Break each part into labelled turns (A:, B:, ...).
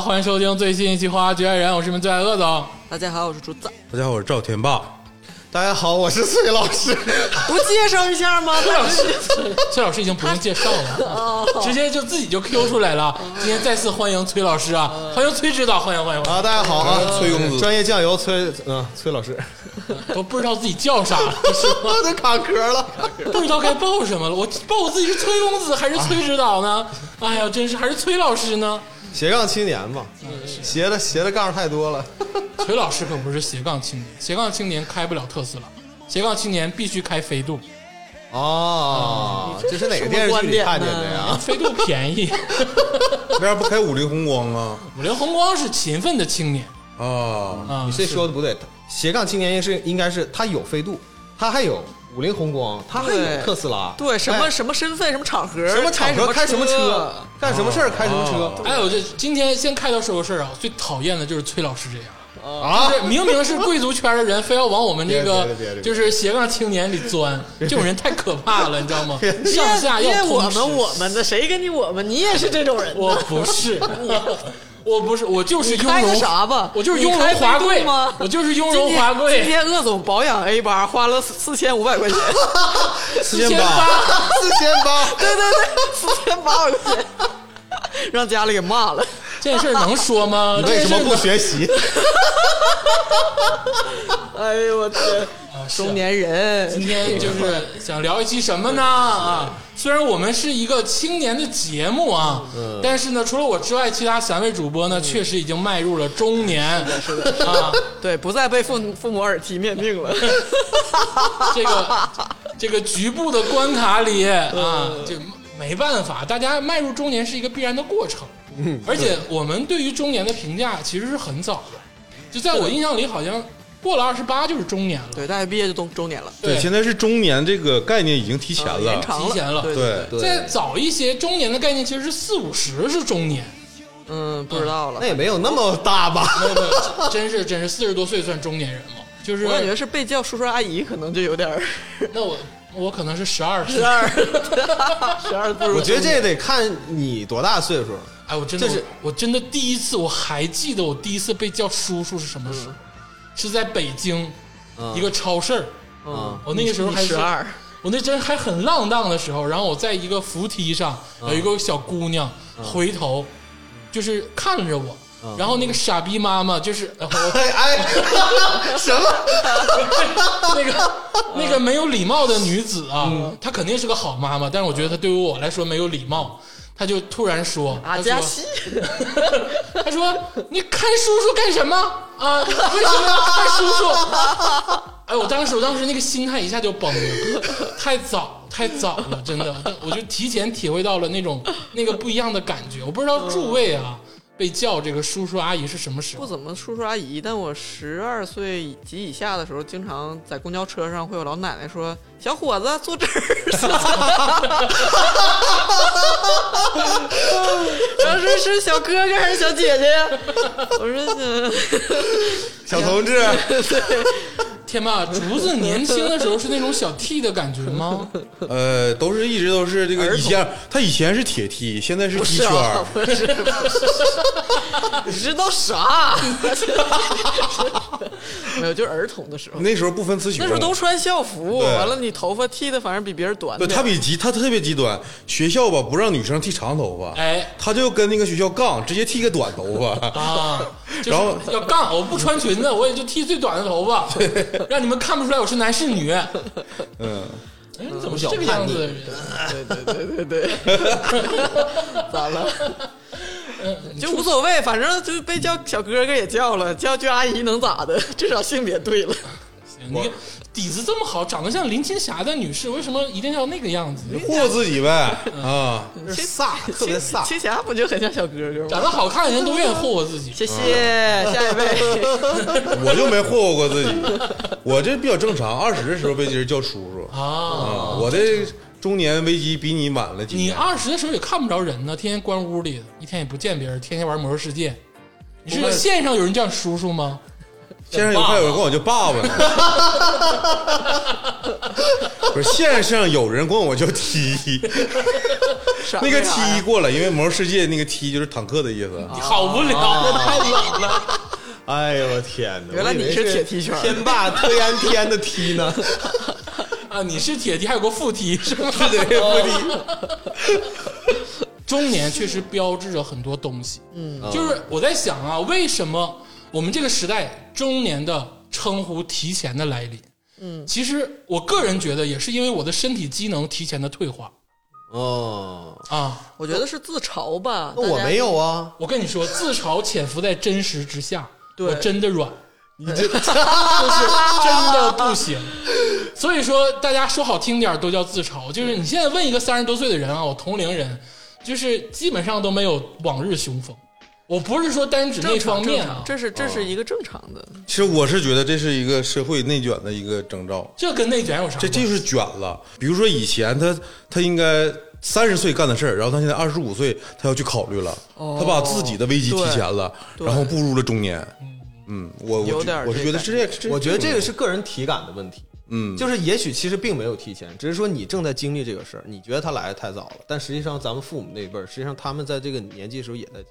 A: 欢迎收听最新一期《花局爱人》，我是你们最爱恶总。
B: 大家好，我是竹子。
C: 大家好，我是赵天霸。
D: 大家好，我是崔老 师。
B: 不介绍一下吗？
A: 崔老师，崔老师已经不用介绍了，
B: 哦
A: 直接就自己就 Q 出来了。今天再次欢迎崔老师啊，欢迎崔指导，欢迎欢迎欢
D: 啊，大家好啊，
C: 崔公子
D: 专业酱油崔，嗯、崔 老师，
A: 迎，都不知道自己叫啥，是吗
D: 我都卡壳了。
A: 不知道该报什么了。我报我自己是崔公子还是崔指导呢？哎呀，真是还是崔老师呢？
D: 斜杠青年嘛，斜的斜的杠太多了。
A: 崔老师可不是斜杠青年，斜杠青年开不了特斯拉，斜杠青年必须开飞度，
D: 哦，这是哪个电视剧里看见的 呀？
A: 飞度便宜。
C: 为啥不开五菱宏光啊？
A: 五菱宏光是勤奋的青年
C: 啊，
A: 啊，
D: 你这说的不对，斜杠青年是应该是他有飞度，他还有五菱宏光，他还有
B: 对
D: 特斯拉，
B: 对，什么
D: 哎
B: 什么身份，什么场合，
D: 什么场合
B: 开
D: 开什么车
B: 车，，
D: 干什么事儿开什么车
A: 哎，我这今天先开头说个事儿啊，我最讨厌的就是崔老师这样，
B: 哦
D: 啊
A: 就是明明是贵族圈的人，非要往我们这个
D: 别别别别
A: 就是斜杠青年里钻， 这种人太可怕了，你知道吗？上下
B: 因
A: 要
B: 为我
A: 通吃。
B: 们我们的，谁跟你我们？你也是这种人
A: 我
B: 呢？
A: 不是， 我不是，我就是
B: 你
A: 雍
B: 开
A: 容
B: 个啥吧？
A: 我就是
B: 你
A: 雍
B: 开
A: 容华
B: 飞度
A: 贵
B: 吗？
A: 我就是雍
B: 今
A: 容
B: 天
A: 华
B: 今
A: 贵，
B: 天鄂总保养 A 八花了四千五百 块钱，
A: 四
C: 千
A: 千
C: 八
A: 八，
D: 四千八，
B: 对对对，四千八百块钱，让家里给骂了。
A: 这件事儿能说吗？
D: 为什么不学习？
B: 哎呦我天，
A: 啊是啊
B: 中年人
A: 今天就是想聊一期什么呢？啊，虽然我们是一个青年的节目啊，但是呢，除了我之外，其他三位主播呢，确实已经迈入了中年。嗯是的，啊，
B: 对不再被父父母耳提面命 了。
A: 这个这个局部的关卡里啊，这没办法，大家迈入中年是一个必然的过程。而且我们嗯对于中年的评价其实是很早的，就在我印象里，好像过了二十八就是中年了。
B: 对，大学毕业就中中年了，
C: 对，现在是中年这个概念已经提前
B: 啊
C: 了
B: 延，长
A: 提前了
B: 了，对
C: 对，
A: 再早一些，中年的概念其实是四五十是中年。
B: 嗯，不知道了
D: 那。也没有那么 大吧？
A: 没有没有，真是真是四十多岁算中年人吗？就是
B: 我感觉是被叫叔叔阿姨，可能就有点儿
A: 那我我可能是十二
B: 十
A: 岁，
B: 二 十二不如。
D: 我觉得这得看你多大岁数。
A: 哎，我真的
D: 这是
A: 我我真的第一次，我还记得我第一次被叫叔叔是什么时
B: 嗯
A: 候，是在北京一个超市儿，
B: 嗯，啊
A: 我那个时候还是
B: 十二，
A: 我那真还很浪荡的时候，然后我在一个扶梯上
B: 嗯
A: 有一个小姑娘回头，就是看着我。
B: 嗯
A: 然后那个傻逼妈妈就是，呃我
D: 哎哎，什么？
A: 那个那个没有礼貌的女子啊，她肯定是个好妈妈，但是我觉得她对于我来说没有礼貌。她就突然说：“
B: 阿
A: 她
B: 加
A: 说，
B: 西，
A: 她说你看叔叔干什么啊？为什么要看叔 叔？”哎，我当时我当时那个心态一下就崩了，太早太早了，真的，我就提前体会到了那种那个不一样的感觉。我不知道诸位啊，被叫这个叔叔阿姨是什么时
B: 不
A: 候？
B: 怎么叔叔阿姨，但我十二岁及以下的时候，经常在公交车上会有老奶奶说：“小伙子，坐这儿。” 然后说是小哥哥还是小姐姐呀？我说嗯
D: 小同 志，
A: 天霸，竹子年轻的时候是那种小 T 的感觉吗？
C: 呃，都是一直都是这个以前，他以前是铁梯，现在是
B: 不
C: 鸡
B: 是
C: 圈
B: 啊
C: 儿，，
B: 不是，不是你知道啥？啊 没有，就是儿童的时候，
C: 那时候不分雌雄
B: 那时候，都穿校服，
C: 对
B: 完了你头发剃的反正比别人短
C: 对
B: 点。
C: 他比极，他特别极端，学校吧不让女生剃长头发，
A: 哎
C: 他就跟那个学校杠，直接剃个短头 发，
A: 啊，就是
C: 然后
A: 要杠，我不穿裙子，我也就剃最短的头发，让你们看不出来我是男是女。哎，
C: 嗯，
A: 你怎么是这个样子的人？啊
B: 对对对对对，咋了？就无所谓，反正就被叫小哥哥也叫了，叫句阿姨能咋的？至少性别对了。
A: 你底子这么好，长得像林青霞的女士，为什么一定要那个样子？
C: 霍自己呗
D: 嗯
C: 啊，
D: 飒，特别飒。
B: 青霞不就很像小哥哥吗？
A: 长得好看的人都愿意霍霍自己。
B: 谢谢，下一位。
C: 我就没霍霍过自己，我这比较正常，二十的时候被人叫叔叔
A: 啊，
C: 啊，我的中年危机比你晚了几
A: 你
C: 年。
A: 二十的时候也看不着人呢，天天关屋里，一天也不见别人，天天玩魔兽世界。你是线上有人叫你叔叔吗？
C: 线上有快有人管我叫爸爸呢， 不是线上有人管我叫 T，
B: 啥
C: 那个
B: 为啥呀
C: T 过了，因为魔兽世界那个 T 就是坦克的意
D: 啊
C: 思。
A: 好无聊，太冷了。
D: 哎呦我天哪！
B: 原来
D: 我以为
B: 你是铁踢圈儿
D: 天霸推安天的踢呢？
A: 啊，你是铁梯，还有个副梯是吗？
C: 是的，不低。
A: 中年确实标志着很多东西。嗯，就是我在想啊，为什么我们这个时代中年的称呼提前的来临？嗯，其实我个人觉得也是因为我的身体机能提前的退化
D: 哦，
A: 啊。
B: 我觉得是自嘲吧。
D: 那我
B: 大家
D: 没有啊，
A: 我跟你说，自嘲潜伏在真实之下，
B: 对
A: 我真的软，
D: 你 这
A: 就是真的不行。所以说，大家说好听点儿都叫自嘲。就是你现在问一个三十多岁的人啊，我同龄人，就是基本上都没有往日雄风。我不是说单指那
B: 正常
A: 方面
B: 正
A: 啊
B: 常，这是这是一个正常的。
C: 其实我是觉得这是一个社会内卷的一个征兆。
A: 这跟内卷有啥
C: 这
A: 关系？
C: 这就是卷了。比如说以前他他应该三十岁干的事儿，然后他现在二十五岁，他要去考虑了，
B: 哦
C: 他把自己的危机提前了，
B: 对
C: 然后步入了中年。嗯，我我
B: 有点儿
C: 我是觉得
B: 这
C: 是这，这
D: 我觉得这个是个人体感的问题。嗯，就是也许其实并没有提前，只是说你正在经历这个事儿，你觉得他来的太早了，但实际上咱们父母那一辈儿，实际上他们在这个年纪的时候也在经历。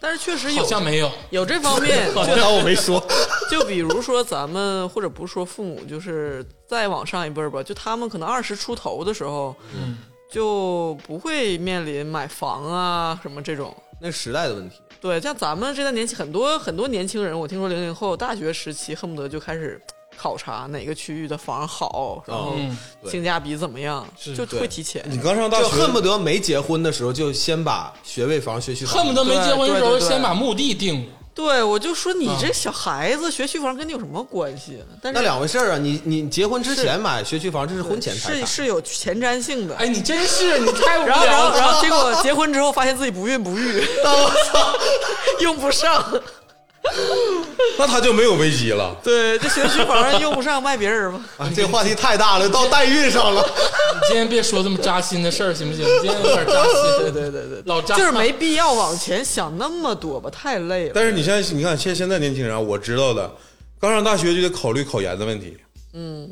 B: 但是确实
A: 好
B: 有
A: 像没有，
B: 有这方 面，
D: 我当我没说，
B: 就比如说咱们或者不是说父母，就是再往上一辈儿吧，就他们可能二十出头的时候，
A: 嗯，
B: 就不会面临买房啊什么这种。
D: 那是时代的问题。
B: 对，像咱们这代年轻很多很多年轻人，我听说零零后大学时期恨不得就开始考察哪个区域的房好，然后
A: 嗯
D: 对
B: 性价比怎么样，
A: 是
B: 就
D: 对
B: 会提前。
C: 你刚上大
D: 就
C: 学，
D: 恨不得没结婚的时候就先把学位房、学区房，
A: 恨不得没结婚的时候
B: 对对对
A: 先把墓地定了。
B: 对，我就说
A: 啊
B: 你这小孩子学区房跟你有什么关系？但是
D: 那两回事儿啊！你你结婚之前买学区房，这是婚前财
B: 是
D: 产。
B: 是有前瞻性的。
A: 哎，你真是你 太无
B: 然后，然
A: 聊
B: 后，然
A: 了。
B: 后，结果结婚之后发现自己不孕不育，我操， 用不上。
C: 那他就没有危机了。
B: 对，这学区房用不上，卖别人吧。
D: 啊，这话题太大了，到代孕上了。
A: 你今天别说这么扎心的事儿，行不行？你今天有点扎 心。对对对对，老扎
B: 就是没必要往前想那么多吧，太累了。
C: 但是你现在你看现现在年轻人啊，我知道的，刚上大学就得考虑考研的问题。嗯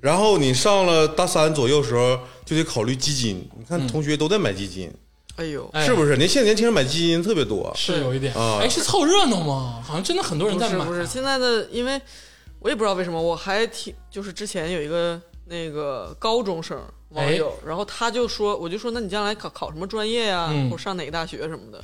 C: 然后你上了大三左右时候，就得考虑基金。你看同学都在买基金，
B: 哎呦，
A: 哎
C: 是不是？年现在年轻人买基金特别多。
A: 是有一点。
C: 啊
A: 哎，是凑热闹吗？好像真的很多人
B: 不
A: 在
B: 是
A: 买。啊
B: 不是，现在的因为我也不知道为什么，我还挺就是之前有一个那个高中生网友，
A: 哎
B: 然后他就说，我就说那你将来考考什么专业呀、啊
A: 嗯
B: 或上哪个大学什么的。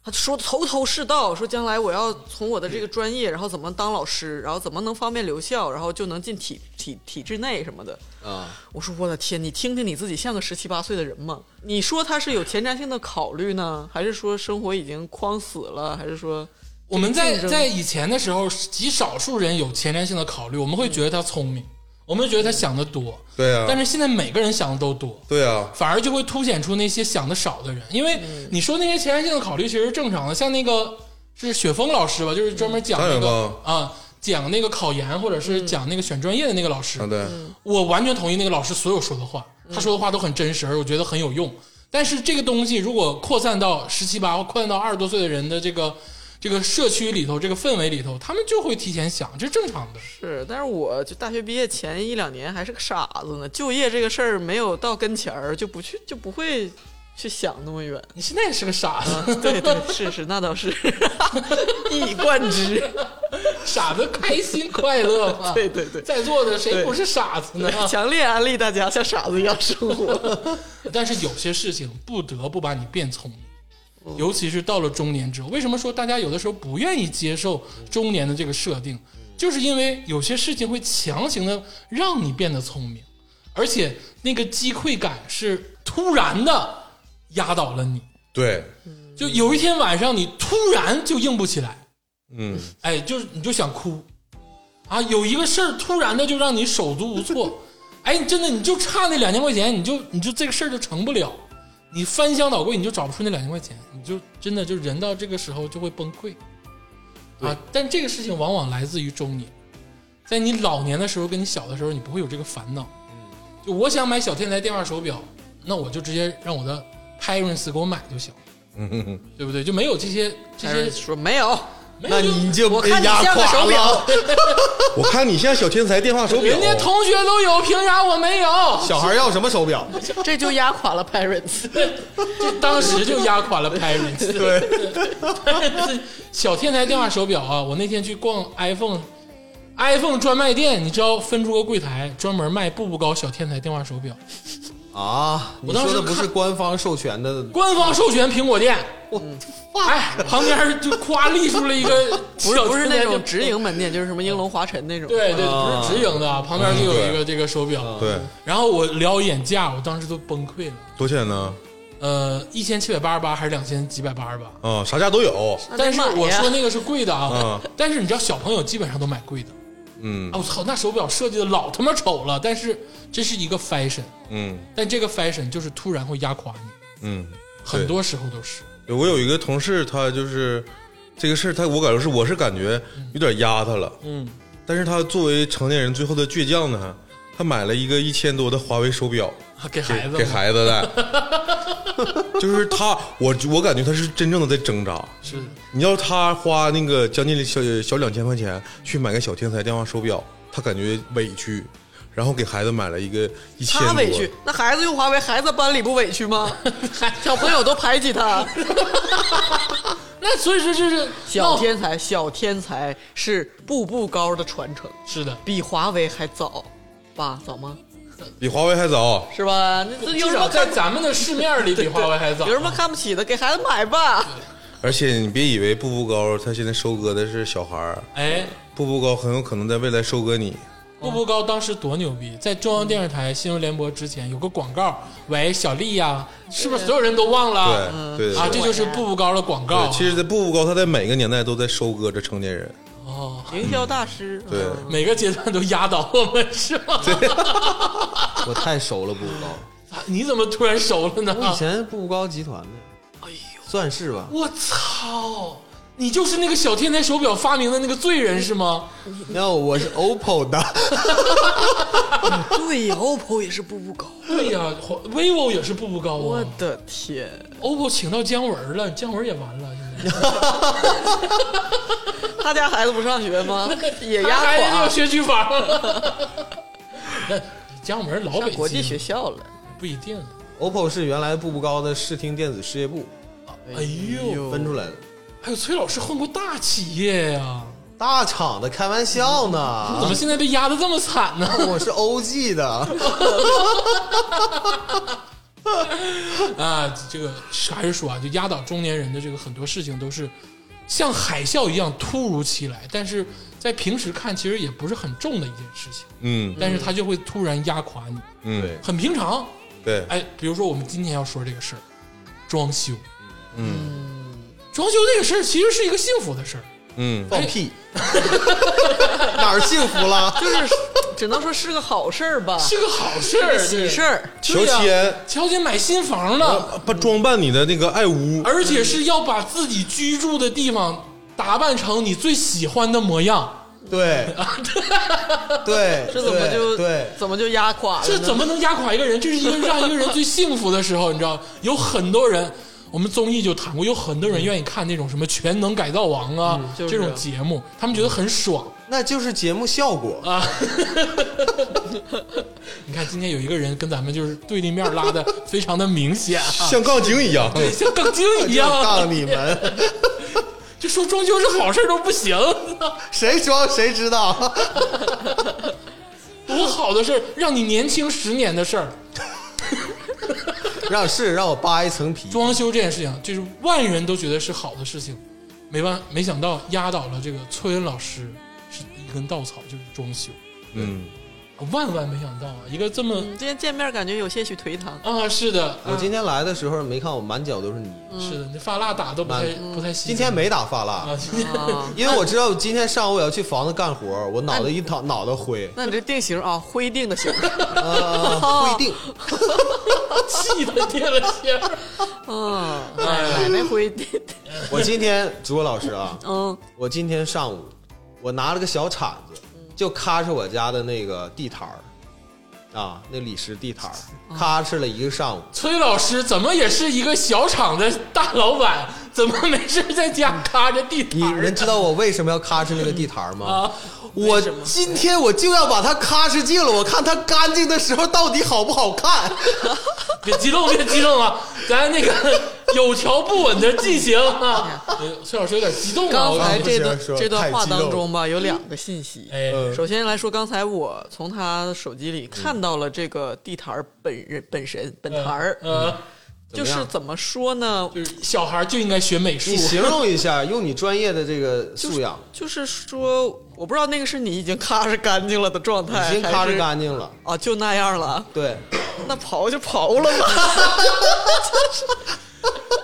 B: 他就说得头头是道，说将来我要从我的这个专业，然后怎么当老师，然后怎么能方便留校，然后就能进体体体制内什么的。
D: 啊，
B: 我说我的天，你听听你自己像个十七八岁的人吗？你说他是有前瞻性的考虑呢，还是说生活已经框死了，还是说
A: 我们在
B: 竞争
A: 在以前的时候，极少数人有前瞻性的考虑，我们会觉得他聪明，我们觉得他想的多。
C: 对啊
A: 但是现在每个人想的都多，
C: 对啊，
A: 反而就会凸显出那些想的少的人。因为
B: 嗯
A: 你说那些前瞻性的考虑其实是正常的，像那个是雪峰老师吧，就是专门讲那
C: 嗯张雪
A: 个
C: 峰
A: 啊，讲那个考研或者
B: 嗯
A: 是讲那个选专业的那个老师
C: 啊，对，
A: 我完全同意那个老师所有说的话，
B: 嗯
A: 他说的话都很真实，而我觉得很有用。但是这个东西如果扩散到十七八、扩散到二十多岁的人的这个这个社区里头、这个氛围里头，他们就会提前想，这是正常的。
B: 是，但是我就大学毕业前一两年还是个傻子呢，就业这个事儿没有到跟前儿，就不去就不会去想那么远。
A: 你现在也是个傻子，
B: 对对，是是，那倒是一以贯之。
A: 傻子开心快乐嘛。
B: 嗯对对对，
A: 在座的谁不是傻子呢？
B: 强烈安利大家像傻子一样生活。
A: 但是有些事情不得不把你变聪明，尤其是到了中年之后。为什么说大家有的时候不愿意接受中年的这个设定，就是因为有些事情会强行的让你变得聪明，而且那个击溃感是突然的压倒了你。
C: 对，
A: 就有一天晚上，你突然就硬不起来，
C: 嗯，
A: 哎，就是你就想哭啊，有一个事儿突然的就让你手足无措，哎，你真的你就差那两千块钱，你就你就这个事儿就成不了，你翻箱倒柜你就找不出那两千块钱，你就真的就人到这个时候就会崩溃啊。但这个事情往往来自于中年，在你老年的时候跟你小的时候你不会有这个烦恼，就我想买小天才电话手表，那我就直接让我的 parents 给我买就行，对不对？就没有这些这些
B: 说没有，
A: 没
C: 那
A: 有就
C: 你就
B: 我
C: 被
B: 看你
C: 压
B: 像个
C: 垮
B: 手
C: 了
B: 表。
C: 我看你像小天才电话手表
A: 人，家同学都有，凭啥我没有？
D: 小孩要什么手表？
B: 这就压垮了 parents。
A: 就当时就压垮了 parents。对，小天才电话手表啊，我那天去逛 iPhone，iPhone 专卖店，你知道分出个柜台专门卖步步高小天才电话手表，
D: 啊，你
A: 我当时
D: 说的不是
A: 看
D: 官方授权的，
A: 官方授权苹果店。
D: 我
A: 哎，旁边就夸立出了一个
B: 不是
A: 小
B: 不是
A: 天才
B: 那
A: 电
B: 种直营门店，就是什么英龙华晨那种。
A: 对对，
D: 啊
A: 不是直营的，旁边就有一个这个手表。
C: 对，
A: 然后我聊一眼价，我当时都崩溃了。
C: 多少钱呢？
A: 呃，一千七百八十八还是两千几百八十八？
C: 啊，啥价都有。
B: 那得
A: 但是
B: 买
A: 我
B: 呀
A: 说那个是贵的啊
C: 嗯，
A: 但是你知道小朋友基本上都买贵的
C: 嗯
A: 啊！我操，那手表设计的老他妈丑了，但是这是一个 fashion，
C: 嗯
A: 但这个 fashion 就是突然会压垮你，
C: 嗯，
A: 很多时候都是。
C: 我有一个同事，他就是这个事儿，他我感觉是我是感觉有点压他了，
A: 嗯，
C: 但是他作为成年人最后的倔强呢，他买了一个一千多的华为手表
A: 啊给孩
C: 给
A: 子
C: 给
A: 子
C: 孩子的， 就是他，我我感觉他是真正的在挣扎。
A: 是的
C: 你要他花那个将近小小两千块钱去买个小天才电话手表，他感觉委屈，然后给孩子买了一个一千多，
B: 他委屈，那孩子用华为，孩子班里不委屈 吗？小朋友都排挤他。
A: 那所以说这是
B: 小天才，小天才是步步高的传承，
A: 是的，
B: 比华为还早吧？早吗？
C: 比华为还早。
B: 是吧？那这有
A: 至
B: 什么
A: 少在
B: 看
A: 咱们的市面里比华为还早啊
B: 有。什么看不起的？给孩子买吧。
C: 而且你别以为步步高他现在收割的是小孩儿，
A: 哎，
C: 步步高很有可能在未来收割你。
A: 步
B: 嗯
A: 步高当时多牛逼，在中央电视台新闻联播之前有个广告，喂，小丽呀、是不是所有人都忘
C: 对、
A: 了？
C: 对
A: 啊，
C: 对
A: 这就是步步高的广告
B: 哦
C: 对，。其实，在步步高，他在每个年代都在收割着成年人。
A: 哦，
B: 营销大师，
C: 对
B: 嗯
A: 每个阶段都压倒我们是吗？
D: 我太熟了步步高，
A: 你怎么突然熟了
D: 我以
A: 呢？
D: 前步步高集团的，哎呦，算是吧，
A: 我操！你就是那个小天才手表发明的那个罪人是吗？
D: 那我是 OPPO 的，
B: 对呀，OPPO 也是步步高。
A: 对呀、华 vivo 也是步步高
B: 我
A: 啊
B: 的天，
A: ，OPPO 请到姜文了，姜文也完了，现在
B: 他家孩子不上学吗？也
A: 他
B: 压
A: 孩子有
B: 垮，
A: 学区房 了。那姜文老北
B: 上
A: 京
B: 国际学校了。
A: 不一定。
D: OPPO 是原来步步高的视听电子事业部
A: 哎呦，
D: 分出来的，
A: 还有崔老师混过大企业呀、
D: 大厂的，开玩笑
A: 怎
D: 呢
A: 么。现在被压的这么惨呢？
D: 我是 OG 的，
A: 啊，这个还是说啊，就压倒中年人的这个很多事情都是像海啸一样突如其来，但是在平时看其实也不是很重的一件事情，
C: 嗯
A: 但是它就会突然压垮你，
C: 嗯，
A: 很平常。
C: 对，
A: 哎，比如说我们今天要说这个事儿，装修，
C: 嗯
A: 装修这个事儿其实是一个幸福的事儿，
C: 嗯，
D: 放屁， 哪儿幸福了？
B: 就是只能说是个好事儿吧，
A: 是个好事儿，
B: 喜事
A: 儿。
B: 儿。啊
C: 乔迁
A: 乔姐买新房了，
C: 把呃装扮你的那个爱屋，
A: 而且是要把自己居住的地方打扮成你最喜欢的模样。
D: 对，对，
B: 这怎么就
D: 对？
B: 怎么就压垮了呢？
A: 这怎么能压垮一个人？这是一个让一个人最幸福的时候，你知道，有很多人，我们综艺就谈过，有很多人愿意看那种什么《全能改造王啊》
B: 嗯就是
A: 这种节目，他们觉得很爽。
D: 那就是节目效果。
A: 你看，今天有一个人跟咱们就是对立面拉的非常的明显啊，
C: 像杠精一样。
A: 像杠精一
D: 就告
A: 样，
D: 诉你们，
A: 就说装修是好事都不行，
D: 谁装谁知道。
A: 多好的事儿，让你年轻十年的事儿。
D: 让是让我扒一层皮，
A: 装修这件事情，就是万人都觉得是好的事情，没办没想到压倒了这个崔恩老师是一根稻草，就是装修。
C: 嗯，
A: 万万没想到啊，一个这么
B: 嗯今天见面感觉有些许颓唐，
A: 啊，是的，
D: 我今天来的时候没看我满脚都是泥，
A: 是的，那发蜡打都不太不太行。
D: 今天没打发
A: 啊，
D: 蜡，
A: 今天
B: 啊，
D: 因为我知道我今天上午我要去房子干活，我脑袋一躺脑袋灰，
B: 那你这定型啊，灰定的型，
D: 呃，不一定，
A: 气的跌了线儿。
B: 嗯，
A: 哎
B: 奶奶灰定，
D: 我今天主播老师啊，
B: 嗯，
D: 我今天上午我拿了个小铲子，就咔哧我家的那个地摊儿，啊，那李石地摊儿，咔哧了一个上午，
A: 崔老师怎么也是一个小厂的大老板，怎么没事在家咔着地
D: 嗯
A: 啊
D: 你
A: 摊儿
D: 人知道我为什么要咔哧那个地毯吗
A: 啊？
D: 我今天我就要把它咔哧净了，我看它干净的时候到底好不好看。
A: 别激动，别激动 啊！咱那个有条不紊的进行啊！呃崔老师有点激动啊！
B: 哎
A: 我
B: 刚才这嗯段
C: 不行说
B: 这段话
C: 太激动
B: 当中吧，有两个信息。
A: 哎，
B: 首先来说，刚才我从他手机里看到了这个地摊儿本人本身本摊儿，
A: 呃，
B: 就是怎么说呢？
A: 就是小孩就应该学美术
D: 你，形容一下，用你专业的这个素养，
B: 就是说，我不知道那个是你已经咔哧干净了的状态，
D: 已经咔
B: 哎还
D: 哧
B: 是
D: 干净了。
B: 啊，就那样了。
D: 对，
B: 那刨就刨了吧。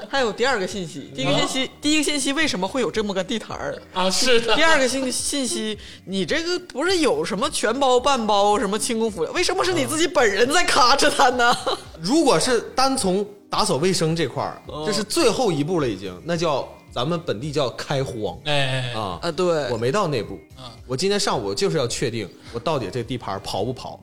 B: 还有第二个信息，第一个信息，第一个信息为什么会有这么个地摊儿？
A: 啊，是的
B: 第，二个信信息，你这个不是有什么全包半包什么清宫服，为什么是你自己本人在咔哧它呢？
D: 如果是单从打扫卫生这块儿，
B: 哦
D: 这是最后一步了，已经，那叫咱们本地叫开荒
A: 哎哎，哎
D: 啊
B: 啊，对嗯
D: 我，没到那步
A: 啊，
D: 我今天上午就是要确定我到底这地盘刨不刨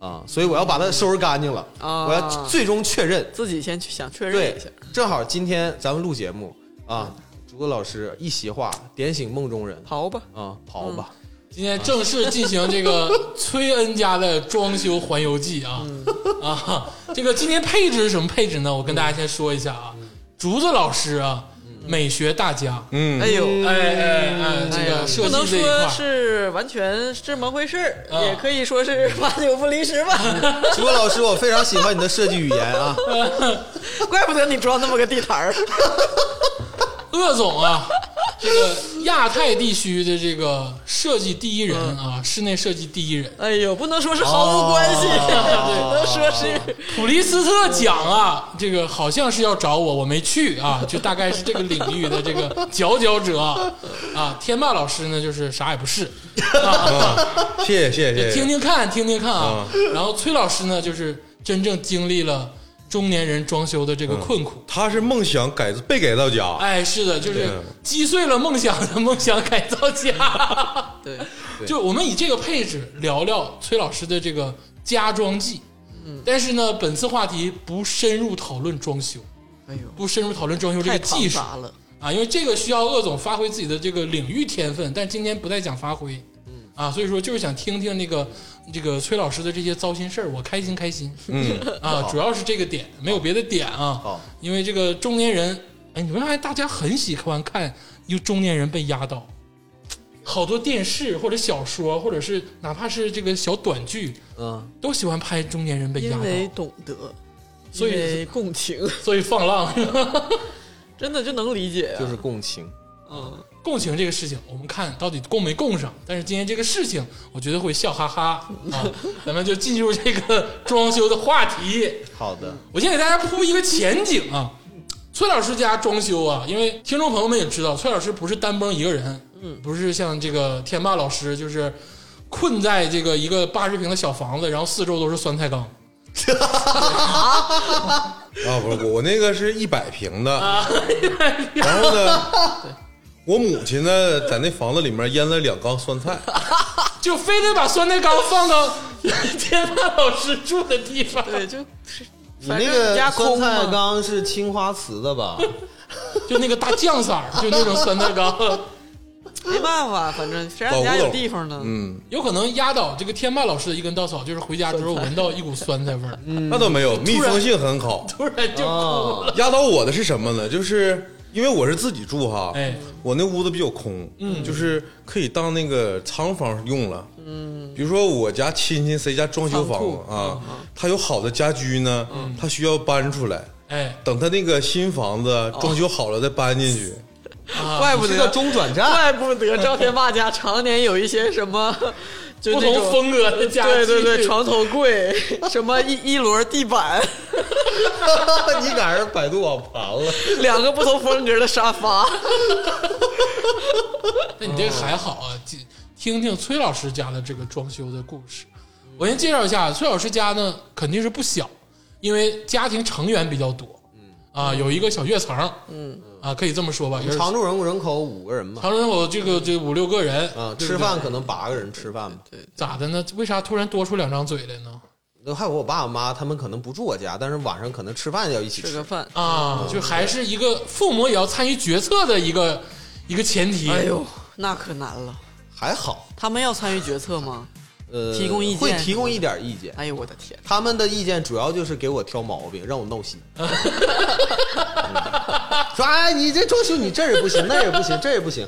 D: 啊，所以我要把它收拾干净了，
B: 啊
D: 我要最终确认。
B: 自己先去想确认
D: 对
B: 一下。，
D: 正好今天咱们录节目啊，竹子老师一席话点醒梦中人
B: 刨吧，
D: 啊，刨
B: 嗯
D: 吧，
A: 今天正式进行这个 崔恩家的装修环游记啊、
B: 嗯
A: 啊！这个今天配置是什么配置呢？我跟大家先说一下啊，
B: 嗯
A: 竹子老师啊，美学大家，
C: 嗯
B: 哎，呦，
A: 哎哎哎，
B: 哎
A: 这
B: 呀
A: 个，
B: 不
A: 设
B: 能
A: 计这一块
B: 说
A: 儿，
B: 是完全是么回事儿，
A: 啊
B: 也可以说是八九不离十吧。
D: 竹子老师，我非常喜欢你的设计语言啊，
B: 怪不得你装那么个地摊儿。
A: 鄂总啊， 这个亚太地区的这个设计第一人啊，室内设计第一人，
B: 哎呦，不能说是毫无关系，只能说是
A: 普利斯特奖啊，这个好像是要找我，我没去啊，就大概是这个领域的这个佼佼者啊。啊天霸老师呢，就是啥也不是，啊
C: 谢谢谢谢谢
A: 听
C: 谢，
A: 听看，听听看啊。然后崔老师呢，就是真正经历了中年人装修的这个困苦。
C: 他是梦想改被改造家，
A: 哎，是的，就是
C: 对
A: 击碎了梦想的梦想改造家。
B: 对。
A: 就我们以这个配置聊聊崔老师的这个家装技。
B: 嗯
A: 但是呢，本次话题不深入讨论装修，
B: 哎呦，
A: 不深入讨论装修这个
B: 太
A: 技
B: 庞
A: 术
B: 杂了。
A: 啊，因为这个需要鄂总发挥自己的这个领域天分，但今天不太想发挥，
D: 嗯
A: 啊，所以说就是想听听那个这个崔老师的这些糟心事儿，我开心开心，嗯 啊，主要是这个点，没有别的点啊，
D: 好
A: 因为这个中年人，哎，你们发现大家很喜欢看有中年人被压倒。好多电视或者小说，或者是哪怕是这个小短剧，
D: 嗯，
A: 都喜欢拍中年人被压
B: 因为
A: 倒，
B: 懂得，
A: 所以
B: 因为共情，
A: 所以放浪。
B: 真的就能理解、啊。
D: 就是共情，
B: 嗯，
A: 共情这个事情，我们看到底共没共上。但是今天这个事情，我觉得会笑哈哈啊！ 咱们就进入这个装修的话题。
D: 好的，
A: 我先给大家铺一个前景啊，崔老师家装修啊，因为听众朋友们也知道，崔老师不是单崩一个人，嗯，不是像这个天霸老师，就是困在这个一个八十平的小房子，然后四周都是酸菜缸。
C: 啊，不是我那个是一百平的，然后呢，我母亲呢在那房子里面腌了两缸酸菜，
A: 就非得把酸菜缸放到 天霸老师住的地方，
B: 对，就
D: 你
B: 反
D: 那
B: 正
D: 个
B: 压
D: 酸
B: 空
D: 菜
B: 嘛
D: 缸是青花瓷 的吧？
A: 就那个大酱色儿，就那种酸菜缸。
B: 没办法，反正谁让
C: 保
B: 你
C: 护
B: 家有
C: 了
B: 地方呢？
C: 嗯，
A: 有可能压倒这个天霸老师的一根稻草，就是回家之后闻到一股酸菜味儿，
B: 嗯
C: 那倒没有，密封性很好。
A: 突然就
B: 哦
A: 哭
D: 啊
A: 了。
C: 压倒我的是什么呢？就是因为我是自己住哈，
A: 哎
C: 我那屋子比较空，嗯，就是可以当那个仓房用了，嗯，比如说我家亲戚谁家装修房
B: 仓
C: 子啊，他有好的家居呢，他需要搬出来，
A: 哎，
C: 等他那个新房子装修好了再搬进去，
B: 怪不
D: 是个
B: 得，
D: 中 转站，
B: 怪不得赵天霸家常年有一些什 么，就
A: 不
B: 那
A: 同
B: 种。
A: 风格的家
B: 对对对，
A: 具
B: 床头柜， 什么一一摞地板，
D: 你赶上百度网盘了，
B: 两个不同风格的沙发，
A: 那你这个还好啊，听听听崔老师家的这个装修的故事。我先介绍一下，崔老师家呢肯定是不小，因为家庭成员比较多，嗯啊，有一个小跃层，嗯啊，可以这么说吧，就是
D: 常住人口人口五个人嘛，
A: 常人口这个这五六个人对
D: 啊，
A: 不
D: 吃
A: 对
D: 饭可能八个人吃饭吧，
A: 咋的呢？为啥突然多出两张嘴来呢？
D: 那还有我爸我妈，他们可能不住我家，但是晚上可能吃饭要一 起
B: 吃
D: 吃。
B: 个饭，
A: 啊，就还是一个父母也要参与决策的一个一个前提。
B: 哎呦，那可难了。
D: 还好，
B: 他们要参与决策吗？
D: 呃，
B: 提供意见
D: 会提供一点意见。
B: 哎呦，我的天！
D: 他们的意见主要就是给我挑毛病，让我闹心。嗯说哎，你这装修你这儿也不行，那儿也不行，这儿也不行。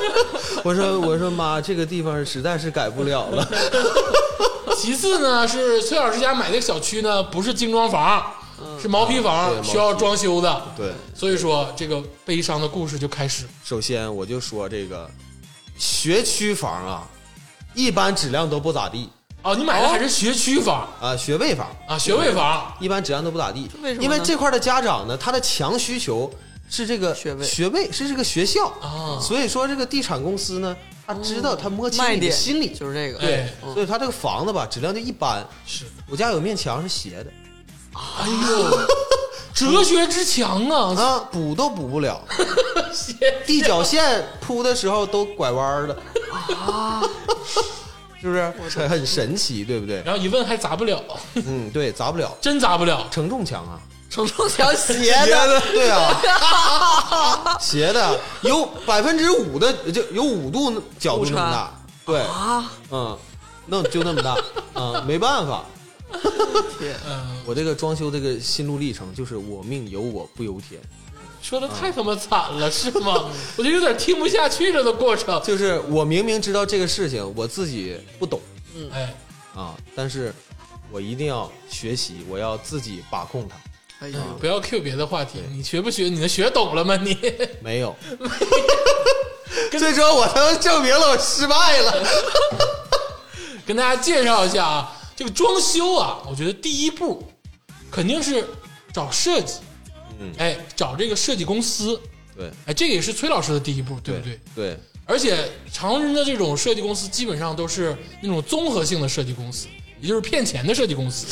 D: 我说我说妈，这个地方实在是改不了了。
A: 其次呢，是崔老师家买这个小区呢，不是精装房，是毛坯
D: 啊对毛
A: 房，
D: 坯
A: 需要装修的。
D: 对，
A: 所以说，这个悲伤的故事就开始了。
D: 首先我就说这个学区房啊，一般质量都不咋地
A: 哦，你买的还是学区房
D: 啊，学位房
A: 啊，学位房
D: 一般质量都不咋地。
B: 为什么呢
D: 因为这块的家长呢，他的强需求是这个
B: 学位
D: 学位是这个学校
A: 啊
D: 所以说这个地产公司呢，他知道他摸清
B: 哦卖
D: 你的
B: 点
D: 心理，
B: 就是这个，
A: 对
B: 嗯
D: 所以他这个房子吧，质量就一般。
A: 是，
D: 我家有面墙是斜的
A: 哎呦，哲学之墙
B: 哦
A: 啊！
D: 啊，补都补不了， 地脚线铺的时候都拐弯儿了，
B: 啊
D: 是不是？很很神奇，对不对？
A: 然后一问还砸不了，
D: 嗯，对，砸不了，
A: 真砸不了。
D: 承重墙啊，
B: 承重墙斜
D: 斜
B: 的，
D: 的，对啊， 斜的有百分之五的就有五度角度那么大，对，
B: 啊，
D: 嗯，那就那么大，嗯，没办 法，
B: 天，
A: 嗯，
D: 我这个装修这个心路历程就是我命由我不由天，
A: 说的太他妈惨了，是吗？我就有点听不下去了的过程。
D: 就是我明明知道这个事情我自己不懂
A: 哎，
D: 啊，但是我一定要学习，我要自己把控它。
B: 哎呦，
A: 不要 Q 别的话题，你学不学？你能学懂了吗？你
D: 没 有，最终我他妈证明了我失败了。
A: 跟大家介绍一下啊，这个装修啊，我觉得第一步肯定是找设计，
D: 嗯
A: 哎，找这个设计公司，
D: 对
A: 哎，这个也是崔老师的第一步，对不对？
D: 对，
A: 而且常人的这种设计公司基本上都是那种综合性的设计公司，也就是骗钱的设计公司，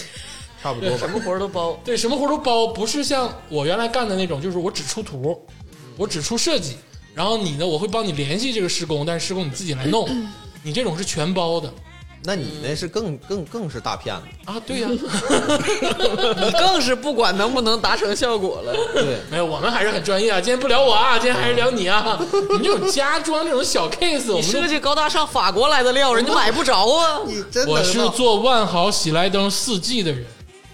D: 差不多 吧
B: 什。么活儿都包，
A: 对，什么活儿都包，不是像我原来干的那种，就是我只出图，我只出设计，然后你呢，我会帮你联系这个施工，但是施工你自己来弄，你这种是全包的
D: 那你那是更更更是大骗子。
A: 啊，对呀、
B: 你更是不管能不能达成效果 了。
D: 对，
A: 没有，我们还是很专业啊。今天不聊我啊，今天还是聊你啊。你这种家装这种小 case，我
B: 你
A: 们
B: 设
A: 都
B: 计高大上，法国来的料，人家买不着啊。
D: 你真
A: 我是做万豪喜来登四季的人，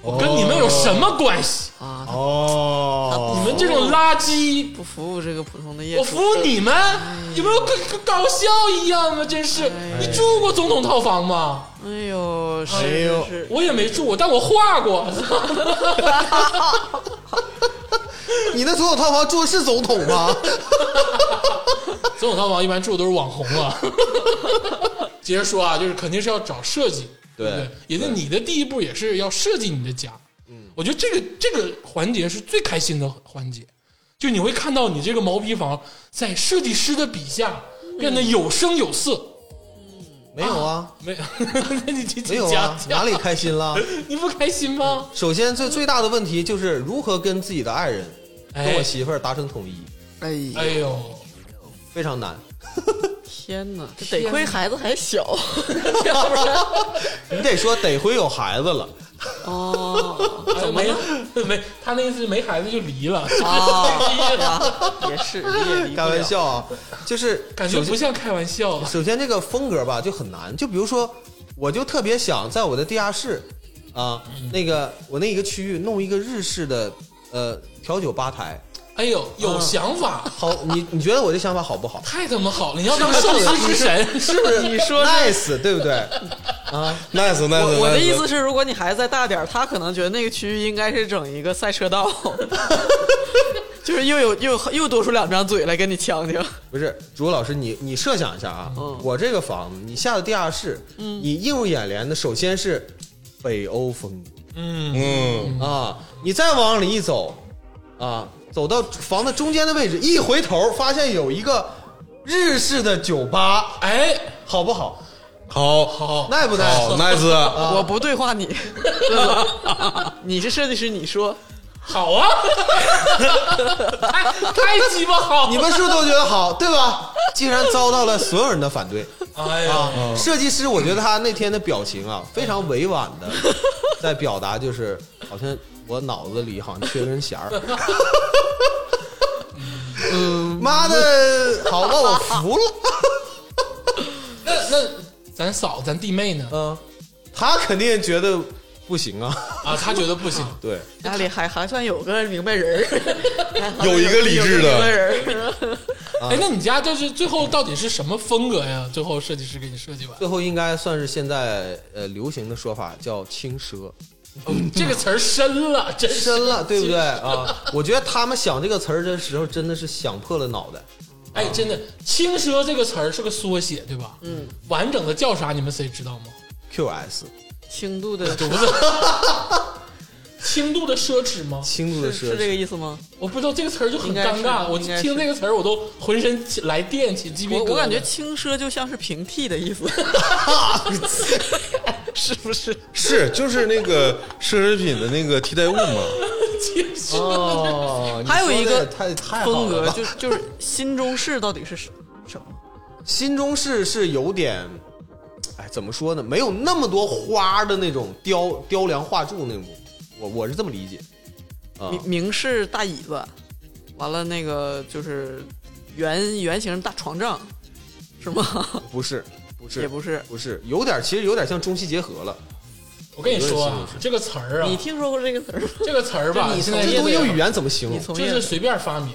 A: 我跟你们有什么关系？
B: 啊，
D: 哦
A: 你们这种垃圾，
B: 不服务这个普通的业
A: 我
B: 主
A: 服，务你们，有没有跟跟搞笑一样吗？啊真是，你住过总统套房吗？
B: 哎呦，是
D: 哎呦
B: 是是，
A: 我也没住过，但我画过。
D: 你那总统套房住的是总统吗？
A: 总统套房一般住的都是网红啊。 接着说啊，就是肯定是要找设计，对不对
D: 对？
A: 也就你的第一步也是要设计你的家。嗯，我觉得这个这个环节是最开心的环节，就你会看到你这个毛坯房在设计师的笔下变得有声有色。
D: 嗯没有啊，
A: 没 有，那你你
D: 没有
A: 讲
D: 啊，哪
A: 讲，
D: 里开心了？
A: 你不开心吗？
D: 首先最最大的问题就是如何跟自己的爱人、嗯跟
A: 哎
D: 我媳妇儿达成统一，
B: 哎呀，
A: 哎呦，
D: 非常难。
B: 天哪，这得亏孩子还小，
D: 你得说得会有孩子了，
B: 哦，
A: 哎没没，他那意思是没孩子就离 了，哦
B: 啊，也是，你也离不
D: 开玩
B: 了。
D: 笑啊，就是
A: 感觉
D: 首
A: 不
D: 先
A: 像开玩笑。
D: 首先这个风格吧就很难，就比如说，我就特别想在我的地下室啊、那个我那一个区域弄一个日式的呃调酒吧台，
A: 哎呦，
D: 嗯
A: 有想法，
D: 好，你你觉得我这想法好不好？
A: 太他妈好了！你要当寿司之神，
D: 是不是？
B: 你说 是
D: nice 对不对？ 啊，
C: nice nice，
B: 我我的
C: nice
B: 意思是，如果你孩子再大点儿，他可能觉得那个区域应该是整一个赛车道，就是又有又有又多出两张嘴来跟你呛呛。
D: 不是，朱老师，你你设想一下啊，
B: 嗯
D: 我这个房子，你下的地下室，你映入眼帘的首先是北欧风
A: 嗯，
C: 嗯，
D: 啊，你再往里一走啊，走到房子中间的位置，一回头发现有一个日式的酒吧，
A: 哎，
D: 好不好？
C: 好好
D: 耐不耐？
C: 好 nice，
D: 啊
B: 我不对话你， 你是设计师，你说
A: 好啊， 哎太太鸡巴好了！
D: 你们是不是都觉得好，对吧？竟然遭到了所有人的反对，
A: 哎呀，
D: 啊，设计师，我觉得他那天的表情啊，非常委婉的在表达，就是好像我脑子里好像缺根弦儿。嗯，妈的，好吧，我服了。
A: 那那咱嫂咱弟妹呢？
D: 嗯，他肯定觉得不行 啊。
A: 啊，她觉得不行，
D: 对，
B: 家里还还算有个明白人儿，
C: 有一个理
B: 有一
C: 智的
B: 个明白人儿。
A: 哎，那你家就是最后到底是什么风格呀？最后设计师给你设计完，
D: 最后应该算是现在呃流行的说法叫轻奢。
A: 哦这个词儿深 了，真是
D: 深了，对不对啊？我觉得他们想这个词儿的时候，真的是想破了脑袋。
A: 哎，真的，轻奢这个词儿是个缩写，对吧？嗯，完整的叫啥？你们谁知道吗？
D: QS
B: 轻度的，
A: 不是，轻度的奢侈吗？
D: 轻度的
B: 是
D: 奢
B: 是这
D: 侈，
B: 个意思吗？
A: 我不知道这个词儿就很尴
B: 应该
A: 尬，
B: 是
A: 我
B: 应该是
A: 听这个词儿我都浑身起来电起鸡皮疙
B: 我
A: 瘩。
B: 我感觉轻奢就像是平替的意思， 是不是？
C: 是就是那个奢侈品的那个替代物嘛，
A: 轻奢
D: 哦，你
B: 还有一
D: 说
B: 个
D: 的也太太好
B: 风格
D: 了吧
B: 就就是新中式到底是什什么？
D: 新中式是有点，哎，怎么说呢？没有那么多花的那种雕雕梁画柱那种，我我是这么理解啊。
B: 明明式大椅子，完了那个就是圆圆形大床帐，是吗？
D: 不是，不是，
B: 也不是。
D: 不是，有点其实有点像中西结合了。
A: 我跟你说
D: 有点
A: 啊
D: 轻，
A: 这个词儿啊
B: 你，听说过这个词儿吗？
A: 这个词儿吧，
B: 就你
A: 现
B: 从
A: 在
D: 这
A: 也
D: 东西
A: 得
D: 用语言怎么形
B: 你
D: 容？
B: 从
A: 就
B: 业啊
A: 是随便发明，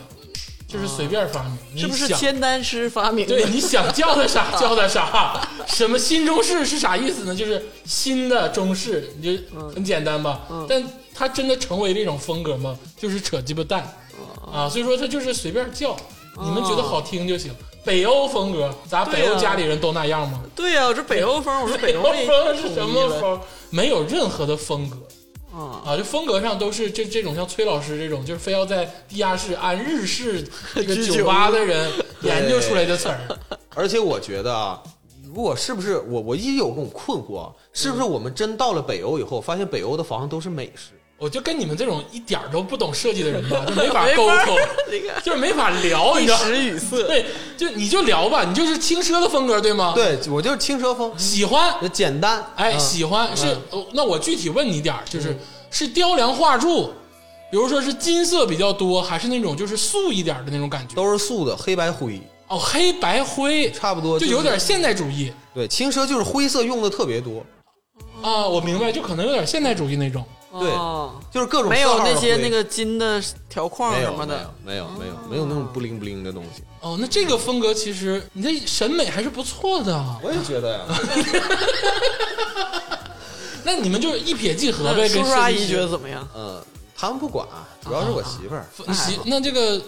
A: 就是随便发明，你
B: 是不是
A: 想
B: 签单师发明的？
A: 对，你想叫它啥叫它啥，什么新中式是啥意思呢？就是新的中式，你就
B: 嗯
A: 很简单吧。但它真的成为这种风格吗？就是扯鸡巴蛋
B: 嗯
A: 啊！所以说它就是随便叫，你们觉得好听就行。北欧风格，咱
B: 对
A: 北欧
B: 啊
A: 家里人都那样吗？
B: 对呀、我这北欧风，我说北
A: 北欧
B: 欧也
A: 风是什
B: 统一
A: 么
B: 了
A: 风？没有任何的风格
B: 啊？
A: 啊，就风格上都是这这种像崔老师这种，就是非要在地下室安日式这个
B: 居酒
A: 酒吧的人研究出来的词儿。
D: 而且我觉得啊，如果是不是我我一直有这种困惑啊，是不是我们真到了北欧以后，发现北欧的房子都是美式？
A: 我就跟你们这种一点儿都不懂设计的人吧，就没法沟通，
B: 那个
A: 就是没法聊，你
B: 一
A: 知道？
B: 时语塞。
A: 对，就你就聊吧，你就是轻奢的风格，对
B: 嗯
A: 吗？，
D: 对，我就是轻奢风，
A: 喜欢，
D: 简单。
A: 哎，
D: 嗯
A: 喜欢是、哦那我具体问你点儿，就是、是雕梁画柱，比如说是金色比较多，还是那种就是素一点儿的那种感觉？
D: 都是素的，黑白灰，
A: 哦，黑白灰，
D: 差不多
A: 就是有点现代主义
D: 对。轻奢就是灰色用的特别多，
A: 啊，我明白，就可能有点现代主义那种。
D: 对
B: 哦
D: 就是各种
B: 没有
D: 色号的
B: 那些
D: 灰
B: 那个金的条框
D: 没
B: 什
D: 有
B: 么的。哦
D: 没有没有没有没有那种不灵不灵的东西。
A: 哦，那这个风格其实你的审美还是不错的啊。
D: 我也觉得呀，
A: 那你们就是一撇即合
B: 那
A: 呗，
B: 叔
A: 跟
B: 叔阿
A: 设计
B: 姨
A: 师
B: 觉得怎么样？
D: 嗯，他们不管，主要是我媳妇儿。
B: 哎
A: 你媳那这个
B: 嗯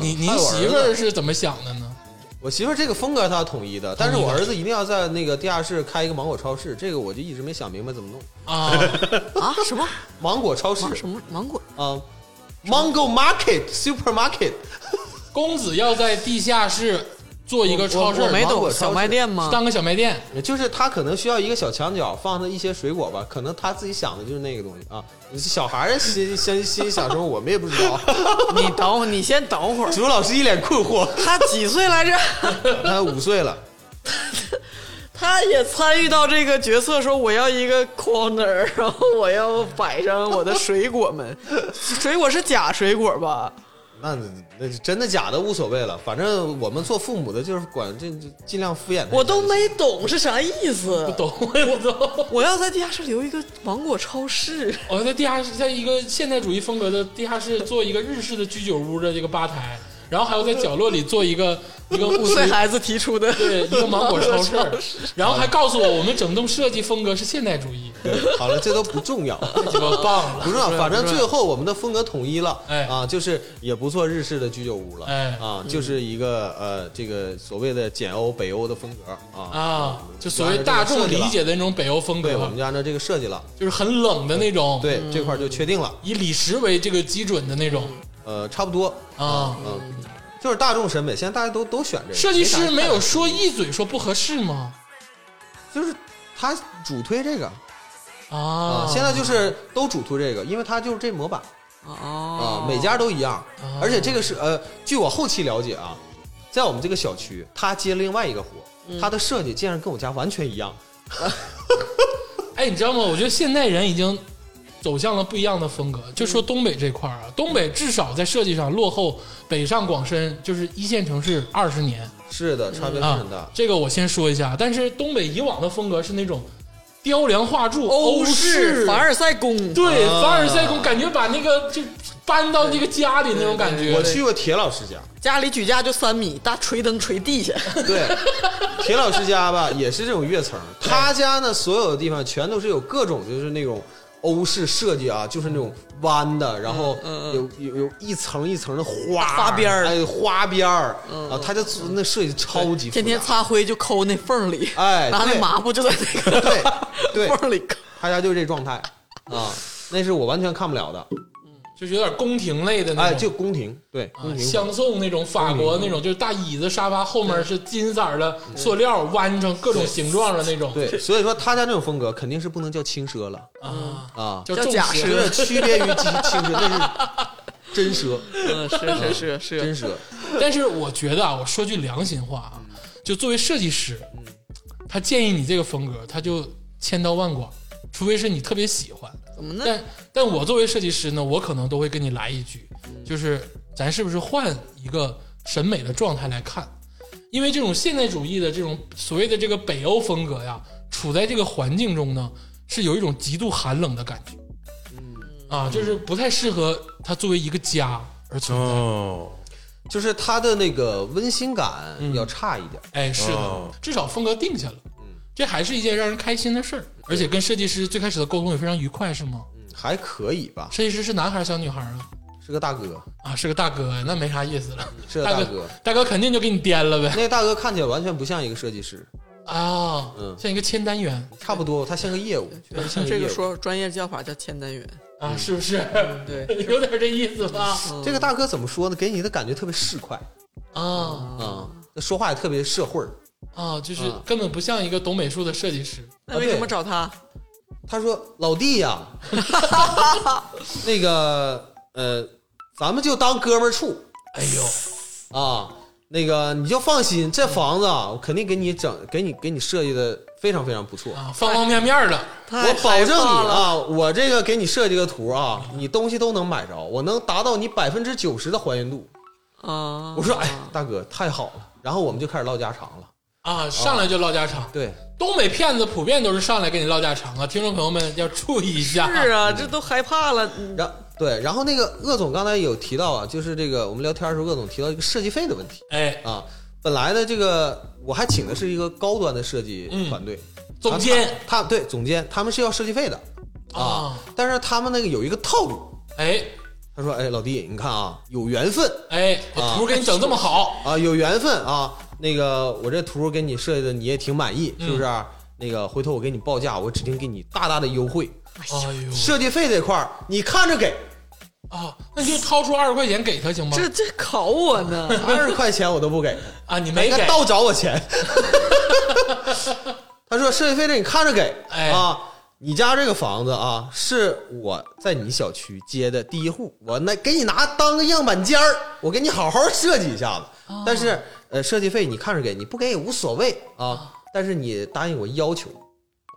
A: 你你
D: 还有
A: 媳妇
D: 儿
A: 儿
D: 子
A: 是怎么想的呢？
D: 我媳妇儿这个风格她统一的，但是我儿子一定要在那个地下室开一个芒果超市，这个我就一直没想明白怎么弄。
A: 啊，
B: 啊？什么
D: 芒果超市
B: 芒什么芒果？
D: 啊，Mango Market Supermarket，
A: 公子要在地下室做一个超市，
B: 我没
D: 芒
B: 懂
D: 果超市
B: 小卖店吗？
A: 当个小卖店。
D: 就是他可能需要一个小墙角放他一些水果吧，可能他自己想的就是那个东西啊。小孩儿心心心想什么，我们也不知 道。
B: 你等会儿，你先等 会儿。
D: 主老师一脸困惑，
B: 他几岁来着？
D: 他五岁了，
B: 他也参与到这个决策，说我要一个 corner，然 后我要摆上我的水果们，水果是假水果吧？
D: 那那真的假的无所谓了，反正我们做父母的就是管这这尽量敷衍他。
B: 我都没懂是啥意
A: 不
B: 思。
A: 懂，我也不懂。
B: 我要在地下室留一个芒果超市，
A: 我在地下室，在一个现代主义风格的地下室做一个日式的居酒屋的这个吧台，然后还要在角落里做一个一个物
B: 对
A: 质
B: 孩子提出的。
A: 对一个芒果超市
B: 芒果，
A: 然后还告诉我我们整栋设计风格是现代主义，
D: 对 好了，这都不 重要。
A: 太鸡巴棒了！
D: 不重要，反正最后我们的风格统一了，
A: 哎
D: 啊，就是也不做日式的居酒屋了，
A: 哎
D: 啊，就是一个呃，这个所谓的简欧北欧的风格啊，
A: 啊，就所谓大众理解的那种哦北欧风
D: 对，我
A: 格
D: 们，就按照这个设计了，
A: 就是很冷的那种，
D: 对，这块儿就确定了，
A: 以李石为这个基准的那种
D: 呃，差不多，
A: 啊。
D: 嗯，就是大众审美，现在大家都都选这个，
A: 设计
D: 啥
A: 师
D: 看
A: 没有说一嘴说不合适吗？
D: 就是他主推这个
A: 啊
D: 啊，，现在就是都主推这个，因为他就是这模板
B: 哦
D: 啊，每家都一样，而且这个是呃，据我后期了解啊，在我们这个小区，他接另外一个活，它的设计竟然跟我家完全一样。
A: 哎，你知道吗？我觉得现代人已经走向了不一样的风格。就说东北这块儿啊，东北至少在设计上落后北上广深，就是一线城市二十年
D: 是的，差别是
A: 啊
D: 很大。。
A: 这个我先说一下，但是东北以往的风格是那种雕梁画柱、欧
B: 式凡尔赛宫，
A: 对，
D: 啊
A: 凡尔赛宫，感觉把那个就搬到那个家里那种感觉。
D: 我去过铁老师家，
B: 家里举架就三米，大锤灯锤地下，
D: 对， 铁老师家吧也是这种跃层，他家呢所有的地方全都是有各种就是那种欧式设计啊，就是那种弯的，然后有有有一层一层的花
B: 花边儿
D: 哎，花边儿啊，他家做那设计超级复杂
B: 天天擦灰就抠那缝里，
D: 哎
B: 拿那
D: 对
B: 抹布就在那个
D: 对 对
B: 缝里抠。
D: 他家就是这状态啊，那是我完全看不了的，
A: 就是有点宫廷类的那
D: 哎，
A: 种，
D: 就宫廷对
A: 啊
D: 宫廷
A: 相送那种法国那种，就是大椅子沙发后面是金色儿的塑料弯成各种形状的那种，
D: 嗯对，所以说他家这种风格肯定是不能叫轻奢了
A: 啊，
D: 啊，
A: 叫
B: 叫
A: 重
B: 假
A: 视
B: 奢
D: 有点区别于轻轻奢，那是真奢，
B: 嗯，是 是是是，
D: 真奢。
A: 但是我觉得啊，我说句良心话啊，就作为设计师，他建议你这个风格，他就千刀万剐，除非是你特别喜欢。
B: 怎么呢？
A: 但但我作为设计师呢，我可能都会跟你来一句，
B: 嗯
A: 就是咱是不是换一个审美的状态来看？因为这种现代主义的这种所谓的这个北欧风格呀，处在这个环境中呢，是有一种极度寒冷的感觉，
B: 嗯
A: 啊，就是不太适合它作为一个家而存在。
C: 哦，
D: 就是它的那个温馨感要差一点。
A: 哎，是的
C: 哦，
A: 至少风格定下了，
D: 嗯
A: 这还是一件让人开心的事儿，而且跟设计师最开始的沟通也非常愉快，是吗？
D: 嗯还可以吧，
A: 设计师是男孩儿小女孩儿啊？
D: 是个大哥，
A: 啊，是个大哥，那没啥意思了。
D: 嗯是个
A: 大
D: 大
A: 哥
D: 哥。
A: 大哥肯定就给你颠了呗。
D: 那个大哥看起来完全不像一个设计师，
A: 啊，
D: 嗯
A: 像一个签单员
D: 差不多，他像个业务，像
B: 这个
D: 业务。
B: 说专业叫法叫签单员，
D: 嗯
A: 啊，是不是？
B: 对，
A: 有点这意思吧？
D: 这个大哥怎么说呢？给你的感觉特别市侩
A: 啊
D: 啊，那说话也特别社会儿。
A: 啊，就是
D: 嗯
A: 根本不像一个懂美术的设计师。
B: 那为什么找他？
D: 他说：“老 弟呀，那个呃，咱们就当哥们儿处
A: 哎呦，
D: 啊，那个你就放心，这房子啊，我肯定给你整，给你给你设计的非常非常不错。
A: 啊，方方面面的，
B: 太
D: 我保证
B: 害怕
D: 你
B: 了，
D: 啊，我这个给你设计个图啊，你东西都能买着，我能达到你百分之九十的还原度。
B: 啊！
D: 我说，哎，大哥太好了，然后我们就开始唠家常了。
A: 啊，上来就唠家常。
D: 对，
A: 东北骗子普遍都是上来跟你唠家常啊，听众朋友们要注意一下。
B: 是啊，这都害怕了。嗯
D: 然对，然后那个鄂总刚才有提到啊，就是这个我们聊天的时候，鄂总提到这个设计费的问题
A: 哎，
D: 啊。本来的这个我还请的是一个高端的设计
A: 嗯
D: 团队，
A: 总监
D: 他对总监他们是要设计费的啊
A: 啊，
D: 但是他们那个有一个套路，
A: 哎
D: 他说，哎，老弟，你看啊，有缘分。
A: 哎，我图给你整这么好，
D: 啊，有缘分啊！那个我这图给你设计的你也挺满意，是不是啊、
A: 嗯
D: 那个回头我给你报价，我指定给你大大的优惠。
A: 哎呦
D: 设计费这块儿你看 着给，
A: 啊，那就掏出二十块钱给他行吗？
B: 这这考我 呢，
D: 二十块钱我都不给，
A: 啊，你没
D: 应该
A: 给，
D: 倒找 我钱。他说设计费这你看着给，
A: 哎
D: 啊，你家这个房子啊，是我在你小区接的第一户，我那给你拿当个样板间儿，我给你好好设计一下子。
A: 哦
D: 但是呃，设计费你看着给，你不给也无所谓
A: 哦
D: 啊。但是你答应我要求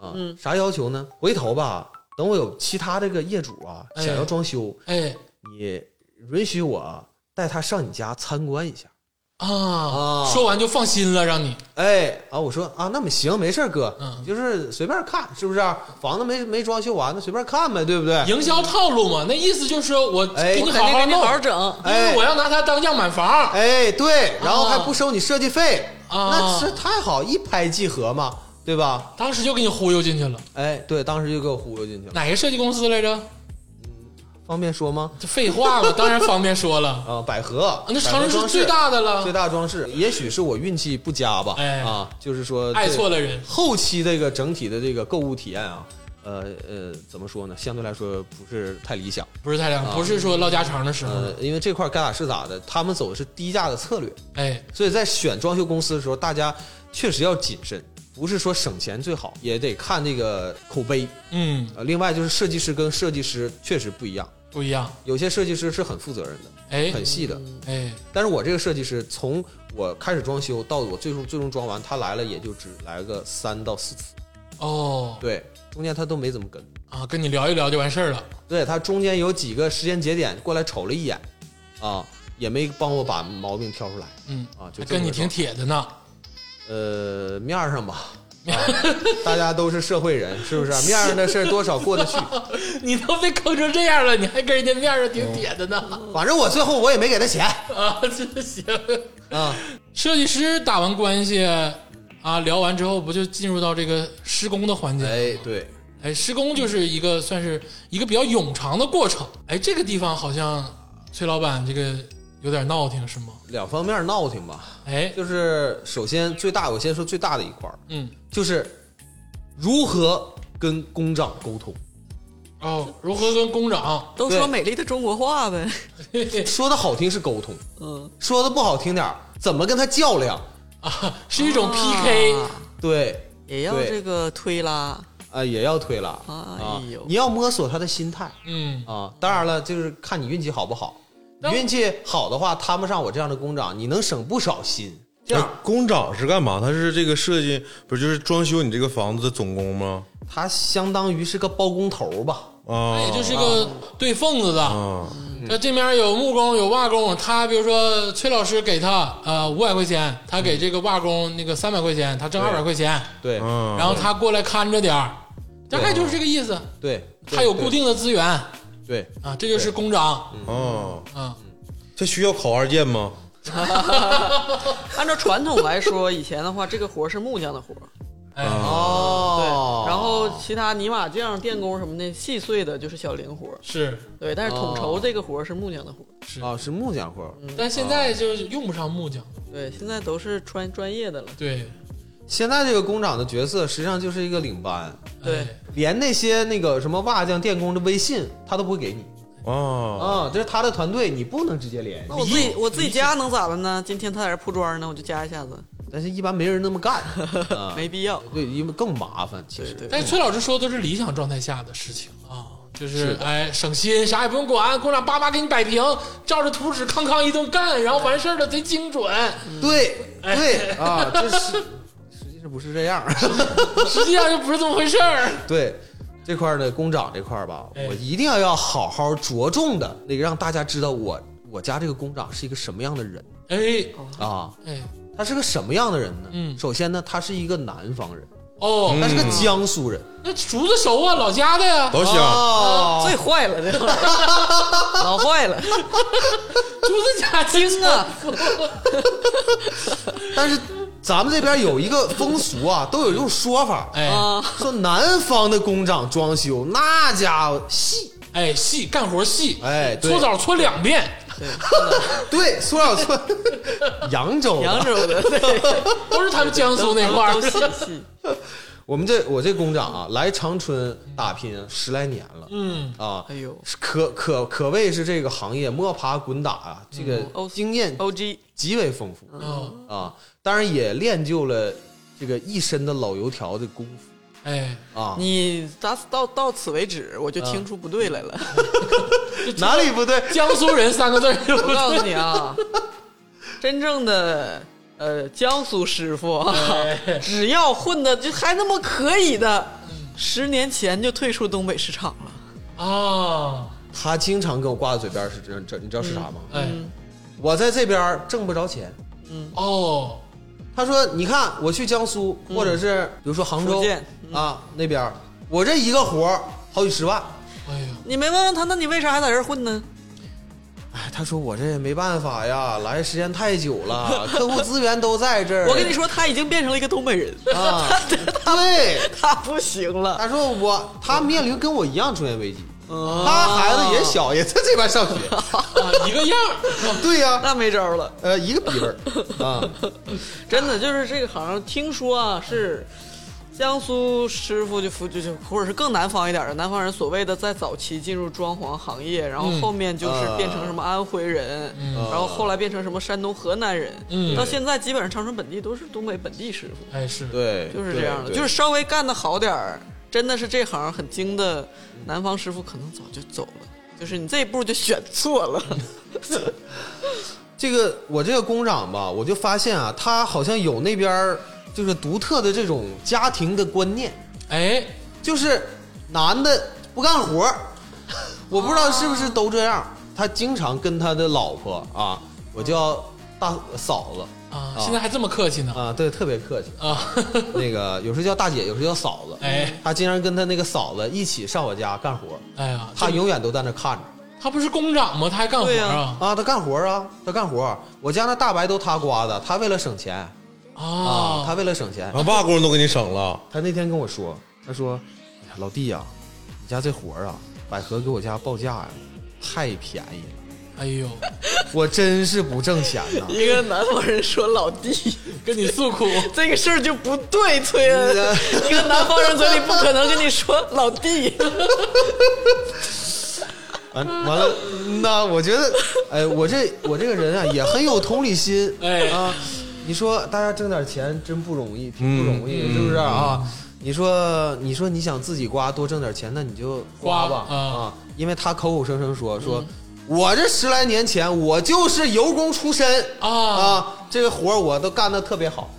D: 啊，
B: 嗯
D: 啥要求呢？回头吧，等我有其他这个业主啊
A: 哎
D: 想要装修，
A: 哎
D: 你允许我带他上你家参观一下。
A: 啊，
D: 啊
A: 说完就放心了，让你
D: 哎啊，我说啊，那么行，没事儿哥，
A: 嗯
D: 你就是随便看，是不是啊、房子没没装修完，那随便看呗，对不对？
A: 营销套路嘛，那意思就是我
D: 哎
A: 给你
B: 我
A: 好
B: 肯定给
A: 好
B: 你好好
A: 弄，
B: 整。
A: 因为
D: 哎
A: 我要拿它当样板房。
D: 哎，对，然后
A: 啊
D: 还不收你设计费，
A: 啊
D: 那是太好，一拍即合嘛，对吧？
A: 当时就给你忽悠进去了，
D: 哎，对，当时就给我忽悠进去了，
A: 哪个设计公司来着？
D: 方便说吗？
A: 这废话嘛，当然方便说 了。
D: 啊，百合，
A: 啊那
D: 百
A: 长
D: 合
A: 春
D: 装
A: 是
D: 饰
A: 最大的
D: 最
A: 了，
D: 大装饰，也许是我运气不佳吧，
A: 哎
D: 啊，就是说
A: 爱
D: 这
A: 错了人。
D: 后期这个整体的这个购物体验啊，呃呃，怎么说呢？相对来说不是太理想。
A: 不是太亮，
D: 啊
A: 不是说唠家常的时候。
D: 呃，因为这块儿该咋是咋的，他们走的是低价的策略，
A: 哎，
D: 所以在选装修公司的时候，大家确实要谨慎，不是说省钱最好，也得看这个口碑。
A: 嗯，
D: 呃，另外就是设计师跟设计师确实不一样，
A: 不一样。
D: 有些设计师是很负责任的，
A: 哎
D: 很细的。
A: 哎，
D: 但是我这个设计师，从我开始装修到我最终最终装完，他来了也就只来个三到四次，
A: 哦
D: 对，中间他都没怎么跟。
A: 啊，跟你聊一聊就完事儿了。
D: 对他中间有几个时间节点过来瞅了一眼，啊，也没帮我把毛病挑出来。
A: 嗯
D: 啊就
A: 还跟你挺铁的呢。
D: 呃，面儿上吧，啊、大家都是社会人，是 不是？面儿上的事儿多少过得去。
A: 你都被坑成这样了，你还跟人家面上挺铁的呢？
D: 反正我最后我也没给他钱
A: 啊，真行！
D: 啊。
A: 设计师打完关系啊，聊完之后不就进入到这个施工的环节？
D: 哎，对，
A: 哎，施工就是一个算是一个比较冗长的过程。哎，这个地方好像崔老板这个有点闹挺是吗？
D: 两方面闹挺吧，
A: 哎，
D: 就是首先最大，我先说最大的一块儿，
A: 嗯，
D: 就是如何跟工长沟通。
A: 哦，如何跟工长？
B: 都说美丽的中国话 呗，
D: 说的好听是沟通，
B: 嗯，
D: 说的不好听点儿，怎么跟他较量？
A: 啊，是一种 PK，、
B: 啊
D: 对，
B: 也要
D: 对
B: 这个推拉，
D: 啊，也要推拉啊
B: 哎呦！
D: 你要摸索他的心态
A: 嗯，
D: 啊。当然了，就是看你运气好不好。你
A: 那
D: 运气好的话，摊不上我这样的工长，你能省不少心。这样，
C: 工长是干嘛？他是这个设计，不是就是装修你这个房子的总工吗？
D: 他相当于是个包工头吧？
C: 啊，
A: 哎也就是个对缝子的。
C: 啊，
D: 嗯
A: 那这面有木工有瓦工，他比如说崔老师给他呃五百块钱，他给这个瓦工那个三百块钱，他挣二百块钱，
D: 对，
C: 嗯，
A: 然后他过来看着点儿，大概就是这个意思。
D: 对，
A: 他有固定的资源啊，
D: 对，嗯
A: 这就是工长
C: 啊，
A: 啊。
C: 这需要烤二件吗？
B: 按照传统来说，以前的话，这个活儿是木匠的活儿，
A: 哎，
D: 啊
B: 对
D: 哦，
B: 然后其他泥瓦匠、电工什么的细碎的，就是小零活儿，
A: 是，
B: 对。但是统筹这个活儿是木匠的活儿，
A: 对
D: 啊是木匠活儿。
A: 但现在就是用不上木匠，
B: 对。现在都是专专业的了，
A: 对
D: 现在这个工长的角色实际上就是一个领班，
B: 对
A: 哎
D: 连那些那个什么瓦匠、电工的微信他都不会给你
C: 啊，
D: 啊，这是他的团队，你不能直接联系
B: 那。我自己我自己家能咋的呢？今天他在这铺砖呢，我就加一下子，
D: 但是一般没人那么干，啊
B: 没必要。
D: 对，因为更麻烦。其
B: 对
D: 实
B: 对，
A: 但是崔老师说的都是理想状态下的事情啊。就是哎，省心，啥也不用管，工长叭叭给你摆平，照着图纸康康一顿干，然后完事儿了，贼精 准。
D: 对对啊，这是实际上不是这 样。
A: 实际上就不是这么回事儿。
D: 对这块儿的工长这块儿吧，
A: 哎
D: 我一定要要好好着重的那个让大家知道我我家这个工长是一个什么样的人
A: 哎
D: 啊。
A: 哎
D: 他是个什么样的人呢？
A: 嗯
D: 首先呢，他是一个南方人，
A: 哦，
D: 他是个江苏人，
A: 那竹子熟啊，老家的呀，
C: 老乡，
D: 哦，
B: 最坏了，这 老坏了，
A: 竹子 家精
B: 啊！
D: 但是咱们这边有一个风俗 啊，都有一种说法，
A: 哎
B: 啊，
D: 说南方的工长装修那家伙细，
A: 哎，细干活细，
D: 哎，对
A: 搓澡搓两遍，
B: 对，
D: 对，说了错， 扬州，
B: 扬，州的，对，
A: 都是他们江苏那块
B: 都细
A: 儿。
B: 细，
D: 我们这我这工长啊，来长春打拼十来年了，
A: 嗯，
D: 啊
B: 哎，呦
D: 是可可可谓是这个行业摸爬滚打啊，这个
B: 嗯
D: 经验
B: ，O G，
D: 极为丰富
A: 哦，
D: 啊，当然也练就了这个一身的老油条的功夫
A: 哎，
D: 啊。
B: 你咱到到此为止，我就听出不对来了。
D: 哪里不对？
A: 江苏人三个字 儿就
B: 我告诉你啊，真正的呃江苏师傅啊，只要混的就还那么可以的，十年前就退出东北市场了。
A: 啊，
D: 他经常跟我挂在嘴边儿是这这，你知道是
B: 嗯
D: 啥吗？
A: 哎，
D: 嗯我在这边儿挣不着钱。嗯
A: 哦，
D: 他说：“你看，我去江苏，或者是比如说杭州
B: 嗯福建嗯
D: 啊那边儿，我这一个活儿好几十万。
A: 哎呀，
B: 你没问问他，那你为啥还在这儿混呢？
D: 哎，他说我这没办法呀，来时间太久了，客户资源都在这儿。
B: 我跟你说，他已经变成了一个东北人，
D: 啊，对，
B: 他不行了。
D: 他说我他面临跟我一样出现危机，
B: 哦
D: 他孩子也小，也在这边上学。
A: 啊一个样儿，
D: 对呀、
B: 那没招了，
D: 呃，一个逼味儿啊，
B: 真的就是这个行，听说啊是江苏师傅就服就就或者是更南方一点的南方人所谓的在早期进入装潢行业，然后
A: 嗯
B: 后面就是
D: 啊
B: 变成什么安徽人，
A: 嗯
B: 然后后来变成什么山东河南人，
A: 嗯
B: 到现在基本上长春本地都是东北本地师傅，
A: 哎是，
D: 对，
B: 就是这样的，
D: 对
B: 就是稍微干的好点儿，真的是这行很精的南方师傅可能早就走了，就是你这一步就选错了。
D: 这个我这个工长吧，我就发现啊，他好像有那边儿就是独特的这种家庭的观念，
A: 哎，
D: 就是男的不干活儿，我不知道是不是都这样。他经常跟他的老婆啊，我叫大嫂子
A: 啊，现在还这么客气呢
D: 啊，对，特别客气。
A: 啊！
D: 那个有时叫大姐，有时叫嫂子。
A: 哎，
D: 他经常跟他那个嫂子一起上我家干活，
A: 哎呀，
D: 他永远都在那看着。
A: 他不是工长吗？他还干活
B: 对
A: 啊
B: 呀？
D: 啊，他干活啊，他干活。我家那大白都他刮的，他为了省钱啊，他
A: 啊，
D: 为了省钱，
C: 俺爸工人都给你省了，啊
D: 他那天跟我说，他说：“哎呀，老弟呀、你家这活儿啊，百合给我家报价呀、太便宜了，
A: 哎呦，
D: 我真是不挣钱呐
B: 一个南方人说老弟，
A: 跟你诉 苦，哎
B: 这个事儿就不对，崔恩， 一个南方人嘴里不可能跟你说老弟。
D: 完嗯完了，那我觉得，哎，我这我这个人啊，也很有同理心，
A: 哎
D: 啊，你说大家挣点钱真不容易，挺不容易，是不是啊？你说，你说你想自己刮多挣点钱，那你就刮吧
A: 刮啊
D: 因为他口口声声说说，我这十来年前我就是油工出身
A: 啊
D: 这个活儿我都干得特别好，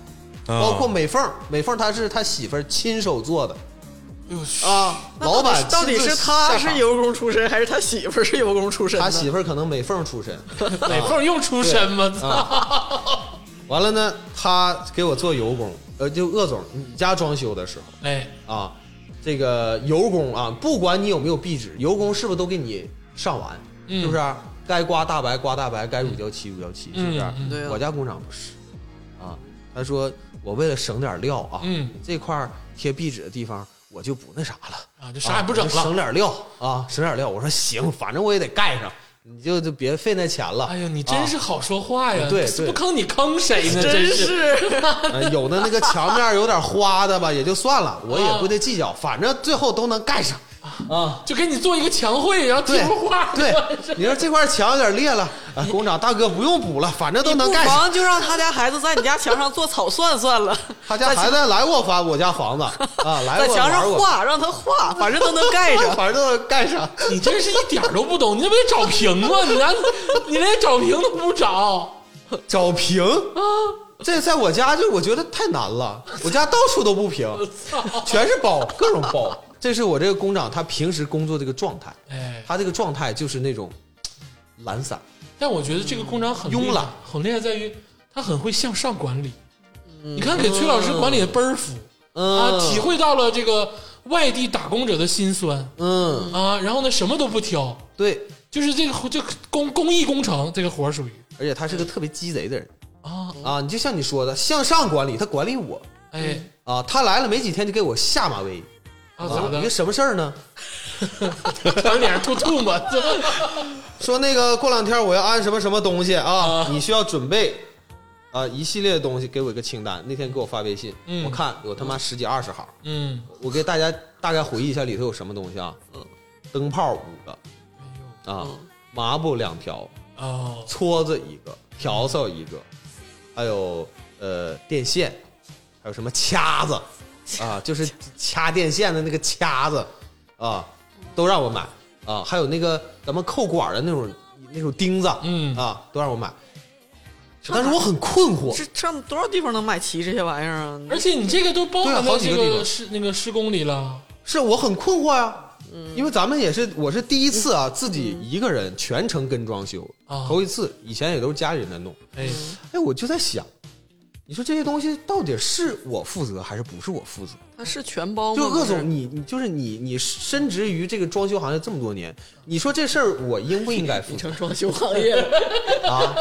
C: 啊
D: 包括美凤，美凤她是他媳妇儿亲手做的
A: 哎呦，
D: 啊，老板
B: 到底
D: 亲
B: 是
D: 自
B: 他
D: 下
B: 是
D: 场
B: 油工出身，还是他媳妇儿是油工出身呢？
D: 他媳妇儿可能美凤出身，
A: 哪缝用出身吗？操！
D: 完了呢，他给我做油工，呃，就鄂总，你家装修的时
A: 哎，
D: 候啊，这个油工啊，不管你有没有壁纸，油工是不是都给你上完？
A: 嗯
D: 是不是、啊该刮大白刮大白，该乳胶漆乳胶漆，是不是？
A: 嗯
B: 对啊
D: 我家工厂不是啊，他说我为了省点料啊，
A: 嗯
D: 这块儿贴壁纸的地方我就不那啥了。
A: 啊，就啥也不整
D: 啊
A: 了。
D: 省点料啊，省点料。我说行，反正我也得盖上，你就就别费那钱了。
A: 哎呀，你真是好说话呀！
D: 啊对
A: 不
D: 对
A: 坑你坑谁呢？
B: 真
A: 是
B: 是
D: 呃，有的那个墙面有点花的吧，也就算了，我
B: 啊
D: 也不得计较，反正最后都能盖上啊。
A: 就给你做一个墙绘，然后贴
D: 对
A: 幅画，
D: 对，你说这块墙有点裂了，啊，工长大哥不用补了，反正都能盖
B: 不
D: 上。
B: 妨就让他家孩子在你家墙上做草算算了，
D: 他家孩子来过房我家房子啊，来
B: 在
D: 过
B: 墙上
D: 玩过，
B: 画，让他画，反正都能盖上。
D: 反正都能盖 上。
A: 你真是一点儿都不懂，你这不得找平 吗？你拿你连找平都不找
D: 找平，
A: 啊！
D: 这在我家就我觉得太难了，我家到处都不平，
A: 我操！
D: 全是包，各种包。这是我这个工长他平时工作这个状态，
A: 哎，
D: 他这个状态就是那种嘖懒散。
A: 但我觉得这个工长很厉害
D: 慵懒，
A: 很厉害在于他很会向上管理。
D: 嗯
A: 你看，给崔老师管理的倍儿服啊，体会到了这个外地打工者的辛酸
D: 嗯，
A: 啊。然后呢，什么都不挑，
D: 对，
A: 就是这个这个工工艺工程这个活儿属于
D: 而且他是个特别鸡贼的人
A: 啊，
D: 啊！你就像你说的，向上管理，他管理我
A: 哎
D: 啊，他来了没几天就给我下马威
A: 啊，咋
D: 一
A: 的
D: 个？什么事儿呢？
A: 往脸上吐吐 沫，怎么
D: 说那个过两天我要安什么什么东西啊
A: 啊，
D: 你需要准备啊一系列的东西，给我一个清单。那天给我发微信，
A: 嗯
D: 我看有他妈十几二十行，
A: 嗯，
D: 我给大家大概回忆一下里头有什么东西啊
B: 嗯？
D: 灯泡五个
A: 哎呦
D: 啊，抹布两条，
A: 哦，
D: 撮子一个，笤帚一个，还有呃电线，还有什么卡子啊，就是掐电线的那个卡子啊，都让我买啊，还有那个咱们扣管的那种那种钉子，
A: 嗯
D: 啊，都让我买。但是我很困惑，
B: 这上多少地方能买齐这些玩意儿啊？
A: 而且你这个都包含
D: 对啊
A: 到
D: 好几
A: 这
D: 个地
A: 个
D: 方
A: 施那个施工里了，
D: 是我很困惑呀、因为咱们也是我是第一次啊，自己一个人全程跟装修
A: 啊，
D: 头一次，以前也都是家里人在弄。
A: 哎，
D: 哎，我就在想，你说这些东西到底是我负责还是不是我负责？
B: 他是全
A: 哦
B: 包吗？
D: 就鄂
B: 不是
D: 总，你你就是你，你深植于这个装修行业这么多年，你说这事儿我应不应该负
B: 你
D: 责
B: 成装修行业 了，
D: 啊？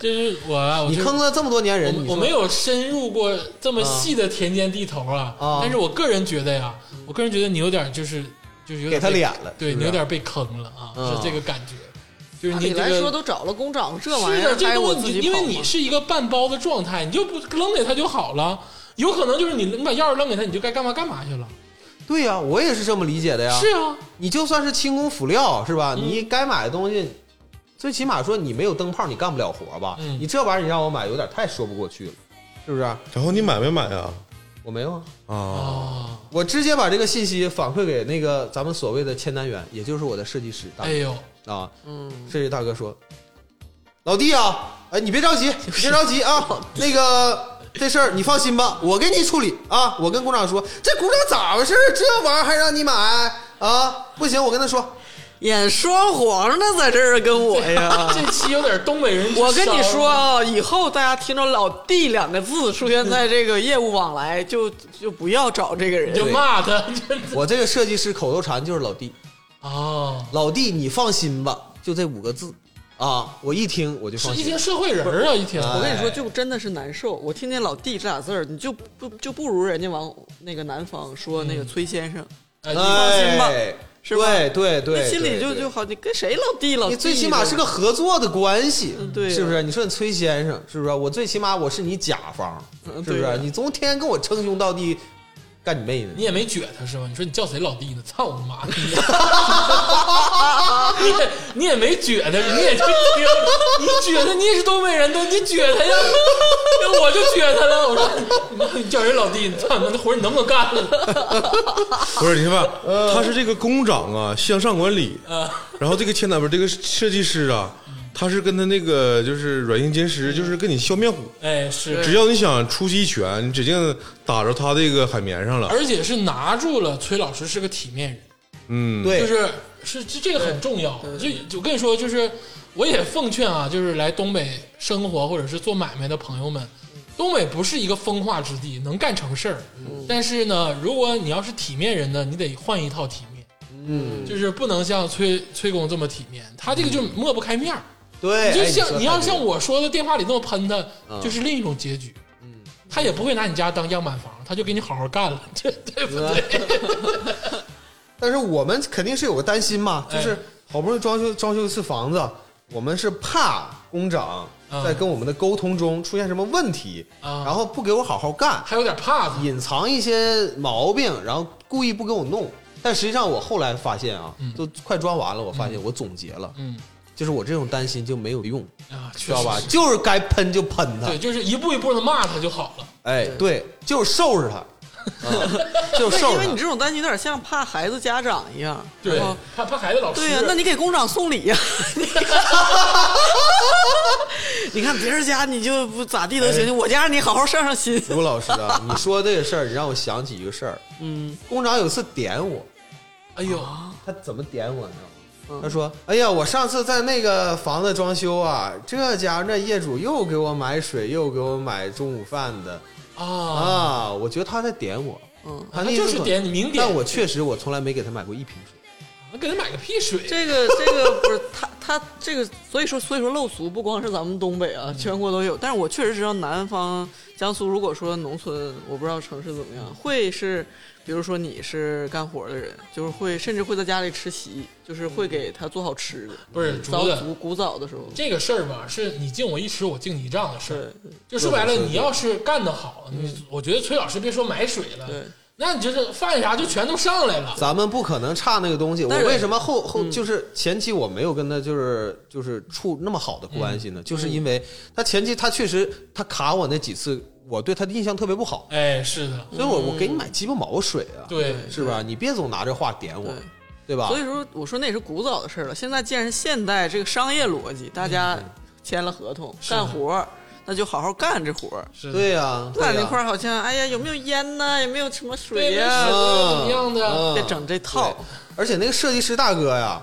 A: 这是我啊，我
D: 你
A: 就
D: 坑了这么多年人，你
A: 我
D: 说
A: 没有深入过这么细的田间地头啊，
D: 啊嗯
A: 但是我个人觉得呀，我个人觉得你有点就是就是有
D: 给
A: 点
D: 他
A: 被
D: 脸了，
A: 对
D: 是不
A: 你
D: 是
A: 有点被坑了啊，
D: 嗯
A: 是这个感觉，就是你
B: 你来
A: 这
B: 说
A: 个。
B: 都找了工长，啊这玩
A: 是
B: 意儿
A: 的，这
B: 还我
A: 东
B: 自
A: 西
B: 己
A: 你因为
B: 捧
A: 你
B: 吗
A: 是一个半包的状态，你就不扔给他就好了。有可能就是你你把钥匙扔给他，你就该干嘛干嘛去了。
D: 对呀、我也是这么理解的呀。
A: 是嗯啊，
D: 你就算是轻工辅料是吧？你该买的东西，最起码说你没有灯泡，你干不了活吧？
A: 嗯
D: 你这玩意儿你让我买，有点太说不过去了，是不是？
C: 然后你买没买啊？
D: 我没有啊，
C: 啊，
A: 啊，
D: 我直接把这个信息反馈给那个咱们所谓的签单员，也就是我的设计师大哥、
A: 哎呦，
D: 啊。
B: 嗯，
D: 设计大哥说：“老弟啊，哎，你别着 急，你别着急啊，那个这事儿你放心吧，我给你处理啊。我跟工厂说，这工厂咋回事儿？这玩意儿还让你买啊？不行，我跟他说，
B: 演说谎呢，在这儿跟 我哎呀。
A: 这期有点东北人之
B: 我跟你
A: 伤
B: 说啊，以后大家听着“老弟”两个字出现在这个业务往来，就就不要找这个人
A: 你。就骂他，
D: 我这个设计师口头禅就是老弟，
A: 啊，
D: 老弟你放心吧，就这五个字啊。我一听我就是放
A: 一
D: 心
A: 听。社会人儿啊，一听
D: 啊
B: 我跟你说，就真的是难受。我听见“老弟”这俩字儿，你就不就不如人家往那个南方说那个崔先生，
A: 哎
B: 心吧
D: 哎，
B: 是吧
D: 对对对，
B: 那心里
D: 对
B: 就
D: 对
B: 就好，你跟谁老弟老弟
D: 你
B: 的？
D: 最起码是个合作的关系，
B: 嗯对呀
D: 是不是？你说你崔先生，是不是？我最起码我是你甲方，
B: 嗯
D: 是不
B: 对呀
D: 是？你总天跟我称兄道弟，干你妹呢
A: 你！也没撅他是吧？你说你叫谁老弟呢？操你妈！你你也 你也没撅他，你也就听你撅他，你也是东北人，都你撅他呀？那我就撅他了。我说你妈，你叫人老弟，你操你妈，那活儿你能不能干了？
C: 不是，你看吧，
A: 嗯
C: 他是这个工长啊，向上管理，
A: 啊，
C: 然后这个千南不是这个设计师啊，
A: 嗯
C: 他是跟他那个就是软硬兼施，就是跟你笑面虎，
A: 哎是，
C: 只要你想出击一拳，你指定打着他这个海绵上了。
A: 而且是拿住了崔老师是个体面人。
C: 嗯，
D: 对，
A: 就是是这这个很重要。就就我跟你说，就是我也奉劝啊，就是来东北生活或者是做买卖的朋友们，
D: 嗯
A: 东北不是一个风化之地，能干成事儿。
D: 嗯
A: 但是呢，如果你要是体面人呢，你得换一套体面。嗯，就是不能像崔崔工这么体面，他这个就抹不开面儿。
D: 对，
A: 你就像
D: 嗯哎说得
A: 你要
D: 太对
A: 像
D: 了嗯
A: 我说的电话里那么喷他，就是另一种结局。嗯，他也不会拿你家当样板房，他就给你好好干了， 这对不对？
D: 但是我们肯定是有个担心嘛，
A: 哎
D: 就是好不容易装修装修一次房子，我们是怕工长
A: 嗯
D: 在跟我们的沟通中出现什么问题，
A: 啊
D: 然后不给我好好干，
A: 还有点怕他。
D: 隐藏一些毛病，然后故意不给我弄。但实际上，我后来发现啊，都快装完了，我发现我总结了，
A: 嗯
D: 就是我这种担心就没有用，
A: 啊，确
D: 知道
A: 实
D: 吧
A: 是？
D: 就是该喷就喷他
A: 对，，就是一步一步的骂他就好了。
D: 哎，对，就是收 拾他，啊，就是
B: 对，
D: 收
B: 因
D: 拾
B: 为你
D: 他。
B: 这种担心有点像怕孩子家长一样。
A: 对
B: 然后，
A: 怕怕孩子老师。
B: 对呀、那你给工长送礼 呀、你看别人家你就不咋地都行，
D: 哎
B: 我家你好好上上心。
D: 刘老师啊，你说这个事儿，你让我想起一个事儿。
B: 嗯，
D: 工长有次点我，
A: 哎呦，
B: 啊
D: 他怎么点我呢？
A: 嗯
D: 他说：“哎呀，我上次在那个房子装修啊，这家伙那业主又给我买水，又给我买中午饭的
A: 啊，
D: 啊，我觉得他在点我。
B: 嗯
D: 他
A: 他
D: 那意思
A: 就是
D: 可
A: 点你明点
D: 但我确实我从来没给他买过一瓶水。
A: 给他买个屁水！
B: 这个 这个不是他他这个，所以说所以说陋俗不光是咱们东北
A: 嗯
B: 啊，全国都有。但是我确实知道南方江苏，如果说农村，我不知道城市怎么样，会是比如说你是干活的人，就是会甚至会在家里吃席，就是会给他做好吃的。
A: 不是嗯竹
B: 早
A: 子
B: 古古早的时候，
A: 这个事儿吧，是你敬我一尺，我敬你一丈的事儿
B: 对。嗯
A: 就说白了，你要是干得好，你我觉得崔老师别说买水了，
B: 对，
A: 那你就是饭啥就全都上来
B: 嗯
A: 了。
D: 咱们不可能差那个东西。我
B: 但是嗯
D: 为什么后后就是前期我没有跟他就是就是处那么好的关系
B: 嗯
D: 呢？就是因为他前期他确实他卡我那几次，我对他的印象特别不好，
A: 哎，是的，
D: 所以
B: 嗯
D: 我我给你买鸡巴毛水啊，
A: 对，
D: 是吧？你别总拿这话点我
B: 对，
D: 对吧？
B: 所以说我说那也是古早的事儿了。现在既然是现代这个商业逻辑，大家签了合同、
A: 嗯是的啊
B: 干活儿，那就好好干这活儿。
A: 是的。
D: 对呀，
B: 在
D: 对呀
B: 那块儿好像，哎呀，有没有烟呢？有没有什么水
A: 对，
B: 哎呀、
A: 那是啊怎么样的？
D: 嗯
B: 别整这套。
D: 而且那个设计师大哥呀，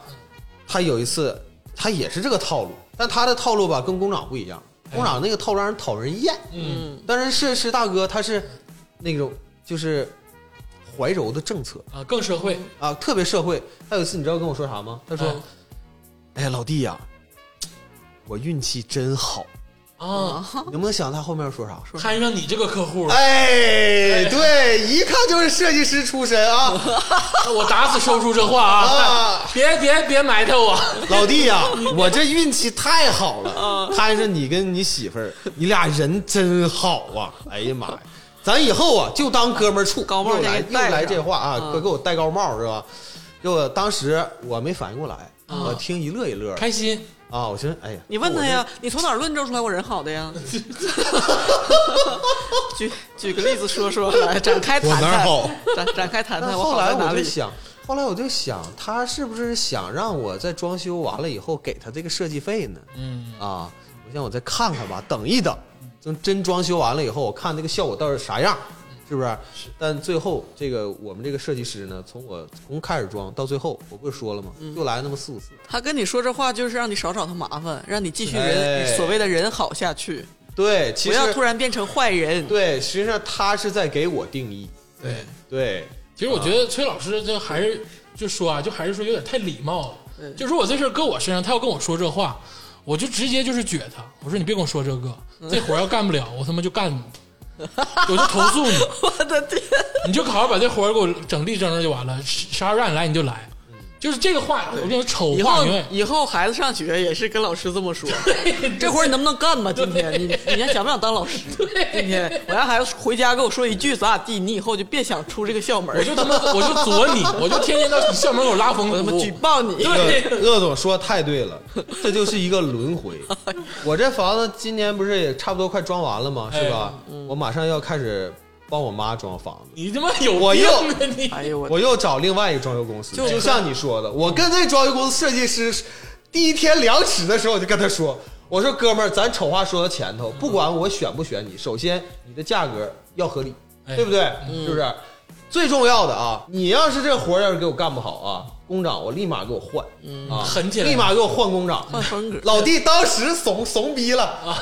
D: 他有一次他也是这个套路，但他的套路吧跟工长不一样，工长那个套路让人讨人厌，
A: 嗯
D: 但是设计师大哥他是那种就是怀柔的政策
A: 啊，更社会。
D: 啊，特别社会。他有一次你知道跟我说啥吗？他
A: 他
D: 说：“
B: 嗯
D: 哎呀，老弟呀、我运气真好，
A: 啊，
D: 你能不能想他后面说啥？”
B: 嗯
A: 摊上你这个客户了，
D: 哎，对，一看就是设计师出身啊
A: 我打死说不出这话啊！
B: 嗯
D: 啊！
A: 别别别埋汰我！
D: 老弟呀、我这运气太好
B: 啊
D: 了，摊上你跟你媳妇儿，你俩人真好啊！哎呀妈呀，咱以后啊就当哥们儿处。
B: 高帽
D: 又来
B: 得给
D: 又
B: 戴
D: 来
B: 上
D: 这话啊，
B: 嗯
D: 快给我戴高帽是吧？给我当时我没反应过来，
A: 嗯
D: 我听一乐一乐的，
A: 开心，
D: 啊，我寻思，哎呀，
B: 啊你问他呀，你从哪儿论证出来我人好的呀？ 举举个例子说说，来展开谈
C: 我哪儿
B: 谈。
C: 好
B: 展展开谈
D: 那
B: 谈，
D: 后
B: 好
D: 来
B: 在哪
D: 我就
B: 里？
D: 想，后来我就想，他是不是想让我在装修完了以后给他这个设计费呢？
A: 嗯，
D: 啊，我想我再看看吧，等一等，真真装修完了以后，我看这个效果到底是啥样，是不是？但最后这个我们这个设计师呢，从我从开始装到最后，我不是说了吗？
B: 嗯
D: 就来那么四五次。
B: 他跟你说这话就是让你少找他麻烦，让你继续人、
D: 哎
B: 所谓的人好下去，
D: 对，其
B: 不
D: 实
B: 要突然变成坏人。
D: 对，实际上他是在给我定义。
A: 对。
D: 对，
A: 其实我觉得崔老师这还是就说啊，就还是说有点太礼貌
B: 嗯
A: 了。就如果这事儿搁我身上，他要跟我说这话，我就直接就是撅他，我说你别跟我说这个，
B: 嗯
A: 这活儿要干不了，我他妈就干你，我就投诉你，
B: 我的天，
A: 你就好好把这活儿给我整立正了就完了，啥时候让你来你就来。就是这个话，我跟你说丑
B: 以
A: 话
B: 后
A: 永远
B: 以后孩子上学也是跟老师这么说，这活儿你能不能干吧？今天你你还想不想当老师？今天我让孩子回家跟我说一句咋咋地，你以后就别想出这个校门儿
A: 我，就他妈我就左你，我就天天到你校门口拉风
B: 我他妈举
A: 鼓。
B: 报你！
A: 对
D: 鄂总说太对了，这就是一个 轮回。
B: 哎
D: 我这房子今年不是也差不多快装完了吗？是吧？
B: 哎嗯
D: 我马上要开始帮我妈装房子，
A: 你他妈有
D: 我
A: 病
D: 又
A: 啊你！
B: 哎呦我
D: 我又找另外一个装修公司，
B: 就
D: 就像你说的，我跟这装修公司设计师第一天量尺的时候，我就跟他说。我说哥们儿，咱丑话说到前头，不管我选不选你，首先你的价格要合理，
A: 哎
D: 对不对？是不是？最重要的啊，你要是这活儿要是给我干不好啊，工长我立马给我换，啊，
A: 狠起来
D: 立马给我换工长，
B: 换风格，
D: 老弟当时怂怂逼了啊！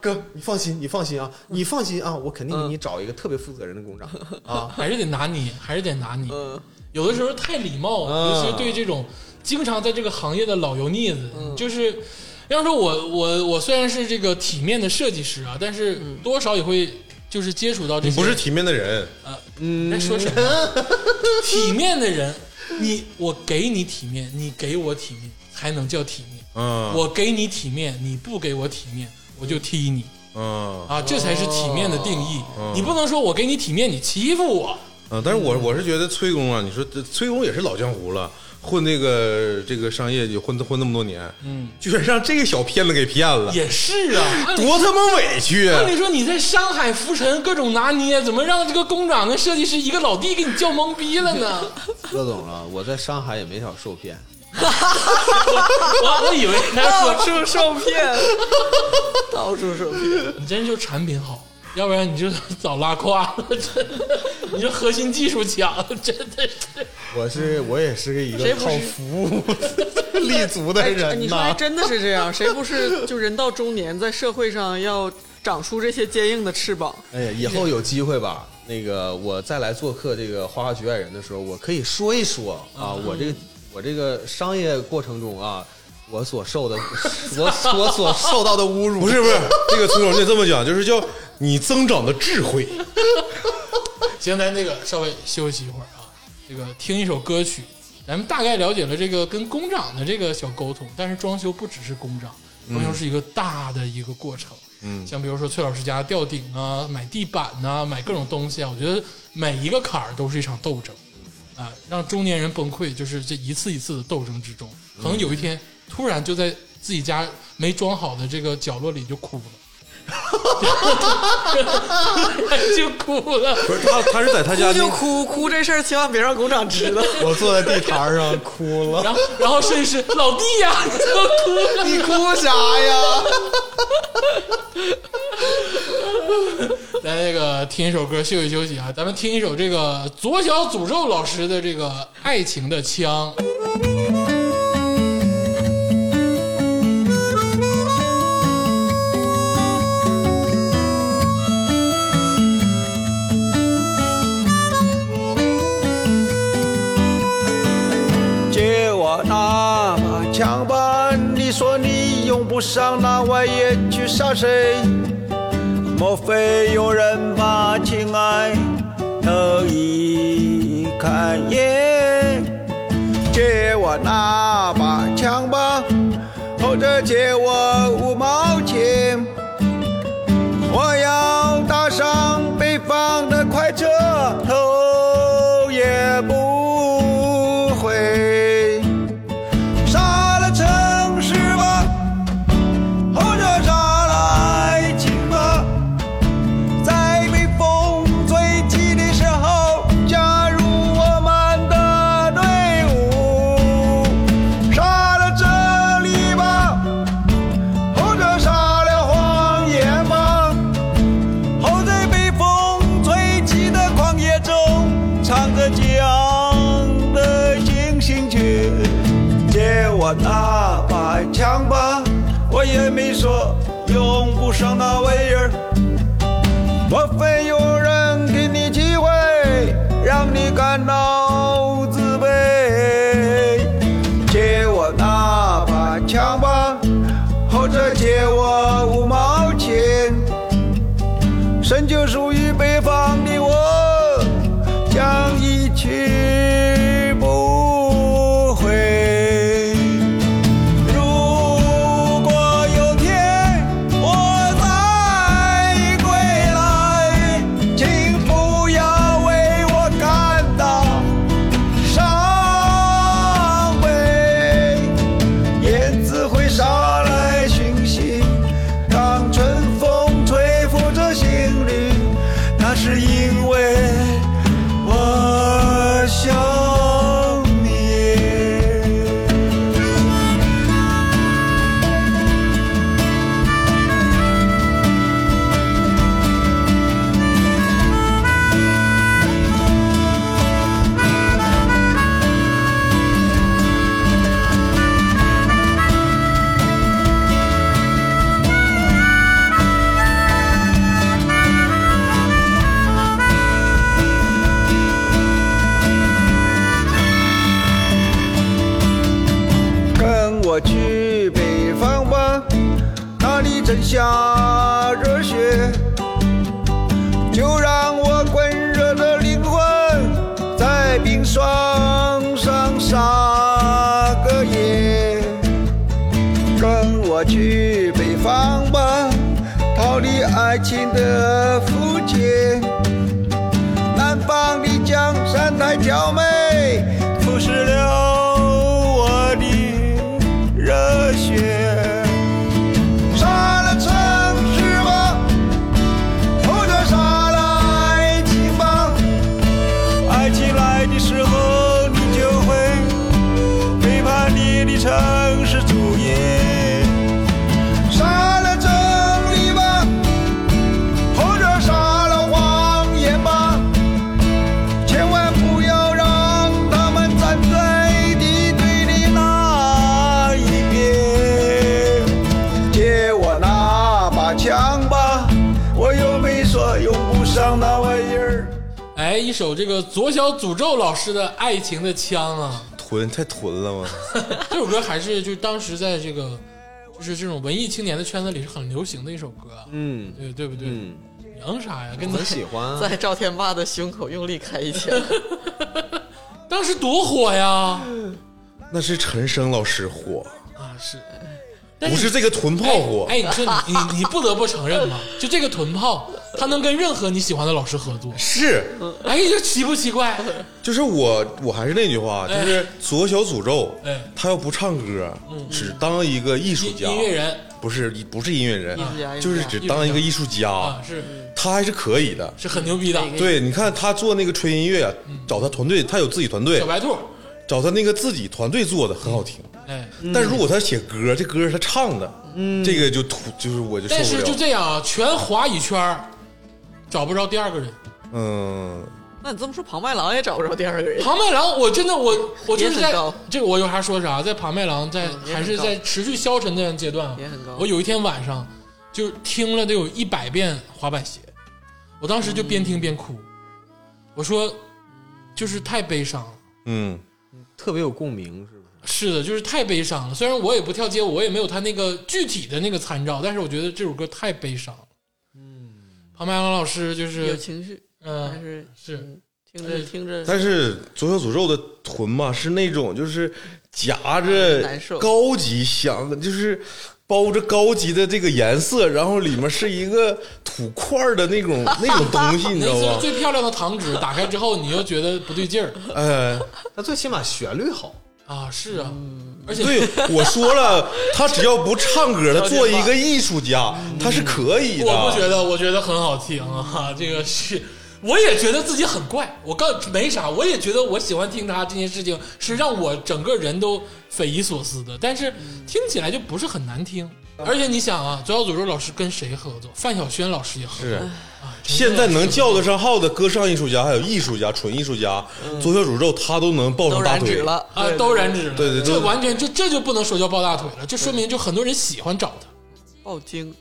D: 哥，你放心，你放心啊，你放心啊，我肯定给你找一个特别负责任的工长啊！
A: 还是得拿你，还是得拿你。
B: 嗯，
A: 有的时候太礼貌，
D: 嗯
A: 尤其是对这种经常在这个行业的老油腻子，
C: 嗯
A: 就是要说我我我虽然是这个体面的设计师啊，但是
C: 嗯
A: 多少也会就是接触到这
C: 你
A: 些
C: 不是体面的人，
A: 你在说什么 体面的人，你我给你体面，你给我体面才能叫体面。
C: 嗯，
A: 我给你体面，你不给我体面，我就踢你
C: 嗯哦
A: 啊！这才是体面的定义。你不能说我给你体面，你欺负我。
C: 嗯，但是我我是觉得崔工啊，你说这崔工也是老江湖了，混这个这个商业就混混那么多年，嗯，居然让这个小骗子给骗了，
A: 也是 啊，按理
C: 嗯多他妈委屈！啊
A: 按理说你在商海浮沉，各种拿捏，怎么让这个工长跟设计师一个老弟给你叫懵逼了呢？
D: 乐总了，我在上海也没少受骗，
A: 我我以为他
B: 到
A: 说
B: 处受骗，到处受骗，
A: 你真就产品好，要不然你就早拉胯了，真的，你就核心技术强，真的是。
D: 我是我也是一
B: 谁
D: 个
B: 不是
D: 靠服务立足的
B: 哎，
D: 人
B: 你
D: 呐、
B: 说还真的是这样，谁不是就人到中年，在社会上要长出这些坚硬的翅膀？
D: 哎呀，以后有机会吧，那个我再来做客这个花花局外人的时候，我可以说一说啊，我
B: 嗯
D: 这个我这个商业过程中啊，我所受的，我我所受到的侮 辱，
C: 不是不是，这个崔总就这么讲，就是叫你增长的智慧。
A: 行，咱这个稍微休息一会儿啊，这个听一首歌曲，咱们大概了解了这个跟工长的这个小沟通，但是装修不只是工长，装修是一个大的一个过程。
C: 嗯
A: 像比如说崔老师家吊顶啊、买地板呐、买各种东西啊，我觉得每一个坎儿都是一场斗争，啊，让中年人崩溃，就是这一次一次的斗争之中，可能有一天突然就在自己家没装好的这个角落里就哭了， 就哭了。
C: 不是他，他是在他 家
B: 哭就
C: 那，
B: 哭，哭这事儿千万别让工长知道。
D: 我坐在地摊上哭了，
A: 然后，然后设计师老弟呀、你怎么哭了？
D: 你哭啥呀？
A: 来，那个听一首歌休息休息啊，咱们听一首这个左小诅咒老师的这个《爱情的枪》。
E: 借我那把枪吧，你说你用不上，那我也去杀谁？莫非有人把情爱都已看厌？借我那把枪吧，或者借我五毛钱，我要搭上北方的快车，头也不回。杀了城市吧，唱着江的进行曲，借我那把枪吧，我也没说用不上那玩意儿。莫非有人给你机会，让你感到自卑？借我那把枪吧，或者借我五毛钱。身就属于北方的我，将一去不回。如果有天我再归来，请不要为我感到伤悲。燕子会捎来讯息，当春风吹拂着心里，那是因为我想你。 跟我去北方吧，那里正下着雪，就让我滚热的灵魂在冰霜上撒个野。跟我去北方吧，逃离爱情的负笈。南方的江山太娇美，腐蚀了我的热血。杀了城市吧，或者杀了爱情吧，爱情来的时候你就会背叛你的城市主义。杀了真理吧，或者杀了谎言吧。千万不要让他们站在敌对的那一边。借我那把枪吧，我又没说用不上那玩意儿。
A: 哎，一首这个左小诅咒老师的《爱情的枪》啊，
C: 囤太囤了吗？
A: 这首歌还是就是当时在这个就是这种文艺青年的圈子里是很流行的一首歌，啊
D: 嗯
A: 对对不对？
D: 嗯，
A: 洋啥呀？跟
D: 很喜欢啊。
B: 在赵天霸的胸口用力开一枪，
A: 当时多火呀！
C: 那是陈升老师火，
A: 啊是，但
C: 不是这个囤炮火。
A: 哎，哎你说你你你不得不承认吧？就这个臀炮，他能跟任何你喜欢的老师合作，
C: 是，
A: 哎，这奇不奇 怪？
C: 就是我，我还是那句话，就是左小诅咒
A: 哎，
C: 他要不唱歌，只当一个艺术
A: 音
C: 家，
A: 音乐人
C: 不是不是音乐人
B: 艺术家，
C: 就是只当一个艺术
A: 啊
C: 家，
A: 是
C: 他还是可以的。
A: 是很牛逼的，
C: 对，你看他做那个吹音乐啊，
A: 嗯
C: 找他团队，他有自己团队
A: 小，白兔，
C: 找他那个自己团队做的很好听。
A: 哎，
C: 但如果他写歌，这歌是他唱的，这个就突就是我就受
A: 嗯但
C: 不
A: 是就
C: 了。
A: 这样啊，全华语圈儿找不着第二个人。
C: 嗯，
B: 那你这么说，庞麦郎也找不着第二个人。
A: 庞麦郎，我真的我我就是在
B: 也很高嗯
A: 这个我有啥说啥，在庞麦郎在、
B: 也很
A: 还是在持续消沉的阶段啊
B: 也很高，
A: 我有一天晚上就听了得有一百遍《滑板鞋》，我当时就边听边哭，我说就是太悲伤了。
C: 嗯，
D: 特别有共鸣，是不是？
A: 是的，就是太悲伤了。虽然我也不跳街舞，我也没有他那个具体的那个参照，但是我觉得这首歌太悲伤了。嗯，庞麦郎老师就
B: 有
A: 是，
B: 情绪，
A: 嗯、
B: 但是
A: 是
B: 嗯听着听着
C: 但是左小诅咒的臀吧，是那种就是夹着
A: 哎
B: 难受
C: 高级香，就是包着高级的这个颜色，然后里面是一个土块儿的 那种那种东西，你
A: 那
C: 知道
A: 次是
B: 啊
C: 吗？
A: 最漂亮的糖纸，打开之后你又觉得不对劲儿
C: 哎，
D: 他最起码旋律好，
A: 啊！是啊，
C: 嗯
A: 而且
C: 对，我说了，他只要不唱 歌，他做一个艺术家，他是可以的。
A: 嗯我不觉得，我觉得很好听啊！ 这个是，我也觉得自己很怪。我告没啥，我也觉得我喜欢听他这件事
C: 嗯
A: 情是让我整个人都匪夷所思的，但是听起来就不是很难听。而且你想啊，左小诅咒老师跟谁合作？范晓萱老师也合作。
C: 是。现在能叫得上号的歌唱艺术家，还有艺术家、纯艺术家，左小诅咒他都能抱
B: 都
C: 上大
B: 染
C: 腿
B: 指。了
A: 啊，都染指了，
C: 对对对
A: 这完全这这就不能说叫抱大腿了，这说明就很多人喜欢找他，
B: 爆精，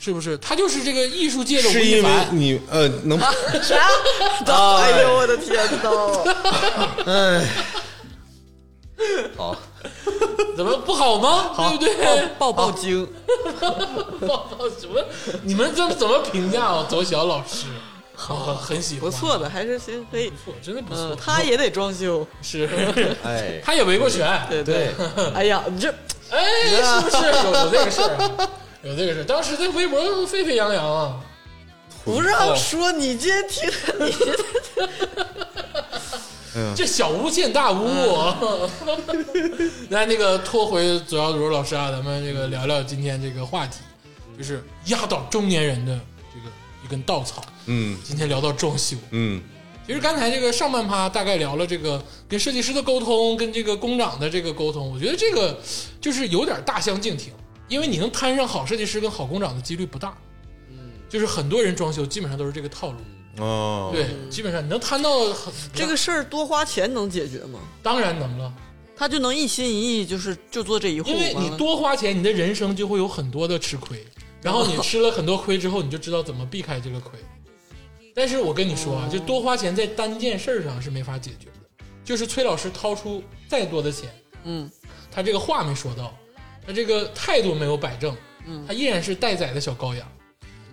A: 是不是？他就是这个艺术界的吴
C: 是
A: 亦
C: 因为
A: 凡，
C: 你呃能
B: 哎呦我的天呐！
D: 好，
A: 怎么不好吗？对不对？
B: 爆爆精，
A: 抱抱什么？你们这怎么评价我左小老师？好，很喜欢，
B: 不错的，还是行可以
A: 不。错，真的不错。
B: 嗯，他也得装修。
A: 是，
D: 哎，
A: 他也围过拳，
B: 对
D: 对，
B: 哎呀，你这
A: 哎，是不是有有这个事儿啊？有这个事儿，当时在微博沸沸扬扬啊。
B: 不让说，你今天听你
A: 这小巫见大巫。 那那个拖回左小主老师啊，咱们这个聊聊今天这个话题，就是压倒中年人的这个一根稻草。
C: 嗯
A: 今天聊到装修，
C: 嗯
A: 其实刚才这个上半趴大概聊了这个跟设计师的沟通，跟这个工长的这个沟通，我觉得这个就是有点大相径庭，因为你能摊上好设计师跟好工长的几率不大。嗯，就是很多人装修基本上都是这个套路，
C: 哦，
A: 对，基本上你能摊到很
B: 嗯这个事儿多花钱能解决吗？
A: 当然能了。
B: 他就能一心一意，就是就做这一户。
A: 因为
B: 完
A: 你
B: 了
A: 多花钱，你的人生就会有很多的吃 亏，然后你吃了很多亏之后，你就知道怎么避开这个亏。但是我跟你
D: 哦
A: 说啊，就多花钱在单件事儿上是没法解决的，就是崔老师掏出再多的钱，
B: 嗯，
A: 他这个话没说到，他这个态度没有摆正，嗯，他依然是待宰的小羔羊。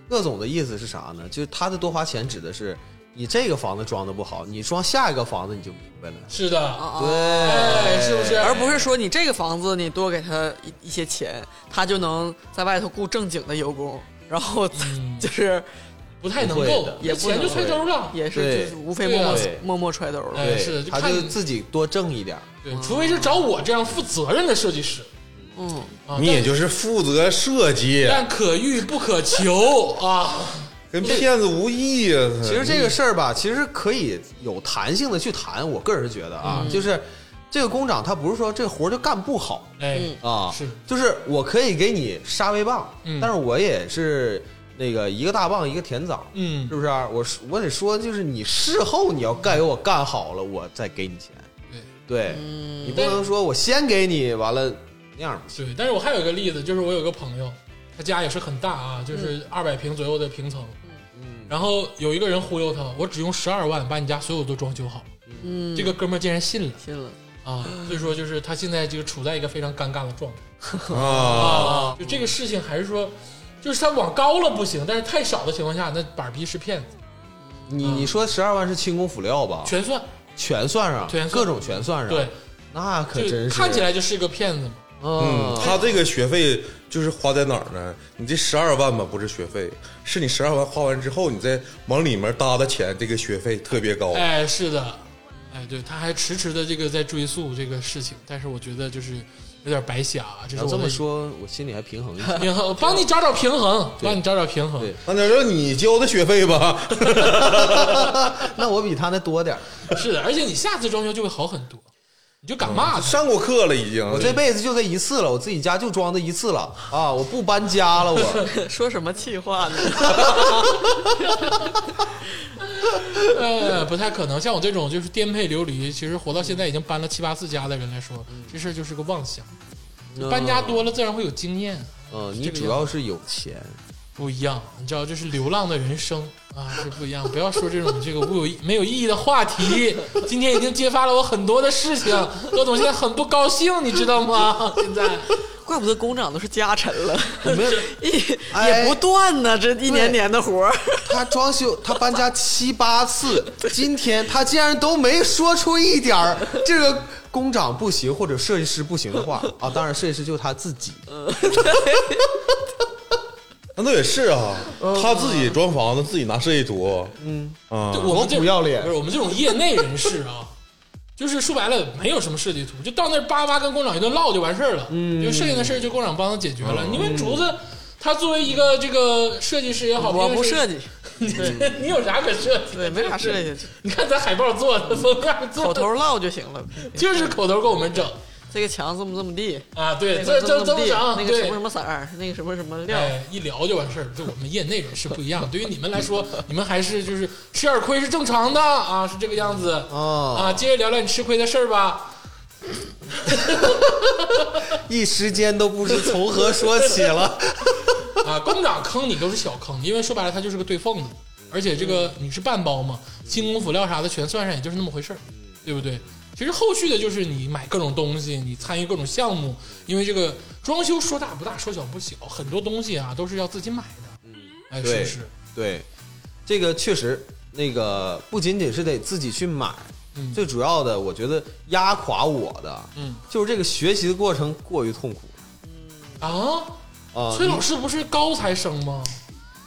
D: 鄂总的意思是啥呢？就是他的多花钱指的是你这个房子装的不好，你装下一个房子你就明白了。
A: 是
D: 哦
A: 的，
B: 啊，
D: 对
A: 哎，是不是？
B: 而不是说你这个房子你多给他一一些钱，他就能在外头雇正经的油工，然后 就是
A: 不太能
D: 不会
A: 够
D: 的，
A: 也
B: 也不
A: 钱就
B: 能
A: 揣兜了。
B: 也
D: 对
B: 是就是无非默默
D: 对
B: 默默揣兜了。
A: 哎，是，
D: 他
A: 看
D: 就自己多挣一点儿。
A: 对，除非是找我这样负责任的设计师
B: 嗯，
A: 啊，
C: 你也就是负责设计，
A: 但可遇不可 求
D: 嗯
A: 啊。
C: 跟骗子无异啊。
A: 嗯
D: 其实这个事儿吧，其实可以有弹性的去谈。我个人是觉得
A: 嗯
D: 啊，就是这个工长他不是说这活儿就干不好
A: 哎，
D: 啊，
A: 是
D: 就是我可以给你杀威棒，
A: 嗯
D: 但是我也是那个一个大棒一个甜枣，
A: 嗯
D: 是不是啊、我是我得说，就是你事后你要干给我干好了，我再给你钱。
A: 对
D: 对，你不能说我先给你，完了那样不行。
A: 对，但是我还有一个例子，就是我有个朋友，他家也是很大啊，就是二百平左右的平层。然后有一个人忽悠他，我只用十二万把你家所有都装修好。嗯，这个哥们儿竟然信了
B: 信了。
A: 啊！所以说，就是他现在这个处在一个非常尴尬的状态
C: 啊，
A: 啊。就这个事情还是说，就是他往高了不行，但是太少的情况下，那板逼是骗子，
D: 你你说十二万是轻工辅料吧？
A: 全算
D: 全算上，
A: 全算
D: 各种全算上。
A: 对，，
D: 那可真
A: 就是看起来就是个骗子嘛。
D: 嗯
C: 嗯，他这个学费就是花在哪儿呢？你这十二万吧，不是学费，是你十二万花完之后，你再往里面搭的钱，这个学费特别
D: 哦
C: 高。
A: 哎，是的，哎，对，他还迟迟的这个在追溯这个事情，但是我觉得就是有点白瞎，啊这是
D: 要
A: 我
D: 这
A: 的
D: 么说，我心里还平衡 一些。
A: 平衡，我帮你找找平衡，帮你找找平衡
D: 对。
C: 那就让你交的学费吧。
D: 那我比他那多点儿，
A: 是的，而且你下次装修就会好很多，你就敢
D: 嗯
A: 骂他。
C: 上过课了已经，
D: 我这辈子就这一次了，我自己家就装这一次了啊！我不搬 家了，我嗯
B: 说什么气话呢？
A: 呃，不太可能。像我这种就是颠沛流离，其实活到现在已经搬了七八次家的人来说，
D: 嗯
A: 这事儿就是个妄想。搬家多了，自然会有经验。啊
D: 嗯，你主要是有钱，
A: 不一样，你知道，这是流浪的人生啊，是不一样。不要说这种这个无有意没有意义的话题。今天已经揭发了我很多的事情，鄂总现在很不高兴，你知道 吗？现在
B: 怪不得工长都是家臣了，
D: 我没有。
B: 一
D: 哎
B: 也不断呢，这一年年的活儿。
D: 他装修，他搬家七八 次，今天他竟然都没说出一点儿这个工长不行或者设计师不行的话啊！当然，设计师就他自己，
A: 嗯
C: 那倒也是啊，他自己装房子，自己拿设计图，嗯啊，
A: 我们这
D: 不要脸
A: 不是我们这种业内人士啊，就是说白了没有什么设计图，就到那儿叭叭跟工长一顿唠就完事儿了。嗯，就剩下的事儿就工长帮他解决了。
B: 嗯
A: 因为竹子他作为一个这个设计师也好，
B: 我
A: 平
B: 不
A: 面
B: 设计，
A: 计， 你有啥可设计？
B: 对，没啥设计，
A: 你看咱海报做的，封面做
B: 口
A: 的，
B: 头唠就行了。
A: 就是口头给我们整。
B: 这个墙这么这么地，
A: 啊，对，
B: 那
A: 这
B: 个
A: 这
B: 这
A: 这
B: 么
A: 么
B: 地，
A: 长，
B: 那个什么什么色儿，那个什么什么料，
A: 哎，一聊就完事儿，对我们业内人士不一样。对于你们来说，你们还是就是吃点亏是正常的啊，是这个样子
D: 哦
A: 啊。接着聊聊你吃亏的事儿吧。
D: 一时间都不知从何说 起了。
A: 啊，工长坑你都是小坑，因为说白了他就是个对缝子，而且这个
B: 嗯
A: 你是半包嘛，精工辅料啥的全算上也就是那么回事儿，
B: 嗯
A: 对不对？其实后续的就是你买各种东西，你参与各种项目，因为这个装修说大不大，说小不小，很多东西啊都是要自己买的。嗯，哎，是不
D: 对
A: 是？
D: 对，这个确实，那个不仅仅是得自己去买，
A: 嗯
D: 最主要的，我觉得压垮我的，
A: 嗯，
D: 就是这个学习的过程过于痛苦
A: 啊，
D: 啊。
A: 崔老师不是高材生吗？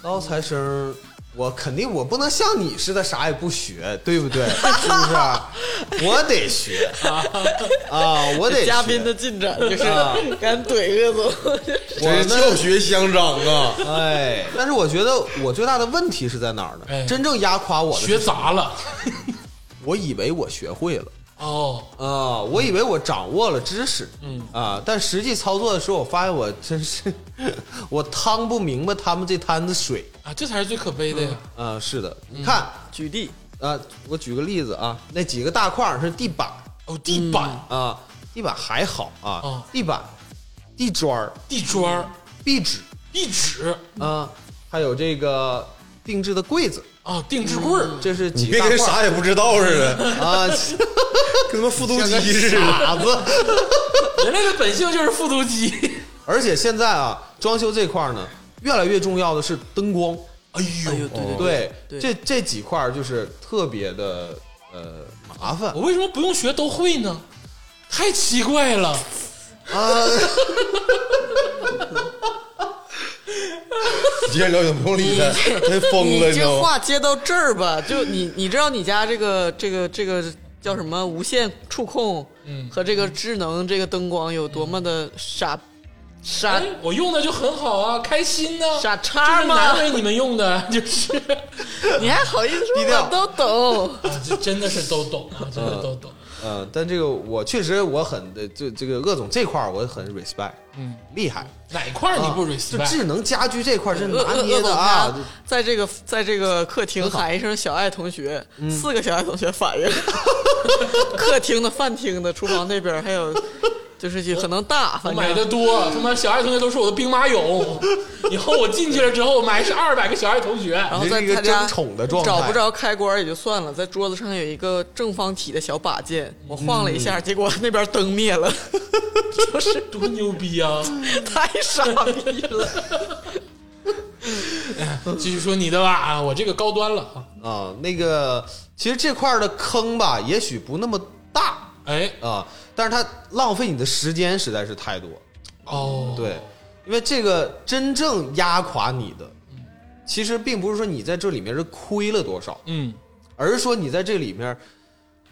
D: 高材生，我肯定我不能像你似的啥也不学，对 不对？是不是？我得学啊，我得学
B: 嘉宾的进展就是
D: 啊
B: 敢怼恶总，
D: 我
C: 这是
D: 呢
C: 教学相长啊！
D: 哎，但是我觉得我最大的问题是在哪儿呢？
A: 哎
D: 真正压垮我的
A: 学
D: 是，
A: 杂了。
D: 我以为我学会了。
A: 哦，
D: 啊、我以为我掌握了知识，
A: 嗯
D: 啊、但实际操作的时候，我发现我真是 我趟不明白他们这摊子水
A: 啊，这才是最可悲的呀。
D: 啊、是的，你
A: 嗯
D: 看啊、
B: 举例，
D: 我举个例子啊，那几个大块儿是地板
A: 哦，地板、
D: 啊、地板还好啊，
A: 哦
D: 地板、地砖儿、
A: 地砖儿、
D: 壁纸
A: 壁纸
D: 啊、还有这个定制的柜子，
A: 啊，定制柜儿，
D: 这是
C: 你
D: 几个
C: 别
D: 大
C: 跟
D: 块儿
C: 啥也不知道似 的，
D: 啊，
C: 跟他妈复读啊
D: 像个
C: 机似的。
D: 傻子。
A: 人类的本性就是复读机。
D: 而且现在啊，装修这块儿呢，越来越重要的是灯光。
A: 哎呦，
B: 哎呦，对对
D: 对，
B: 对
D: 这这几块儿就是特别的呃麻烦
A: 我 为什么不用学都会呢？太奇怪了。
D: 啊。
C: 你接着聊，你不用理他，那疯
B: 你
C: 了，你知
B: 这
C: 道吗？
B: 话接到这儿吧，就你你知道你家这个这个这个叫什么无线触控，
A: 嗯
B: 和这个智能这个灯光有多么的傻傻
A: 哎，我用的就很好啊，开心呢、
B: 傻
A: 这
B: 叉
A: 是难
B: 吗？
A: 为你们用的， 就是、
B: 你还好意思说
D: 低调
B: 我都懂？
A: 啊、这真的是都懂啊，真的都懂。
D: 嗯，但这个我确实我很呃这这个鄂总这块儿我很 respect，
A: 嗯，
D: 厉害。啊
A: 哪块儿你不
D: 就
A: respect？、
D: 智能家居这块儿是
B: 恶
D: 拿
B: 恶
D: 捏
B: 恶总
D: 的
B: 他
D: 啊，
B: 呃在这个在这个客厅喊一声“小爱同学”，
D: 嗯
B: 四个小爱同学反 应，客厅的、饭厅的、厨房那边还有，就是也可能大，
A: 我
B: 反
D: 啊
A: 买
B: 正
A: 的多，他妈小爱同学都是我的兵马俑。 以后我进去了之后，买是二百个小爱同学。
B: 然后
D: 你这
B: 在
D: 是一个
B: 他家
D: 争宠的状态
B: 找不着开关也就算了，在桌子上有一个正方体的小把件，我晃了一
D: 嗯
B: 下，结果那边灯灭了，
A: 就是多牛逼啊！
D: 嗯
B: 太傻逼了。
A: 继续说你的吧啊，我这个高端了啊。
D: 啊，那个其实这块儿的坑吧，也许不那么大
A: 哎，
D: 啊，但是它浪费你的时间实在是太多。
A: 哦，
D: 对，因为这个真正压垮你的，其实并不是说你在这里面是亏了多少，
A: 嗯，
D: 而是说你在这里面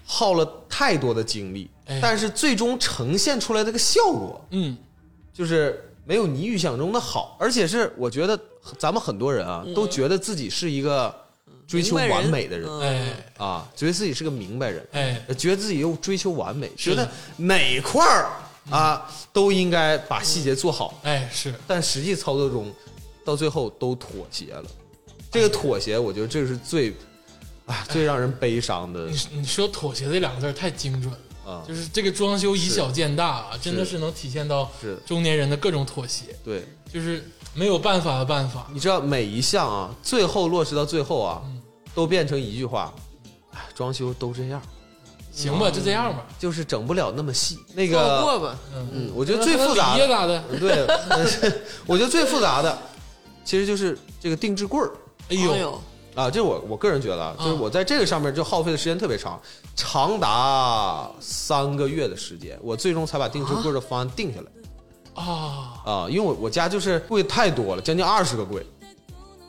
D: 耗了太多的精力
A: 哎，
D: 但是最终呈现出来这个效果
A: 嗯
D: 就是没有你预想中的好，而且是我觉得咱们很多人啊都觉得自己是一个追求完美的人
B: 嗯明白人嗯
A: 哎
D: 啊，觉得自己是个明白人，
A: 哎，
D: 觉得自己又追求完美，
A: 是
D: 觉
A: 的
D: 得哪块儿啊都应该把细节做好。
A: 哎是，
D: 但实际操作中，到最后都妥协了。这个妥协，我觉得这是最啊最让人悲伤的
A: 哎你你说妥协这两个字儿太精准了。
D: 啊
A: 就！是这个装修以小见大啊，真的是能体现到
D: 是
A: 中年人的各种妥协，
D: 对，
A: 就是没有办法的办法。
D: 你知道每一项啊，最后落实到最后啊，都变成一句话：哎，装修都这样，
A: 行
D: 嗯
A: 吧，就这样吧。
D: 就是整不了那么细。那
B: 放
D: 个，
B: 过吧，
D: 嗯，我觉得最复 杂
A: 爷
D: 的，嗯
A: 咋的？
D: 对，但是 我觉得最复杂的，其实就是这个定制柜儿。
A: 哎
B: 哎
A: 呦，
B: 呦，
D: 啊，这我我个人觉得，啊，就是
A: 嗯
D: 我在这个上面就耗费的时间特别长，长达三个月的时间，我最终才把定制柜的方案定下来
A: 啊
D: 啊，因为我我家就是柜太多了，将近二十个柜，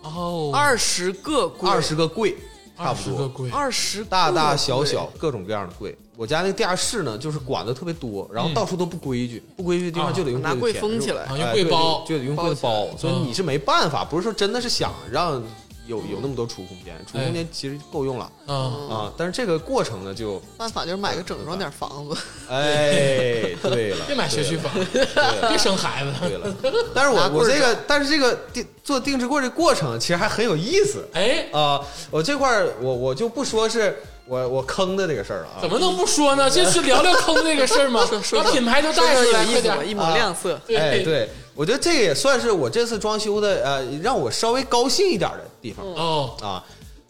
A: 哦，
B: 二十个柜，
D: 二十个柜差
A: 二
D: 不
A: 十个
D: 多，
A: 柜，
B: 二十
D: 大大小小各种各样的柜。我家那个地下室呢，就是管的特别多，然后到处都不规矩，不规矩的地
A: 嗯啊
D: 方就得用
B: 拿
D: 柜
B: 柜
D: 子
B: 封
D: 填
B: 起
D: 入
B: 来
A: 啊，用
D: 哎
A: 柜
D: 对
A: 包嗯
D: 就得用柜子
B: 包起
D: 包，所以你是没办法，不是说真的是想让有有那么多储物空间，储物空间其实够用了
A: 啊，
D: 啊。但是这个过程呢，就
B: 办法就是买个整装点房子，
D: 哎，对了，
A: 别买学区
D: 对了
A: 房，别生孩子。
D: 对了，但是
B: 拿
D: 我
B: 棍
D: 我
B: 儿
D: 这个，但是这个定做定制柜这过程其实还很有意思
A: 哎，
D: 啊、我这块儿我我就不说是我我坑的这个事儿了啊
A: 怎，么能不说
B: 嗯
A: 呢？这是聊聊坑这个事儿 吗？把品牌都带出来，快
B: 有意思了，一啊
A: 点。
B: 抹亮色。
D: 哎，对，我觉得这个也算是我这次装修的呃，让我稍微高兴一点的地方
A: 哦，
D: 啊。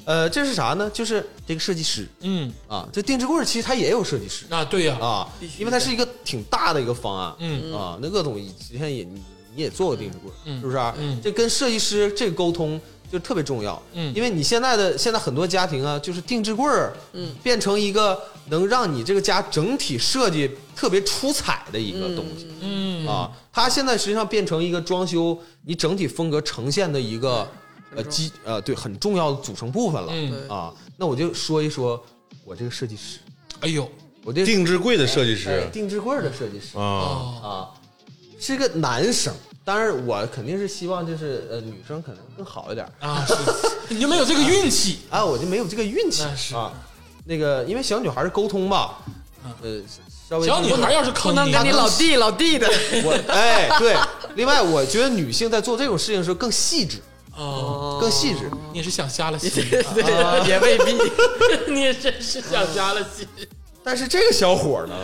D: 呃，这是啥呢？就是这个设计师
A: 嗯，
D: 啊，这定制柜儿其实它也有设计师
A: 那对呀，
D: 啊
B: 必须，的
D: 因为它是一个挺大的一个方案，
A: 嗯
D: 啊，那鄂总以前也你你也做过定制柜儿，
A: 嗯
D: 是不是、啊？
A: 嗯
D: 这跟设计师这个沟通就特别重要，
A: 嗯
D: 因为你现在的现在很多家庭啊，就是定制柜儿，嗯，变成一个能让你这个家整体设计特别出彩的一个东西，
A: 嗯
D: 啊，它现在实际上变成一个装修你整体风格呈现的一个呃基呃对很重要的组成部分了、
A: 嗯，
D: 啊。那我就说一说我这个设计师，
A: 哎呦，
D: 我这
C: 定制柜的设计
D: 哎
C: 师
D: 定制柜儿的设计师
C: 啊，
A: 哦，
D: 啊，是个男生。当然，我肯定是希望就是呃女生可能更好一点儿
A: 啊，是，你 就没有这个运气，
D: 啊，我就没有这个运气
A: 那是嗯
D: 啊。那个，因为小女孩儿沟通吧，呃，稍微
A: 小女孩要是
B: 不
A: 坑
B: 能跟你老弟老 弟的，
D: 我哎对。另外，我觉得女性在做这种事情的时候更细致，
A: 哦，
D: 更细致。
A: 你也是想瞎了心，
B: 对，也未必， 你也真是想瞎了心。
D: 但是这个小伙儿呢，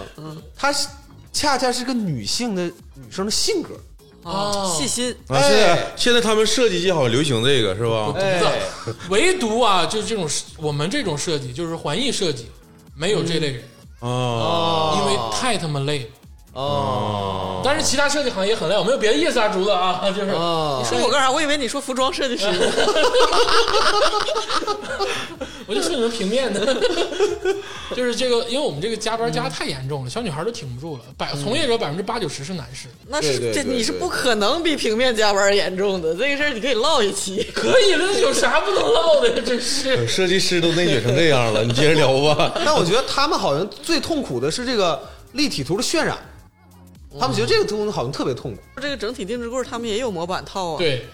D: 他是恰恰是个女性的女生的性格，
A: 哦
B: 细心，
C: 啊，现在现在他们设计界好像流行这个是
B: 哦
C: 吧？
D: 哎，
A: 唯独啊，就这种我们这种设计，就是环艺设计，没有这类人，
C: 啊，
B: 嗯
A: 因为太他妈累了。
D: 哦，
A: 但是其他设计行业很累，我没有别的意思啊，竹子啊，就是
D: 哦
A: 你
B: 说
A: 说
B: 我
A: 我，
B: 干啥？我以为你说服装设 计师，
A: 我就说你们平面的，就是这个，因为我们这个加班加得太严重了，小女孩都挺不住了，百从业者百分之八九十是男士，
B: 那
D: 对对
B: 是这
D: 对对
B: 你是不可能比平面加班严重的。这个事儿你 可以唠一期，
A: 可以了，有啥不能唠的呀？真是，
C: 设计师都内卷成这样了，你接着聊吧。啊
D: 但我觉得他们好像最痛苦的是这个立体图的渲染，他们觉得这个东西好像特别痛苦。
B: 这个整体定制柜儿他们也有模板套 啊。，
A: 对，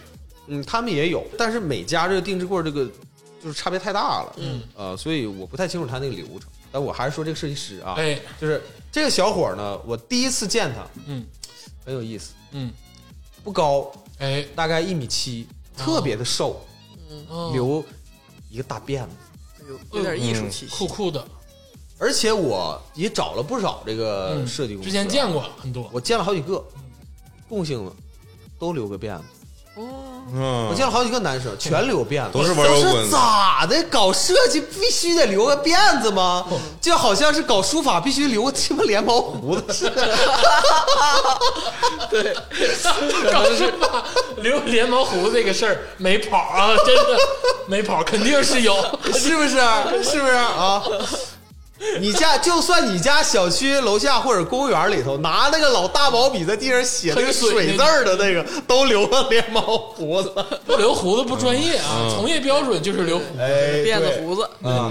D: 嗯，他们也有，但是每家这个定制柜儿这个就是差别太大了。嗯，呃，所以我不太清楚他那个流程，但我还是说这个设计师啊，
A: 哎，
D: 就是这个小伙儿呢，我第一次见他，
A: 嗯
D: 很有意思，
A: 嗯，
D: 不高，
A: 哎，
D: 大概一米七，特别的瘦，
A: 哦
D: 留一个大辫子。
B: 有点艺术气
A: 酷
B: 息。
A: 酷的，
D: 而且我也找了不少这个
A: 嗯
D: 设计公司、啊
A: 之前见，过很多，
D: 我见了好几个，共性了，都留个辫子。
B: 哦，
C: 嗯
D: 我见了好几个男生，全留辫子，
C: 都是玩摇滚的
D: 都是咋的？搞设计必须得留个辫子吗？就好像是搞书法必须留个鸡巴连毛胡子似 的。
B: 对，
A: 搞什么 留连毛胡子这个事儿没跑啊， 真的没跑，肯定是有。
D: 是不是？是不是啊？你家就算你家小区楼下或者公园里头拿那个老大毛笔在地上写那个水字儿的那个，都留了连毛胡子。
A: 不留胡子不专业啊，从业标准就是留胡子。
D: 哎，
B: 辫子胡子，
D: 子啊，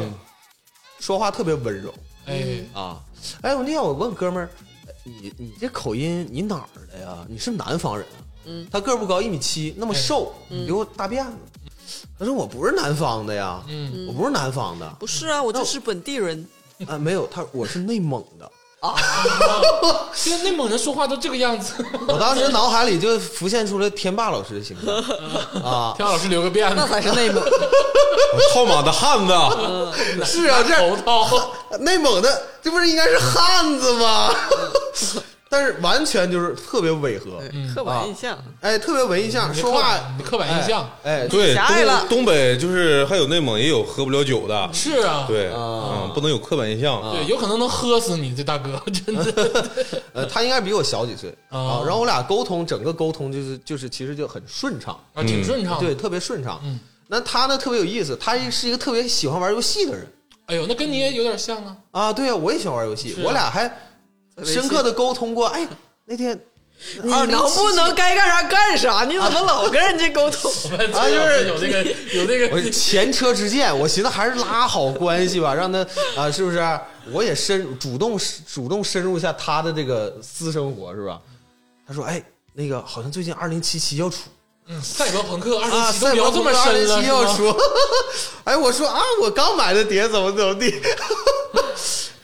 D: 说话特别温柔
A: 哎，
D: 啊。哎，我那天我问哥们儿，呃你你这口音你哪儿的呀？你是南方人啊？嗯，他个儿不高，一米七，那么瘦，留大辫子。他说我不是南方的呀，嗯，我不是南方的
B: 不是啊，我就是本地人。
D: 啊，没有，他说我是内蒙的。
A: 现在内蒙人说话都这个样子。
D: 我当时脑海里就浮现出了天霸老师的形 象啊，
A: 田老师留个辫
B: 那
A: 子，
B: 才是 内蒙，
C: 套马的汉子，
D: 是啊，
A: 头
D: 这
A: 套。
D: 内蒙的这不是应该是汉子吗？但是完全就是特别违和，
B: 刻板印象。
D: 哎，特别文艺相，
A: 你
D: 说话
A: 刻板你刻板印象
D: 哎，哎
C: 对，
B: 狭隘了
C: 东东北就是还有内蒙也有喝不了酒的，
A: 是啊，
C: 对，嗯，不能有刻板印象。
A: 对有可能能喝死你，这大哥 真 的。
D: 呃，他应该比我小几岁
A: 哦
D: 啊，然后我俩沟通，整个沟通就是就是其实就很顺畅，
A: 啊，挺顺畅。
D: 嗯对，，特别顺畅。
A: 嗯
D: 那他呢特别有意思，他是一个特别喜欢玩游戏的人
A: 哎呦，那跟你也有点像啊。
D: 啊，对啊，我也喜欢玩游戏
A: 是，啊
D: 我俩还深刻的沟通过，哎，那天。
B: 啊你能不能啊该干啥干啥？你怎么老跟人家沟 通？
A: 啊
D: 就是
A: 有这个有这
D: 我
A: 个
D: 是前车之鉴，我寻思还是拉好关系吧，让他啊、是不是？我也深主动主动深入一下他的这个私生活，是吧？他说：“哎，那个好像最近二零七七要出，
A: 嗯赛博朋克二
D: 啊，
A: 零七都
D: 赛
A: 聊
D: 博
A: 这么
D: 朋克二
A: 深
D: 零
A: 了，
D: 七
A: 是
D: 要
A: 吗
D: 说， 哎，我说啊，我刚买的碟怎么怎么地，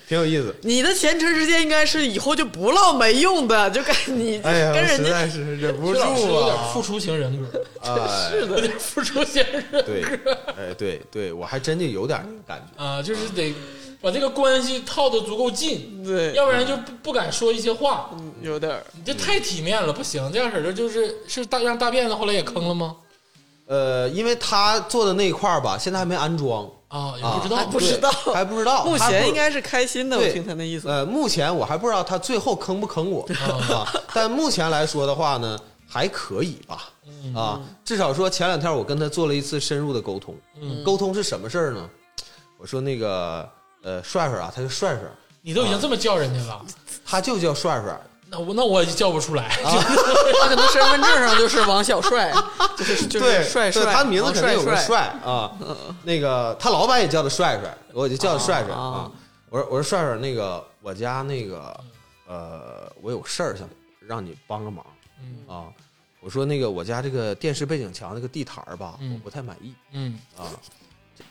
D: 挺有意思。
B: 你的前车之鉴应该是以后就不唠没用的，就跟你
D: 哎呀，
B: 跟
D: 我
B: 人
D: 实
B: 家
D: 在是忍不
A: 这
D: 住
A: 老师有点
D: 啊！
A: 付出型人 格，
D: 哎，
A: 有点付出型人格
D: 对，哎，对对，我还真就有点那个感觉。
A: 啊，就是得把这个关系套的足够近，
B: 对
A: 要不然就不不敢说一些话。
D: 嗯
B: 有点儿
A: 你这太体面了，不行，这样式的就是是大让大辫子后来也坑了吗？
D: 呃，因为他做的那一块儿吧，现在还没安装，
A: 啊，也
D: 啊
A: 不知道，
B: 还不知道
D: 对还不知道。
B: 目
D: 还
B: 前
D: 不
B: 应该是开心的，我
D: 对
B: 听他那意思。
D: 呃，目前我还不知道他最后坑不坑我啊，但目前来说的话呢，还可以吧。啊，至少说前两天我跟他做了一次深入的沟通，沟通是什么事儿呢？我说那个呃帅帅啊，他就帅帅，
A: 你
D: 啊
A: 都已经这么叫人家了，
D: 他就叫帅帅，
A: 那我那我也叫不出来。
D: 啊
B: 他可能身份证上就是王小帅，就是就是
D: 对，
B: 帅
D: 对
B: 帅，
D: 他名字
B: 王
D: 肯定有个
B: 帅。
D: 帅 啊。那个他老板也叫他帅帅，我就叫他帅帅
B: 啊
D: 啊。我说我说帅帅，那个我家那个呃，我有事儿想让你帮个忙
B: 嗯
D: 啊。我说那个我家这个电视背景墙那个地毯儿吧，
A: 嗯
D: 我不太满意
A: 嗯
D: 啊。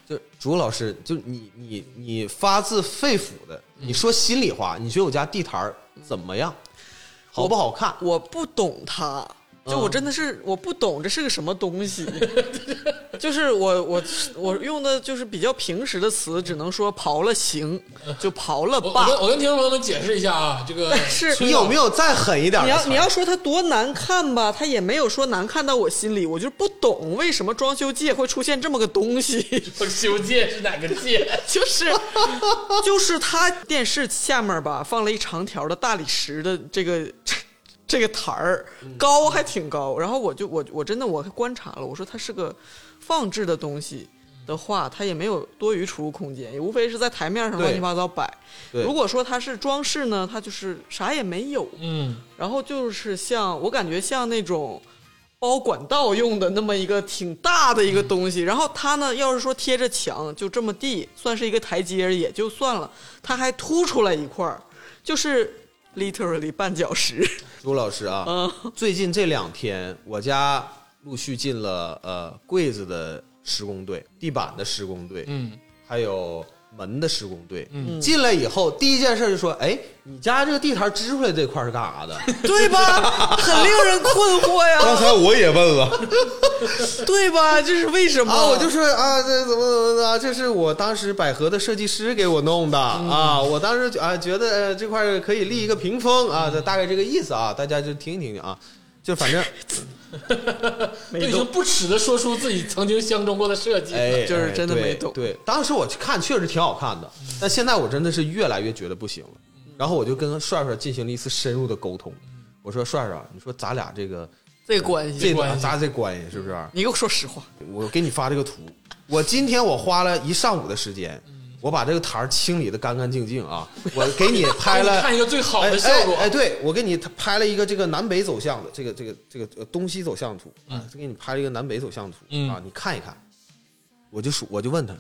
D: 就朱老师，就你你你发自肺腑的，
B: 嗯
D: 你说心里话，你觉得我家地毯儿怎么样？好不好看？
B: 我不懂他，就
D: 嗯
B: 我真的是我不懂这是个什么东 西。就是我我我用的就是比较平时的词，只能说刨了行，就刨了
A: 我我。
B: 吧
A: 跟我跟听众朋友们解释一下啊，这 个
B: 是
A: 崔
D: 你有没有再狠一点儿
B: 你
D: 的
B: 要
D: 词儿？
B: 你要说它多难看吧，它也没有说难看到我心里，我就不懂为什么装修界会出现这么个东西。
A: 老 修界是哪个界？
B: 就是就是他电视下面吧放了一长条的大理石的这个 这个台儿，
D: 嗯
B: 高还挺高。然后我就我我真的我观察了，我说它是个放置的东西的话，它也没有多余储物空间，也无非是在台面上
D: 对
B: 乱七八糟摆。
D: 对
B: 如果说它是装饰呢，它就是啥也没有。
A: 嗯，
B: 然后就是像我感觉像那种包管道用的那么一个挺大的一个东西。然后它呢，要是说贴着墙就这么地，算是一个台阶儿也就算了，它还凸出来一块儿，就是 literally 绊脚石。
D: 朱老师啊，
B: 嗯
D: 最近这两天我家陆续进了呃柜子的施工队、地板的施工队，
A: 嗯，
D: 还有门的施工队。嗯，进来以后第一件事就说：“哎，你家这个地毯支出来这块是干啥的
B: 对吧？很令人困惑
C: 刚
B: 呀，
C: 才我也问了，
B: 对吧？这是为什？”么？
D: 啊，我就说啊，这怎么怎么的，这是我当时百合的设计师给我弄的啊，我当时就啊觉得呃这块儿可以立一个屏风啊，这大概这个意思啊，大家就听一听啊，就反正
A: 都已经不耻的说出自己曾经相中过的设计。
D: 哎，
B: 就是真的
D: 哎
B: 没
D: 对
B: 懂嗯
D: 对，当时我去看确实挺好看的，但现在我真的是越来越觉得不行了。然后我就跟帅帅进行了一次深入的沟通，我说帅帅，你说咱俩这个
B: 这个嗯关系，嗯
D: 这
A: 关系
D: 咱俩这关系是不是？
B: 你给我说实话，
D: 我给你发这个图，我今天我花了一上午的时间，
B: 嗯
D: 我把这个台儿清理的干干净 净啊，我给你拍
A: 给你
D: 了
A: 看一个最好的效果
D: 哎哎哎对我给你拍了一个这个南北走向的这个这个这个呃东西走向图啊，就给你拍了一个南北走向图、
A: 嗯
D: 啊，你看一看，我就说我就问 他，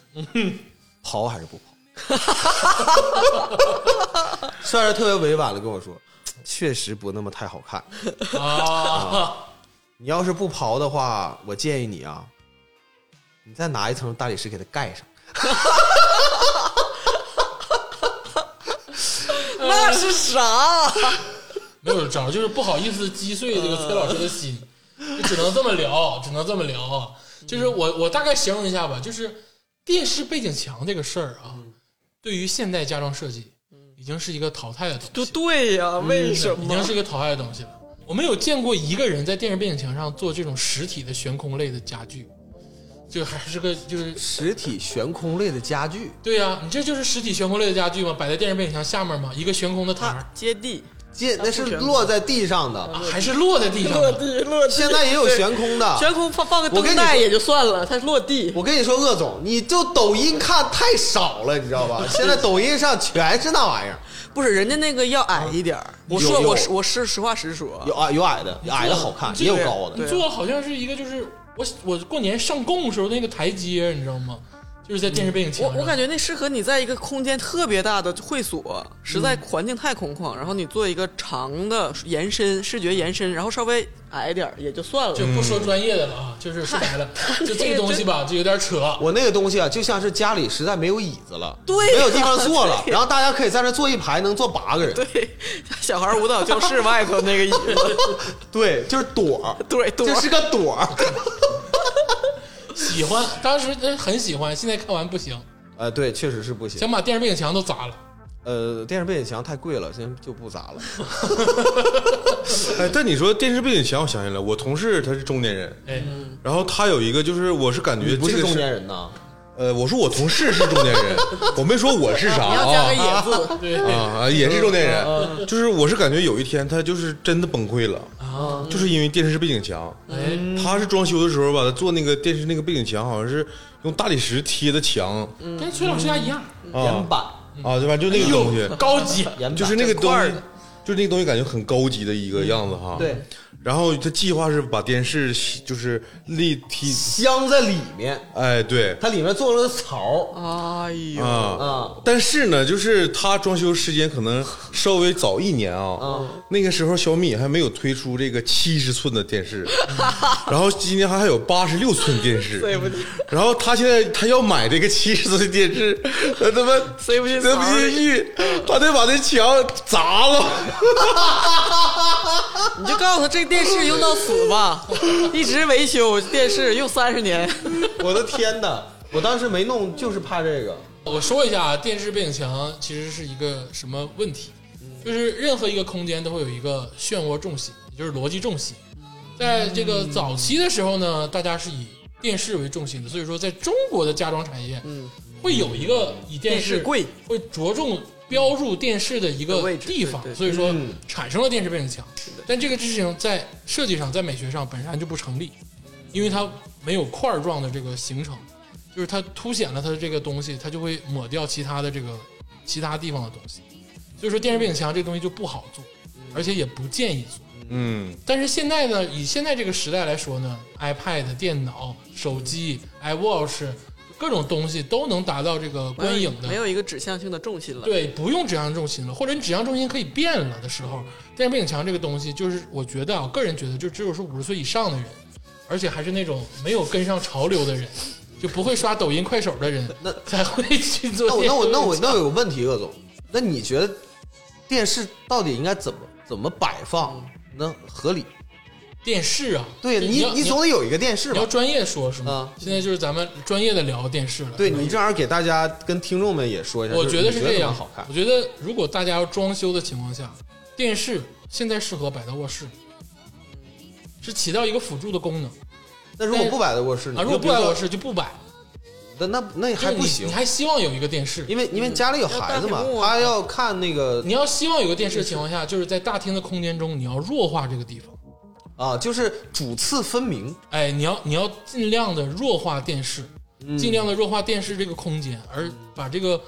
D: 刨还是不刨？ 帅帅特别委婉的跟我说，确实不那么太好看。
A: 啊，
D: 你要是不刨的话，我建议你啊，你再拿一层大理石给它盖上。
B: 那是啥？
A: 没有招，就是不好意思击碎这个崔老师的心，就只能这么聊，只能这么聊啊。就是我我大概形容一下吧，就是电视背景墙这个事儿啊，
D: 嗯
A: 对于现代家装设计，已经是一个淘汰的东
B: 就
A: 西，
B: 对呀，为什
A: 已
B: 么
A: 经？是一个淘汰的东西了。我没有见过一个人在电视背景墙上做这种实体的悬空类的家具，就还是个就是
D: 实体悬空类的家具
A: 对呀、你这就是实体悬空类的家具吗？摆在电视背景墙下面吗？一个悬空的台
B: 他
A: 儿、
B: 接地，
D: 接那是落在地上
A: 啊
D: 的，
A: 还是落在地上
B: 落
A: 的？
B: 地落地。
D: 现在也有悬空的。
B: 悬空放放个
D: 我跟
B: 灯
D: 你
B: 带
D: 说
B: 也就算了，它落地。
D: 我跟你说，鄂总，你就抖音看太少了，你知道 吧？现在抖音上全是那玩意儿，
B: 不是人家那个要矮一点儿。我说
D: 有
B: 我是我是实话实说，
D: 有啊矮有矮的，有矮的好看，也有高
A: 你
B: 啊
D: 的。
A: 做的好像是一个就是我我过年上供时候那个台阶，你知道吗？就是在电视背景
B: 嗯我
A: 墙
B: 我感
A: 上。
B: 觉那适合你在一个空间特别大的会所，实在环境太空旷，然后你做一个长的延伸，视觉延伸，然后稍微矮一点儿也就算了。
A: 就不说专业的了啊，就是说白了，就这个东西吧，就有点扯。
D: 我那个东西啊，就像是家里实在没有椅子了，
B: 对
D: 没有地方坐 了，
B: 对
D: 然后大家可以在那坐一排，能坐八个人，
B: 对， 小孩舞蹈教室外头那个椅子，
D: 对，就是 朵儿，
B: 对，多
D: 这是个朵儿。
A: 喜欢，当时真很喜欢，现在看完不行，
D: 呃，对，确实是不行。
A: 想把电视背景墙都砸了。
D: 呃，电视背景墙太贵了，现在就不砸了。
C: 哎，但你说电视背景墙，我想起来，我同事他是中年人，
A: 哎，
B: 嗯
C: 然后他有一个就是，我是感觉
D: 你不
C: 这个
D: 是中年人 呐？
C: 呃，我说我同事是中年人，我没说我是啥
B: 你要加个
C: 啊
B: 野字，
A: 对，
C: 啊，也是中年
D: 嗯
C: 人，就是我是感觉有一天他就是真的崩溃了啊，就是因为电视背景墙，
A: 哎，
D: 嗯
C: 他是装修的时候吧，他做那个电视那个背景墙好像是用大理石贴的墙
A: 嗯
D: 嗯
A: 跟崔老师家一样，
D: 岩
C: 啊
D: 板，
C: 啊，对吧？就那个东
D: 哎
C: 西，
A: 高级。
D: 岩板，
C: 就是那个
B: 块
C: 东
B: 儿
C: 西
B: 的，嗯
C: 就是那个东西感觉很高级的一个样子哈。
D: 对，
C: 然后他计划是把电视就是立体，
D: 镶在里面，
C: 哎，对
D: 它里面做了个槽
B: 哎呦，
C: 啊。
D: 啊。
C: 但是呢，就是他装修时间可能稍微早一年啊，
B: 嗯
C: 那个时候小米还没有推出这个七十寸的电 视，然后今年还还有八十六寸电视，
B: 塞不进，
C: 然后他现在他要买这个七十寸的电视， 他他妈
B: 塞不进
C: 塞不
B: 槽
C: 进去，他得把那墙砸了。
B: 你就告诉他这电视用到死吧，一直维修电视用三十年，
D: 我的天呐，我当时没弄，就是怕这 个。
A: 我说一下啊，电视背景墙其实是一个什么问题？就是任何一个空间都会有一个漩涡重心，也就是逻辑重心。在这个早期的时候呢，大家是以电视为重心的，所以说在中国的家装产业，嗯，会有一个以电视
B: 电视柜
A: 会着重标注电视的一
B: 的
A: 个
B: 位置
A: 地方，
B: 对对嗯
A: 所以说产生了电视背景墙。但这个事情在设计上，在美学上本身就不成立，因为它没有块儿状的这个形成，就是它凸显了它的这个东西，它就会抹掉其他的这个其他地方的东西。所以说电视背景墙这个东西就不好做，
B: 嗯
A: 而且也不建议做。
C: 嗯，
A: 但是现在呢，以现在这个时代来说呢，iPad、电脑、手机、iWatch 各种东西都能达到这个观影的
B: 没有一个指向性的重心了。
A: 对，不用指向重心了，或者你指向重心可以变了的时候，电视背景墙这个东西，就是我觉得啊，我个人觉得，就只有是五十岁以上的人，而且还是那种没有跟上潮流的 人，就不会刷抖音、快手的人，
D: 那
A: 才会去做
D: 那我
A: 电
D: 那我
A: 视背
D: 那我
A: 景
D: 那我有个问题，鄂总，那你觉得电视到底应该怎么怎么摆放能合理？
A: 电视啊，
D: 对
A: 就
D: 你
A: 要
D: 你
A: 你
D: 总得有一个电视
A: 要
D: 吧？
A: 专业说是吗？嗯
D: 啊
A: 现在就是咱们专业的聊电视了。
D: 对你正好给大家跟听众们也说一下，
A: 我
D: 就是
A: 觉得
D: 你
A: 是
D: 觉得
A: 这
D: 怎么
A: 样，
D: 好看
A: 我。觉得如果大家要装修的情况下，电视现在适合摆在卧室，是起到一个辅助的功能
D: 那如果不摆在卧室呢？
A: 啊。如果
D: 就比
A: 不
D: 如
A: 摆
D: 说
A: 卧室就不摆，
D: 那那那
A: 就是
D: 还不
A: 你
D: 行
A: 你，还希望有一个电视。
D: 因为因为家里有孩子嘛
B: 要大屏幕，啊
D: 他要看那个
A: 你要希望有个电视的情况下，就是在大厅的空间中，你要弱化这个地方。
D: 啊，就是主次分明。
A: 哎，你要你要尽量的弱化电视，
D: 嗯
A: 尽量的弱化电视这个空间，而把这个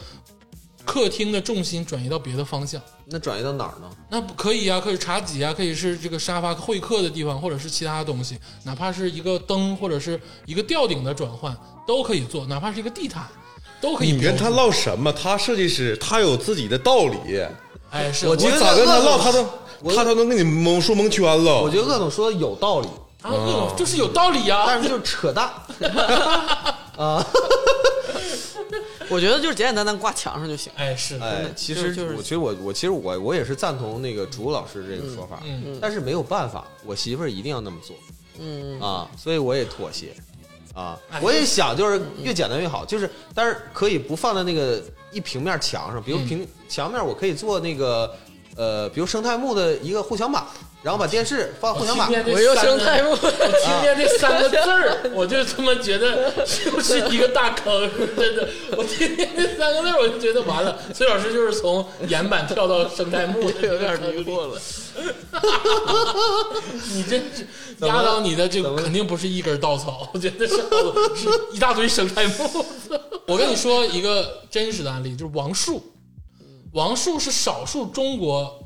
A: 客厅的重心转移到别的方向。
D: 那转移到哪儿呢？
A: 那不可以啊，可以茶几啊，可以是这个沙发会客的地方，或者是其他东西，哪怕是一个灯或者是一个吊顶的转换都可以做，哪怕是一个地毯都可以。
C: 你跟他，唠什么？他设计师，他有自己的道理。
A: 哎，是
D: 我觉
C: 我
D: 得
C: 咋跟他
D: 那
C: 唠，
D: 个
C: 他都
D: 我
C: 他都能跟你蒙说蒙圈了。
A: 哦
D: 我觉得鄂总说的有道理，
A: 啊，那种就是有道理啊呀、
D: 但是就是扯淡。
B: 我觉得就是简简单单挂墙上就行。
A: 哎，是的，
D: 哎
B: 真的，
D: 其
B: 就
D: 实
B: 就是
D: 我其实我我其实我我也是赞同那个竹老师这个说法，
A: 嗯
D: 但是没有办法，我媳妇儿一定要那么做，嗯啊，所以我也妥协啊
A: 哎，嗯
D: 我也想就是越简单越好，就是但是可以不放在那个一平面墙上，比如
A: 嗯
D: 平、墙面我可以做那个呃，比如生态木的一个护墙板，然后把电视放护
A: 我
D: 墙
A: 今
D: 板，
A: 哦天这
B: 我又
A: 三
B: 生
A: 个
B: 态幕
A: 我听见这三个字儿，我就他妈觉得就是一个大坑，真的。我听见这三个字儿，我就觉得 完了。崔老师就是从岩板跳到生态木的，
B: 有点迷惑了，
A: 你这这压倒你的这个肯定不是一根稻草，我觉得是好多是一大堆生态木。 我跟你说一个真实的案例，就是王树，王树是少数中国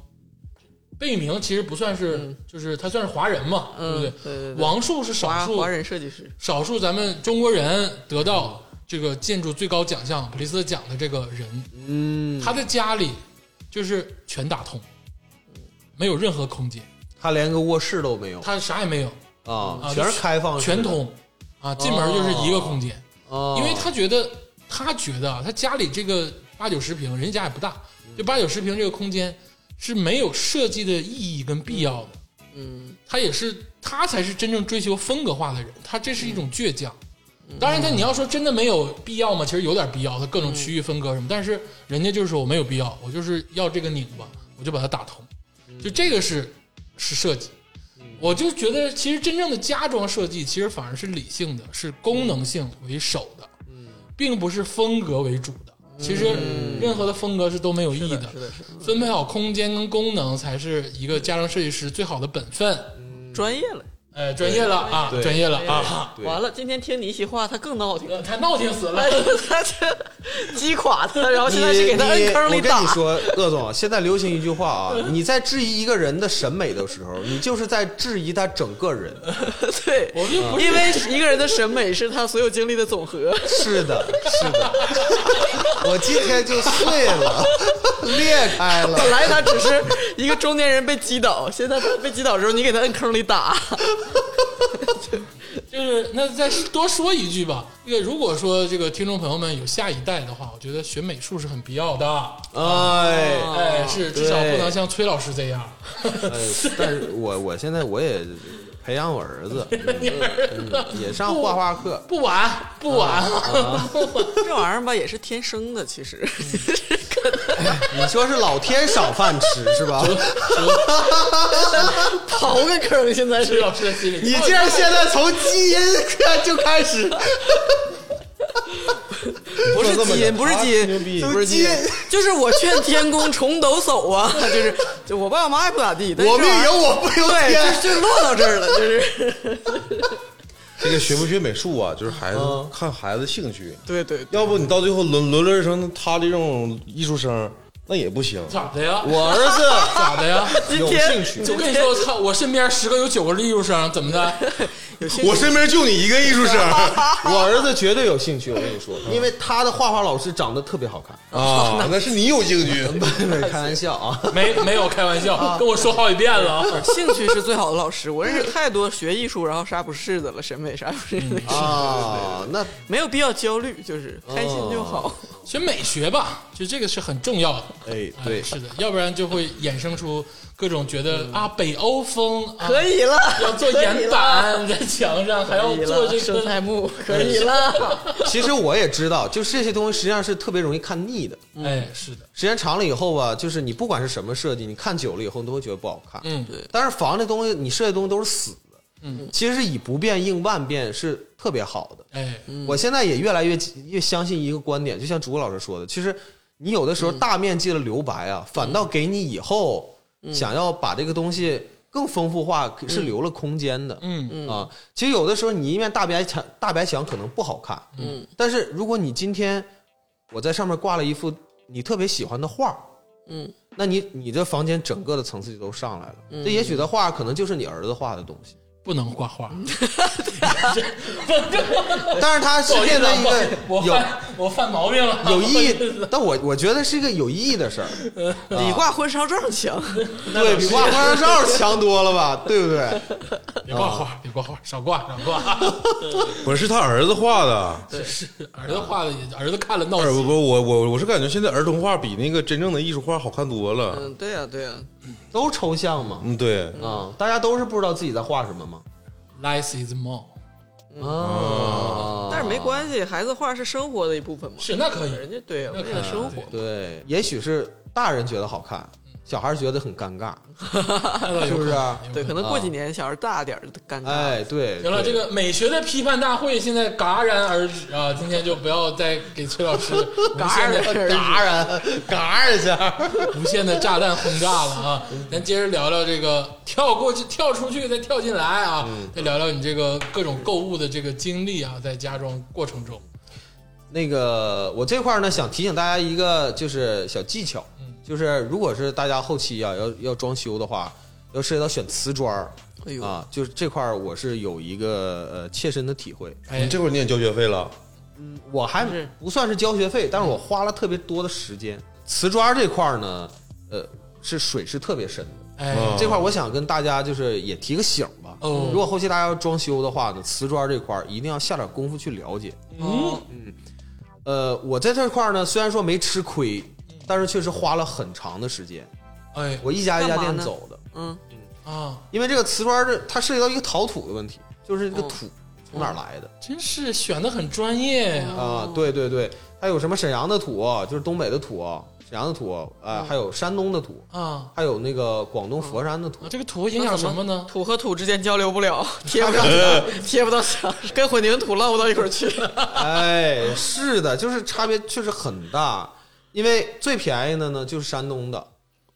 A: 贝聿铭其实不算是，就是他算是华人嘛，嗯对不
B: 嗯对对对
A: 王树是少
B: 华
A: 数
B: 华人设计师，
A: 少数咱们中国人得到这个建筑最高奖项普利斯特奖的这个人，嗯，他的家里就是全打通，没有任何空间，
D: 他连个卧室都没有
A: 他啥也没有，
D: 啊
A: 啊，
D: 全哦是开放式的，
A: 全通啊，进门就是一个空间，
D: 啊，
A: 因为
B: 哦
A: 他觉得他觉得啊，他家里这个八九十平，人家也不大，
B: 嗯
A: 就八九十平这个空间是没有设计的意义跟必要的。
B: 嗯
A: 他也是他才是真正追求风格化的人，他这是一
B: 嗯
A: 种倔强。当然，他你要说真的没有必要吗？其实有点必要，他各
B: 嗯
A: 种区域分割什么，但是人家就是说我没有必要，我就是要这个拧巴，我就把它打通，
B: 嗯
A: 就这个是是设计。我就觉得，其实真正的家装设计其实反而是理性的，是功能性为首的，并不是风格为主的。其实任何的风格是都没有意义的，
B: 是的，是的，
A: 分配好空间跟功能才是一个家装设计师最好的本分。
B: 专业了。
A: 哎，专业了啊，
D: 对
A: 专业了啊！
D: 对
B: 完了，今天听你一席话，他更闹挺。
A: 呃他闹挺死了
B: 哎，他这击垮他，然后
D: 你
B: 现在是给他
D: 你
B: 摁坑里
D: 我跟你
B: 打。
D: 说，鄂总，现在流行一句话啊，你在质疑一个人的审美的时候，你就是在质疑他整个人。
B: 对，
A: 我就不是
B: 因为一个人的审美是他所有经历的总和。
D: 是的，是的， 我今天就碎了，裂开了。
B: 本来他只是一个中年人被击倒，现在他被击倒之后，你给他摁坑里打。
A: 就是那再多说一句吧。这个如果说这个听众朋友们有下一代的话，我觉得学美术是很必要的。
D: 哎，
A: 哎，是至少
D: 对
A: 不能像崔老师这样。
D: 哎但是我我现在我也培养我儿子，嗯也上画画课。
A: 不晚，不晚，
B: 这玩意儿吧，也是天生的，其实。嗯
D: 你说是老天赏饭吃是吧？
B: 刨个坑，现在
A: 崔
B: 是
A: 老师的心里。
D: 你这样现在从基因 就开始，
B: 不是
C: 这么
B: 基因，
C: 讲
B: 不是
C: 啊
B: 基
C: 牛
B: 因，
C: 逼
B: 不是基因
D: 从基，
B: 就是我劝天公重抖擞啊，就是就我爸我妈也不咋地，但是
D: 我
B: 这
D: 命
B: 玩意儿
D: 由我不由
B: 对，
D: 天。
B: 就就落到这儿了，就是
C: 这个学不学美术啊，就是孩子
D: 嗯
C: 看孩子兴趣，
B: 对对对，
C: 要不你到最后沦沦落成他这种艺术生，那也不行。
A: 咋的呀？
C: 我儿 子
A: 咋的呀？
C: 有兴趣，
A: 我跟你说，我操！我身边十个有九个是艺术生，怎么的？
B: 有兴趣
C: 我身边就你一个艺术生
D: 我儿子绝对有兴趣，我跟你说， 因为他的画画老师长得特别好 看。
C: 啊，那是你有兴趣。
D: 开玩笑啊，
A: 没没有开玩笑，跟我说好几遍了。
B: 兴趣是最好的老师。我认识太多学艺术然后啥不是的了，审美啥不是的，
D: 啊，那
B: 没有必要焦虑，就是开心就好。
A: 学美学吧，就这个是很重要的。
D: 哎
A: 哎
D: 对，
A: 是的，要不然就会衍生出各种觉得、啊，北欧风啊，
B: 可以了，
A: 要做岩板在墙上，还要
B: 可以了，
A: 做这
B: 生
A: 个
B: 态木，可以了。
D: 其实我也知道，就是这些东西实际上是特别容易看腻的。
A: 哎，是的，
D: 时间长了以后吧，就是你不管是什么设计，你看久了以后你都会觉得不好看。
A: 嗯，
D: 但是房这东西，你设计的东西都是死的。嗯，其实是以不变应万变是特别好的。
A: 哎，
D: 我现在也越来越越相信一个观点，就像竹老师说的，其实你有的时候大面积的留白啊，反倒给你以后想要把这个东西更丰富化，是留了空间的。
A: 嗯
D: 啊，其实有的时候你一面大白墙，大白墙可能不好看，
B: 嗯，
D: 但是如果你今天我在上面挂了一幅你特别喜欢的画，
B: 嗯，
D: 那你你这房间整个的层次就都上来了。
A: 嗯
D: 这也许的画可能就是你儿子画的东 西，
A: 不能挂画。
D: 但是它是
A: 不好意
D: 变
A: 思啊
D: 成一
A: 不好意思 我
D: 个有
A: 犯我犯毛病了，
D: 有意
A: 不好意
D: 义
A: 思，
D: 但我我觉得是一个有意义的事儿，
B: 你挂婚纱照强，
D: 对比挂婚 纱照强多了吧，对不对？
A: 别挂画，别挂画，少挂少挂。
C: 不是他儿子画的，
A: 对， 是儿子画的也，儿子看了闹
C: 不是不
A: 心。
C: 不，我我我是感觉现在儿童画比那个真正的艺术画好看多了。
B: 嗯，对呀、对呀、
D: 都抽象嘛，
C: 嗯，对，
D: 啊，大家都是不知道自己在画什么嘛，
A: Life is more，嗯
D: 啊，
B: 但是没关系，孩子画是生活的一部分嘛，
A: 是那可以，
B: 人家对呀、
A: 那
B: 为了生活，
D: 对，也许是大人觉得好看，小孩觉得很尴尬，
A: 是
D: 是不是？啊
B: 对，可能过几年小孩大点儿尴尬。
D: 哎，对，
A: 行了，这
D: 对
A: 个美学的批判大会现在戛然而止啊！今天就不要再给崔 老师无限的
D: 嘎然嘎一下，
A: 无限的炸弹轰炸了啊！咱接着聊聊这个跳过去、跳出去再跳进来啊，再聊聊你这个各种购物的这个经历啊，在家装过程中，
D: 那个我这块儿呢，想提醒大家一个就是小技巧，
A: 嗯
D: 就是如果是大家后期啊要要装修的话，要涉及到选瓷砖儿啊
B: 哎呦，
D: 啊，就是这块儿我是有一个呃切身的体会。
A: 哎
C: 你，这会儿你也交学费了？
D: 嗯，我还
B: 是
D: 不算是交学费，但是我花了特别多的时间。瓷砖这块儿呢，呃，是水是特别深的。
A: 哎，
C: 嗯
D: 这块儿我想跟大家就是也提个醒吧。
B: 嗯
A: 哦
D: 如果后期大家要装修的话呢，瓷砖这块儿一定要下点功夫去了解。
B: 哦，
D: 呃，我在这块儿呢，虽然说没吃亏，但是确实花了很长的时间，
A: 哎
D: 我一家一家
B: 干嘛
D: 店
B: 呢
D: 走的，
B: 嗯，
A: 啊，
D: 因为这个瓷砖儿这它涉及到一个陶土的问题，就是这个
B: 嗯
D: 土从哪儿来的
A: 真是选的很专业呀、
B: 哦
D: 啊、对对对，还有什么沈阳的土，就是东北的土，沈阳的土，
B: 嗯
D: 呃，还有山东的土，
A: 啊
D: 还有那个广东佛山的土
A: 啊！，这个图影响什么呢？
B: 土和土之间交流不 了，贴不到墙，贴不到墙，跟混凝土唠不到一块儿去。
D: 哎，是的，就是差别确实很大，因为最便宜的呢就是山东的，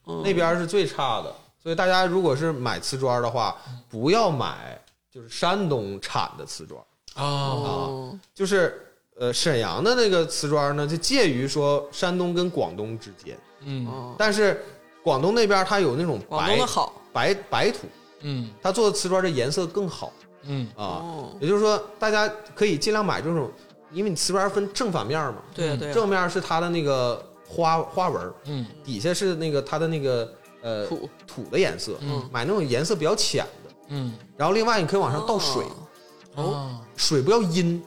B: 嗯
D: 那边是最差的，所以大家如果是买瓷砖的话，不要买就是山东产的瓷砖，
A: 啊
B: 哦，
D: 就是呃沈阳的那个瓷砖呢，就介于说山东跟广东之间，
A: 嗯
B: 哦
D: 但是广东那边它有那种
B: 广
D: 白
B: 东的好，
D: 白白土，
A: 嗯
D: 它做的瓷砖的颜色更好
A: 嗯
D: 啊，
B: 哦，
D: 也就是说大家可以尽量买这种，因为你瓷砖分正反面嘛。
B: 对啊对啊，
D: 正面是它的那个花花纹儿，
A: 嗯
D: 底下是那个它的那个呃
B: 土
D: 土的颜色，
A: 嗯
D: 买那种颜色比较浅的。
A: 嗯
D: 然后另外你可以往上倒水，
A: 哦
D: 水不要阴。
B: 嗯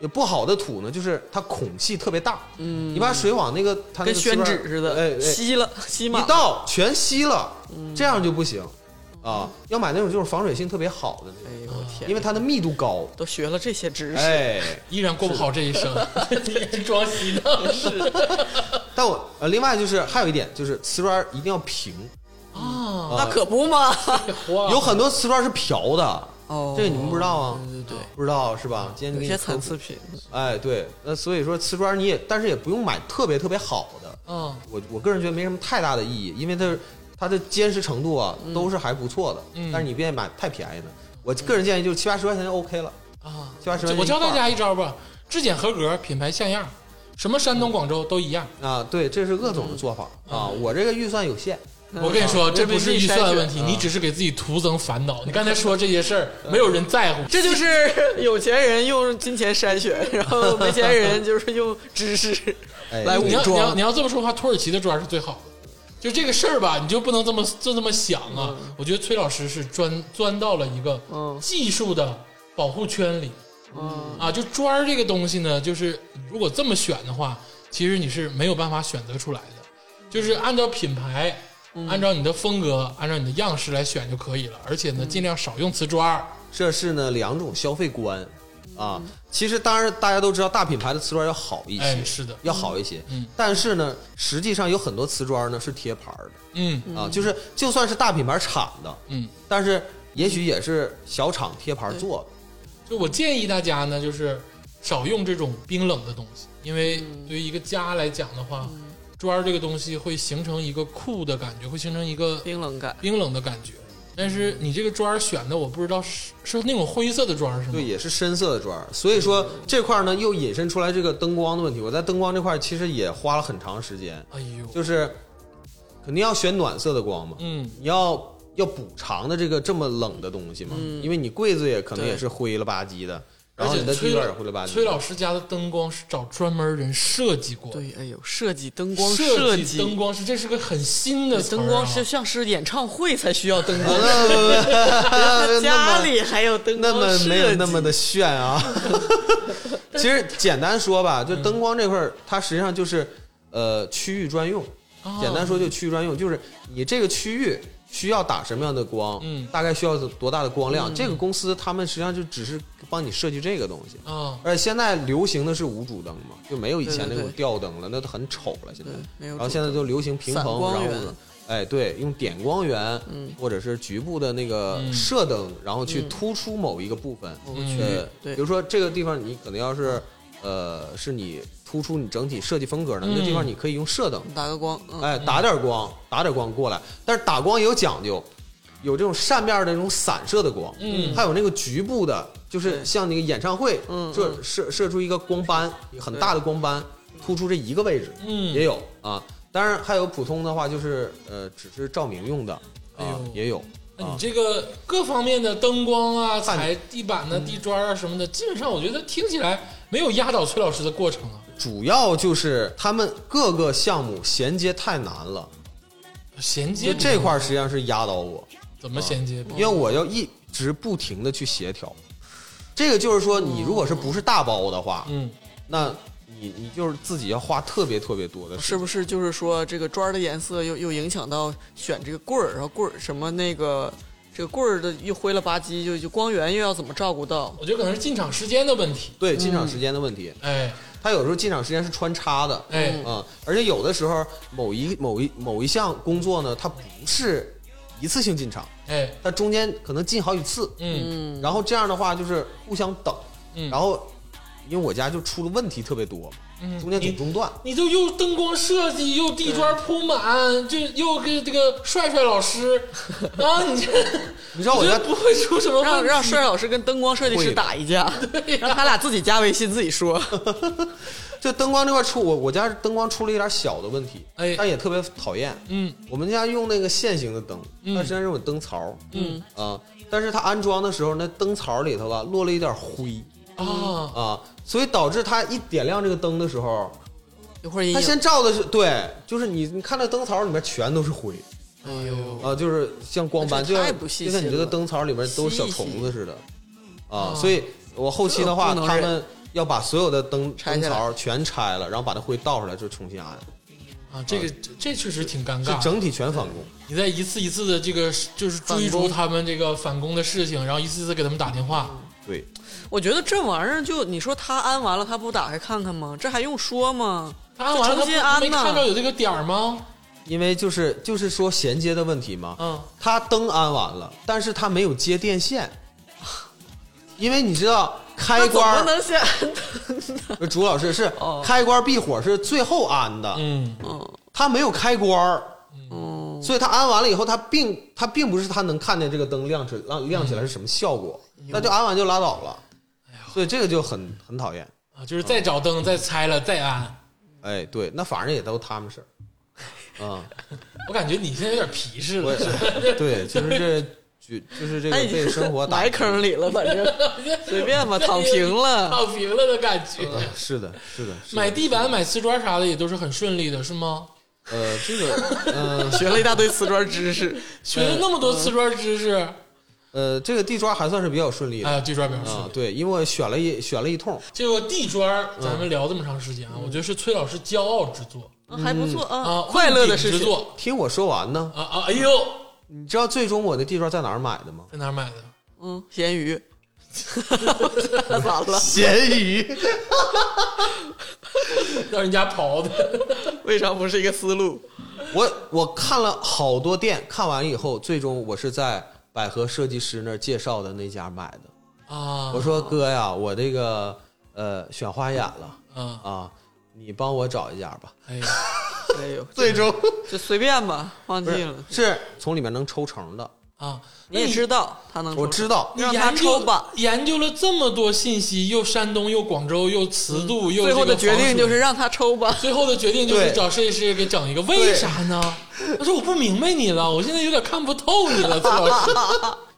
D: 也不好的土呢，就是它孔隙特别大，嗯，你把水往那个它
B: 跟
D: 那个瓷
B: 宣
D: 砖
B: 纸似的，
D: 哎哎，
B: 吸嗯了吸满
D: 一
B: 了，
D: 倒全吸了，这样就不行啊。要买那种就是防水性特别好的那
B: 哎
D: 种，
B: 呦我天，
D: 啊因为它的密度高，
B: 都学了这些知识，
D: 哎。
A: 依然过不好这一生，装西藏
D: 但我呃，另外就是还有一点就是瓷砖一定要平，
A: 啊，
B: 哦那可不嘛。
A: 哇
D: 有很多瓷砖是瓢的，
B: 哦
D: 这个你们不知道啊？
B: 对对
D: 不知道是吧？今天
B: 对，
D: 给
B: 有
D: 你
B: 些
D: 科
B: 残
D: 普
B: 次。 品，
D: 哎，对，那所以说瓷砖你也，但是也不用买特别特别好的，
A: 啊
D: 我我个人觉得没什么太大的意义，因为它它的坚实程度啊都是还不错的，
A: 嗯
D: 但是你别买太便宜的。我个人建议就是七八十块钱就 OK 了，
A: 啊！
D: 七八十块钱
A: 我
D: 一块
A: 教
D: 儿。
A: 大家一招吧，质检合格，品牌像样，什么山东、广州都一样。
D: 啊，对，这是鄂总的做法
B: 嗯
D: 啊，我这个预算有限，
A: 我跟你说，这不是预算问题，
D: 嗯
A: 你只是给自己徒增烦恼。你刚才说这些事儿，没有人在乎，
B: 这就是有钱人用金钱筛选，然后没钱人就是用知 识
D: 哎
B: 来武
A: 你要你要
B: 装
A: 你。要这么说的话，土耳其的砖是最好的。就这个事儿吧，你就不能这么就这么想啊！我觉得崔老师是钻钻到了一个
B: 嗯
A: 技术的保护圈里
B: 嗯
A: 啊。就砖儿这个东西呢，就是如果这么选的话，其实你是没有办法选择出来的，就是按照品牌。
D: 嗯
A: 按照你的风格，按照你的样式来选就可以了，而且
D: 嗯
A: 呢，尽量少用瓷砖儿。
D: 这是呢两种消费观啊。其实当然大家都知道大品牌的瓷砖要好一
A: 哎，
D: 些，
A: 是的，
D: 要好一些。
A: 嗯
D: 但是呢，实际上有很多瓷砖呢是贴牌儿的
A: 嗯
D: 啊，就是就算是大品牌产的，
A: 嗯，
D: 但是也许也是小厂贴牌做的。
A: 就我建议大家呢，就是少用这种冰冷的东西，因为
D: 嗯
A: 对于一个家来讲的话，砖儿这个东西会形成一个酷的感觉，会形成一个
B: 冰冷感，
A: 冰冷的感觉。但是你这个砖儿选的，我不知道是是那种灰色的砖儿是吗？
D: 对，也是深色的砖儿，所以说这块儿呢又引申出来这个灯光的问题。我在灯光这块儿其实也花了很长时间，
A: 哎呦，
D: 就是肯定要选暖色的光嘛，
A: 嗯
D: 你要要补偿的这个这么冷的东西嘛，因为你柜子也可能
B: 对
D: 也是灰了吧唧的，
A: 嗯而
D: 然后
A: 且
D: 你的
A: 崔
D: 地
A: 老
D: 板也灰了吧唧
A: 崔
D: 的。
A: 老师家的灯光是找专门人设计过的，
B: 对，哎呦，设计灯光
A: 设
B: 计
A: 灯光是这是个很新的词儿啊
B: 灯光是像是演唱会才需要灯光，
D: 哎那呃
B: 家
D: 么
B: 里还有灯
D: 那
B: 光
D: 么没有那么
B: 的
D: 的 炫啊。其实简单说吧，就灯光这块儿，它实际上就是呃区域专用。
B: 哦
D: 简单说就区域专用，就是你这个区域需要打什么样的光，
A: 嗯
D: 大概需要多大的光量，
B: 嗯
D: 这个公司他们实际上就只是帮你设计这个东西。
A: 啊，
D: 而且现在流行的是无主灯嘛，就没有以前那
B: 哦对对
D: 种
B: 对
D: 吊灯了，那都很丑了。现在
B: 对，没有
D: 然
B: 主
D: 后现在就流行平
B: 散
D: 衡，
B: 光
D: 然后
B: 源
D: 呢，哎，对，用点光源，或者是局部的那个射灯，然后去突出某一个部分。
B: 嗯某个
A: 嗯
B: 区域
D: 呃，
B: 对
D: 比如说这个地方你可能要是，呃，是你突出你整体设计风格的，那个地方你可以用射灯，
B: 打个光，嗯，
D: 哎，打点光，打点光过来。但是打光也有讲究，有这种扇面的那种散射的光，
A: 嗯
D: 还有那个局部的，就是
B: 对
D: 像那个演唱会，
B: 嗯
D: 射射射出一个光斑，很大的光斑，突出这一个位置，
A: 嗯
D: 也有啊。当然还有普通的话，就是呃，只是照明用的啊
A: 哎呦，
D: 也有。啊
A: 那你这个各方面的灯光啊、
D: 看嗯
A: 彩地板呐、地砖啊什么的，基本上我觉得听起来没有压倒崔老师的过程啊。
D: 主要就是他们各个项目衔接太难了，
A: 嗯衔
D: 就
A: 接
D: 这块儿实际上是压倒我，
A: 怎么衔接？
D: 因为我要一直不停的去协调。这个就是说，你如果是不是大包的话，
A: 嗯，
D: 那你你就是自己要花特别特别多的时
B: 是不是就是说这个砖儿的颜色又又影响到选这个棍儿，然后棍儿什么那个这个棍儿的又灰了吧唧，就就光源又要怎么照顾到？
A: 我觉得可能是进场时间的问题。
B: 嗯
D: 对进场时间的问题。
A: 哎
D: 他有时候进场时间是穿插的，
A: 哎
D: 嗯，而且有的时候某一某一某一项工作呢，它不是一次性进场，
A: 哎，
D: 它中间可能进好几次，
A: 嗯
B: 嗯，
D: 然后这样的话就是互相等，
A: 嗯
D: 然后因为我家就出了问题特别多，
A: 嗯，
D: 中间
A: 你
D: 总中断，
A: 你就又灯光设计，又地砖铺满，就又给这个帅帅老 师啊，你这
D: 你知道我
A: 觉
D: 家
A: 得不会出什么问
B: 让
A: 题。
B: 让帅老师跟灯光设计师
D: 会的
B: 打一架，让他俩自己加微信自己说。
D: 就灯光这块出我我家灯光出了一点小的问题，
A: 哎
D: 但也特别讨厌。
A: 嗯
D: 我们家用那个线形的灯，它实际上是有灯槽，
A: 嗯
D: 啊，但是它安装的时候，那灯槽里头吧落了一点灰
A: 啊，
D: 啊，所以导致它一点亮这个灯的时候，
B: 一会儿阴
A: 哎
D: 它
B: 影，
D: 先照的是对，就是你你看那灯槽里面全都是灰
B: 哎呦，
D: 啊，就是像光斑，
B: 这
D: 就
B: 太
D: 像
B: 不细
D: 就像你
B: 心
D: 这个
B: 了
D: 灯槽里面都是小
B: 细
D: 虫
B: 心哦
D: 子似的啊
A: 啊，
D: 所以我后期的话，
B: 这不能
D: 他
B: 忍
D: 们要把所有的灯
B: 拆
D: 灯
B: 下来
D: 槽全拆了，然后把那灰倒出来，就重新安，
A: 啊，这个这这确实挺尴
D: 是
A: 尬。
D: 整体全返工。
A: 你在一次一次的这个就是追
B: 反
A: 逐
B: 攻
A: 他们这个返工的事情，然后一次次给他们打电话。
D: 对，
B: 我觉得这玩意儿就你说他安完了，他不打开看看吗？这还用说吗？
D: 嗯
A: 他啊按完了，
B: 重新
A: 他
B: 安呢
A: 没看着有这个点儿吗？
D: 因为就是就是说衔接的问题嘛，
A: 嗯，
D: 他灯安完了，但是他没有接电线，因为你知道开
B: 那怎么
D: 关
B: 能先？
D: 儿，朱老师是
B: 哦
D: 开关闭火是最后安的，
A: 嗯，
B: 嗯
D: 他没有开关儿，
B: 嗯，
D: 所以他安完了以后，他并他并不是他能看见这个灯亮起亮亮起来是什么效果，那就安完就拉倒了，所以这个就很很讨厌。
A: 啊，就是再找灯，再拆了，再安。
D: 哎，对，那反正也都他们事儿，啊、
A: 我感觉你现在有点皮实
D: 我
A: 了
D: 也，是，对，就是这，就就是这个
B: 他已经
D: 被生活打
B: 哎埋坑里了，反正随便吧，躺平了。
A: 躺平了的感觉。
D: 啊是的，是的，是的
A: 买地板、买瓷砖啥的也都是很顺利的，是吗？
D: 呃，这个，嗯、
B: 学了一大堆瓷砖知识，
A: 学
B: 嗯
A: 了那么多瓷砖知识，
D: 呃，这个地砖还算是比较顺利
B: 嗯
D: 的
A: 哎
D: 啊、
A: 呀，地砖表示。
D: 对，因为我选了一选了一通，
A: 这个地砖儿，咱们聊这么长时间啊，
B: 嗯
A: 我觉得是崔老师骄傲之作
B: 啊还不错啊
A: 啊，
B: 快乐
A: 问
B: 的
A: 鼎
B: 事
A: 之
B: 情。
A: 作
D: 听我说完呢，
A: 啊啊！哎呦，
D: 你知道最终我的地砖在哪儿买的吗？
A: 在哪儿买的？
B: 嗯，咸鱼， 咋了？
D: 咸鱼，
A: 让人家刨的。
B: 为啥不是一个思路？
D: 我我看了好多店，看完以后，最终我是在百合设计师那儿介绍的那家买的。
A: 啊，
D: 我说哥呀，我这个呃选花眼了
A: 啊，
D: 啊，你帮我找一家 吧。
A: 哎呀，
B: 哎呦，
D: 最终
B: 就随便吧，忘
D: 不
B: 记
D: 是
B: 了。
D: 是从里面能抽成的，
A: 啊，
B: 你也知道他能，
D: 我知，道，
A: 你
B: 让他
A: 研究
B: 抽吧。
A: 研究了这么多信息，又山东，又广州，又瓷度，又
B: 嗯最后
A: 这
B: 的
A: 个
B: 决
A: 防
B: 定
A: 水
B: 就是让他抽吧。
A: 最后的决定就是
D: 对
A: 找设计师给整一个，为啥呢？他说我不明白你了，我现在有点看不透你了，崔 老师。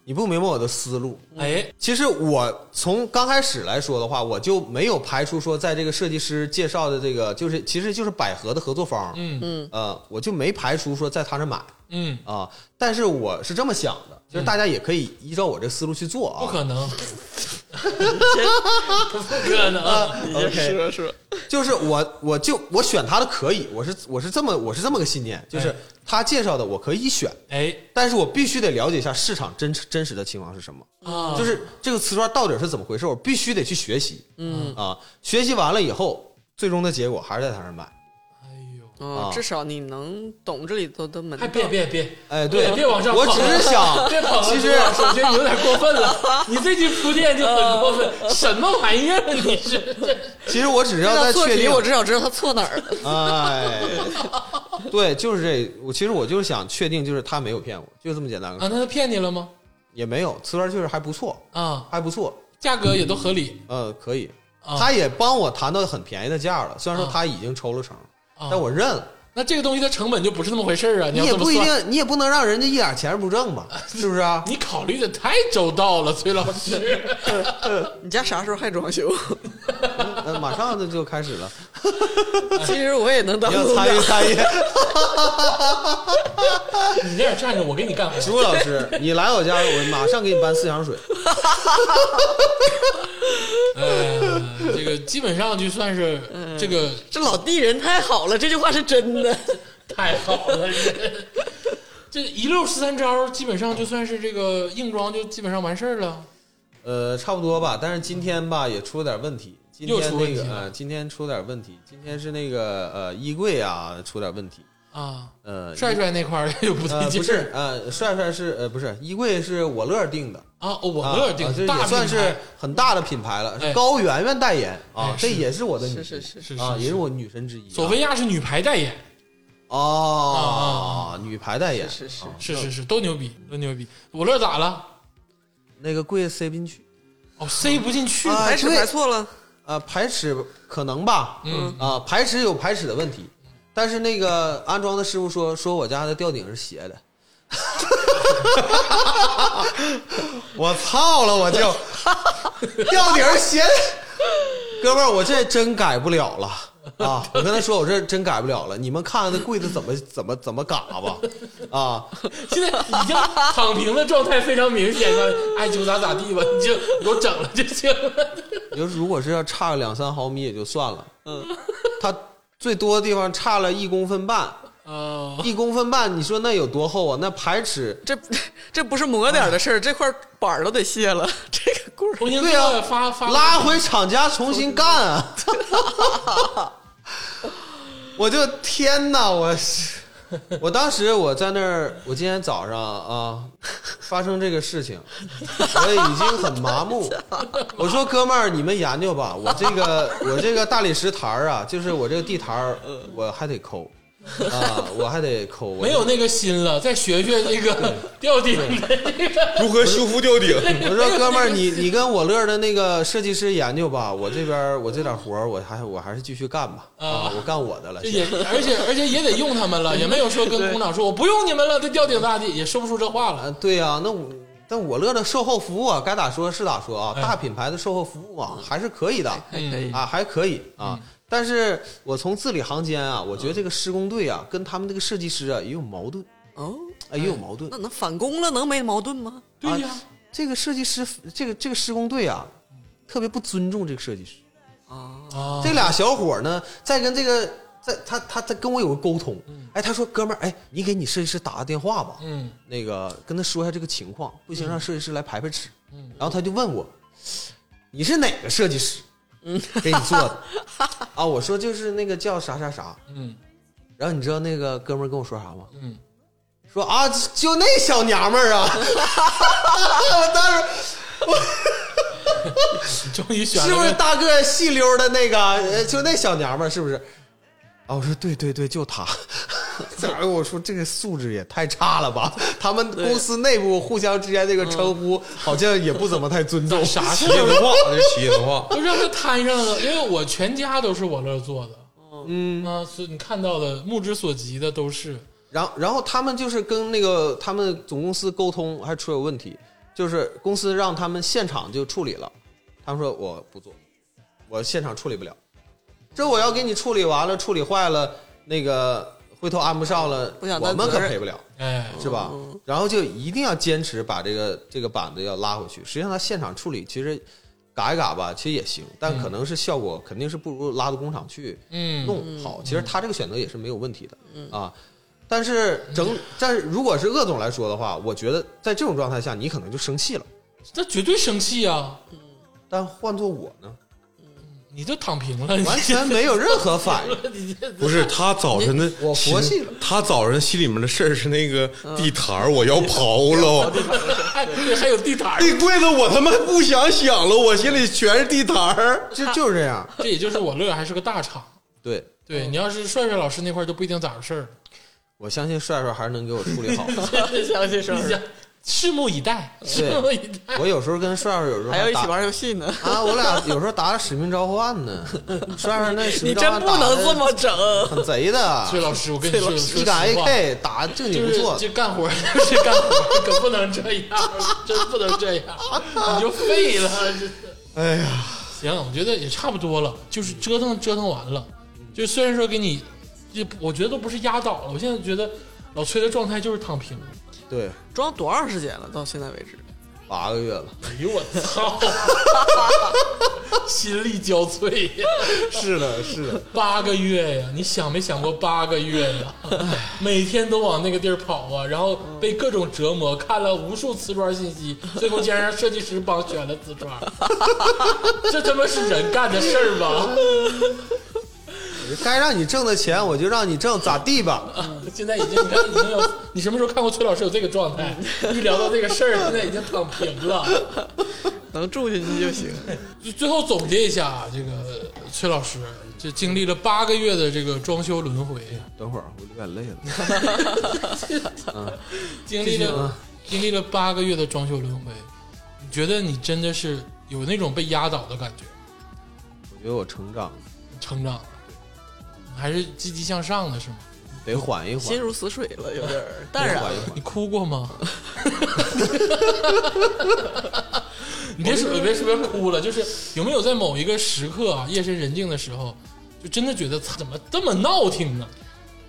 D: 你不明白我的思路。
A: 哎，
D: 其实我从刚开始来说的话，我就没有排除说，在这个设计师介绍的这个，就是其实就是百合的合作方，
A: 嗯
D: 嗯，呃，我就没排除说在他那买
A: 嗯，
D: 啊。但是我是这么想的，就是大家也可以依照我这思路去做
A: 不
D: 啊。
A: 可能，不可能，
B: 你先说说，
D: 就是我，我就我选他的可以，我是我是这么我是这么个信念，就是
A: 哎
D: 他介绍的我可以选，
A: 哎
D: 但是我必须得了解一下市场真真实的情况是什么。
A: 啊，
D: 就是这个瓷砖到底是怎么回事，我必须得去学习。嗯啊，学习完了以后，最终的结果还是在他那儿买。
A: 哎呦，
B: 嗯，至少你能懂这里头的门
A: 还
B: 道。
A: 别别别，
D: 哎，对，
A: 别别往上
D: 我
A: 捧
D: 只是想
A: 别捧了，，
D: 其
A: 崔
D: 实
A: 老师我觉得你有点过分了，你这句铺垫就很过分，什么玩意儿啊？你是
D: 其实我只是
B: 这
D: 要
B: 道
D: 在
B: 错
D: 确
B: 题，
D: 定
B: 我至少知道他错哪儿了。
D: 哎，对，就是这，我其实我就是想确定，就是他没有骗我，就这么简单个事
A: 啊？
D: 儿，
A: 那他骗你了吗？
D: 也没有，瓷砖确实还不错，
A: 啊，
D: 还不错，
A: 价格也都合理
D: 呃，可以，
A: 啊
D: 他也帮我谈到很便宜的价了，虽然说
A: 啊
D: 他已经抽了成，
A: 啊。
D: 但我认了，
A: 那这个东西的成本就不是那么回事儿啊！你
D: 你
A: 要
D: 也
A: 这么
D: 不一
A: 算，
D: 定，你也不能让人家一点钱不挣 吧？是不是啊？
A: 你考虑的太周到了，崔老 师。
B: 你家啥时候还装修？
D: 呃，马上就就开始了，
B: 其实我也能当
D: 你要
B: 组长
D: 参与参与。
A: 你这样站着，我给你干活。
D: 植物老师，你来我家，我马上给你搬四箱水。
A: 呃，这个基本上就算是
D: 嗯
A: 这个
B: 这老弟人太好了，这句话是真的。
A: 太好了，这这一溜十三招，基本上就算是这个硬装就基本上完事儿了。
D: 呃，差不多吧，但是今天吧也出了点问题。今
A: 又
D: 天
A: 出
D: 那
A: 问题
D: 个
A: 了
D: 呃，今天出了点问题，今天是那个呃衣柜啊出点问题。
A: 啊，
D: 呃，
A: 帅帅那块儿就不
D: 呃
A: 对劲
D: 不
A: 儿、
D: 是呃帅帅是呃不是衣柜是我乐定的，
A: 啊，我
D: 啊
A: 乐定、
D: 啊这
A: 大
D: 也算
A: 品
D: 是
A: 牌
D: 很大的品牌了，
A: 哎
D: 高圆圆代言啊
A: 哎，
D: 这
A: 是
D: 也是我的女
B: 是
D: 神
B: 是是，
A: 是是
D: 啊，
A: 是
D: 也是我女神之一啊。
A: 索菲亚啊是女排代言，
D: 哦，女排代言
B: 是是是
D: 啊
A: 是是是，都牛逼，都牛逼。我乐咋了？
D: 那个柜塞不进去
A: 哦，塞不进去，
D: 啊
B: 排尺
D: 对
B: 排错了，
D: 啊，排尺可能吧，
A: 嗯
D: 啊，排尺有排尺的问题，但是那个安装的师傅说说我家的吊顶是斜的， 我操了我就，吊顶是斜的，哥们儿我这真改不了了。啊！我跟他说，我这真改不了了。你们看看这柜子怎么怎么怎么嘎吧，啊！
A: 现在已经躺平的状态非常明 显了，爱就咋咋地吧，你就给我整了就行了。
D: 你说如果是要差个两三毫米也就算了，嗯，它最多的地方差了一公分半，
A: 哦，
D: 一公分半，你说那有多厚啊？那排尺
B: 这这不是磨点的事儿，这块板儿都得卸了。这个故事
A: 重新
D: 对啊，
A: 发发
D: 拉回厂家重新干啊！ 我就天哪，我是我当时我在那儿，我今天早上啊发生这个事情，我已经很麻木。我说哥们儿，你们研究吧，我这个我这个大理石台儿啊，就是我这个地台儿，我还得抠啊，我还得抠。我
A: 没有那个心了，再学学这个吊顶的这个。
C: 如何修复吊 顶？
D: 我说哥们儿，你你跟我乐的那个设计师研究吧，我这边儿我这点活儿，我还我还是继续干吧，啊
A: 啊，
D: 我干我的了
A: 这。也而且而且也得用他们了，也没有说跟工厂说我不用你们了，这吊顶咋地，也说不出这话了。
D: 啊，对呀、那我但我乐的售后服务啊，该咋说是咋说啊，
A: 哎
D: 大品牌的售后服务啊还是可以的，
B: 嗯还可
A: 嗯
B: 以，嗯
D: 啊还可以啊。但是我从字里行间啊，我觉得这个施工队啊跟他们这个设计师啊也有矛盾，
B: 哦，
D: 哎也有矛盾
B: 那。能返工了，能没矛盾 吗？
A: 对呀、
D: 这个设计师，这个这个施工队啊，特别不尊重这个设计师。
B: 啊，
A: 啊，
D: 这俩小伙儿呢，在跟这个，在他他他跟我有个沟通，哎，他说哥们儿，哎，你给你设计师打个电话吧，
A: 嗯，
D: 那个跟他说一下这个情况，不行让设计师来排排尺，
A: 嗯
D: 然后他就问我，你是哪个设计师？
A: 嗯
D: 给你做的啊？我说就是那个叫啥啥啥，
A: 嗯
D: 然后你知道那个哥们儿跟我说啥吗？
A: 嗯，
D: 说啊，就那小娘们儿啊， 我当时。
A: 终于选
D: 是
A: 了
D: 不是
A: 个
D: 大个细溜的那个，呃就那小娘们儿，是不是？啊，我说对对对，就她。 哎呦，我说这个素质也太差了吧！他们公司内部互相之间这个称呼，好像也不怎么太尊重。
A: 嗯啥事
C: 企业
A: 儿？
C: 文化，这是企业文化。
A: 都让他摊上了，因为我全家都是我乐做的。
D: 哦
A: 嗯啊，所以你看到的目之所及的都是，
D: 然后，然后他们就是跟那个他们总公司沟通还出了问题，就是公司让他们现场就处理了，他们说我不做，我现场处理不了。这我要给你处理完了，处理坏了，那个回头安不上了，
B: 不想
D: 我
B: 担
D: 们可
B: 责任嗯
D: 赔不了。
A: 哎，
D: 是吧？然后就一定要坚持把这个这个板子要拉回去。实际上，它现场处理其实嘎一嘎吧，其实也行，
B: 嗯
D: 但可能是效果肯定是不如拉到工厂去
A: 嗯，
D: 弄好。其实他这个选择也是没有问题的
B: 嗯
D: 啊。但是整，但是如果是鄂总来说的话，我觉得在这种状态下，你可能就生气了。
A: 那绝对生气啊！
D: 但换做我 呢，
A: 你就躺平了，你
D: 完全没有任何反应。
A: 你这
C: 不是他早晨的，
D: 我佛系了。
C: 他早晨心里面的事儿是那个地毯儿我要刨了，
A: 还还有地毯儿，
C: 那柜子我他妈不想想了，我心里全是地毯 儿。
D: 就就是这样，
A: 这也就是我乐还是个大厂。
D: 对
A: 对你要是帅帅老师那块儿就不一定咋回事儿了。
D: 我相信帅帅还是能给我处理好。
B: 相信生
A: 你家 拭目以待，拭目以待。
D: 我有时候跟帅帅有时候
B: 还要一起
D: 打
B: 玩游戏呢。
D: 啊，我俩有时候打打使命召唤呢。 帅帅那使
B: 你
D: 命
B: 真
D: 召唤
B: 不能
D: 打
B: 这
D: 得
B: 么整，
D: 很贼
A: 崔
D: 的，
A: 老师，我跟你说，说
D: 一打
A: 实话
D: AK 哎打正经
A: 就
D: 不
A: 是
D: 错，
A: 就干活 就是干活，可不能这样，真不能这样，你就废了。真的
D: 哎呀，
A: 行，我觉得也差不多了，就是折腾折腾完了，就虽然说给你，就我觉得都不是压倒了，我现在觉得老崔的状态就是躺平。
D: 对，
B: 装多长时间了？到现在为止，
D: 八个月了，
A: 哎呦我操！ 心力交瘁呀，
D: 是的，是的，
A: 八个月呀，你想没想过八个月呀？每天都往那个地儿跑啊，然后被各种折磨，看了无数瓷砖信息，最后竟然让设计师帮选了瓷砖，这他妈是人干的事儿吗？
D: 该让你挣的钱我就让你挣，咋地吧？
A: 现在已经你看已经有，你什么时候看过崔老师有这个状态？一聊到这个事儿，现在已经躺平了。
B: 能住进去就行。
A: 最最后总结一下啊，这个崔老师这经历了八个月的这个装修轮回，
D: 等会儿我有点累了，
A: 经历
D: 继续
A: 了
D: 啊
A: 经历了八个月的装修轮回，你觉得你真的是有那种被压倒的感觉，
D: 我觉得我成长了
A: 成长了，还是积极向上的是吗？
D: 得缓一缓，
B: 心如死水了，有点儿啊淡
D: 得
B: 然
D: 缓一
B: 了。
D: 缓
A: 你。哭过 吗？你别说别说别哭了，就是有没有在某一个时刻啊，夜深人静的时候，就真的觉得操怎么这么闹挺呢？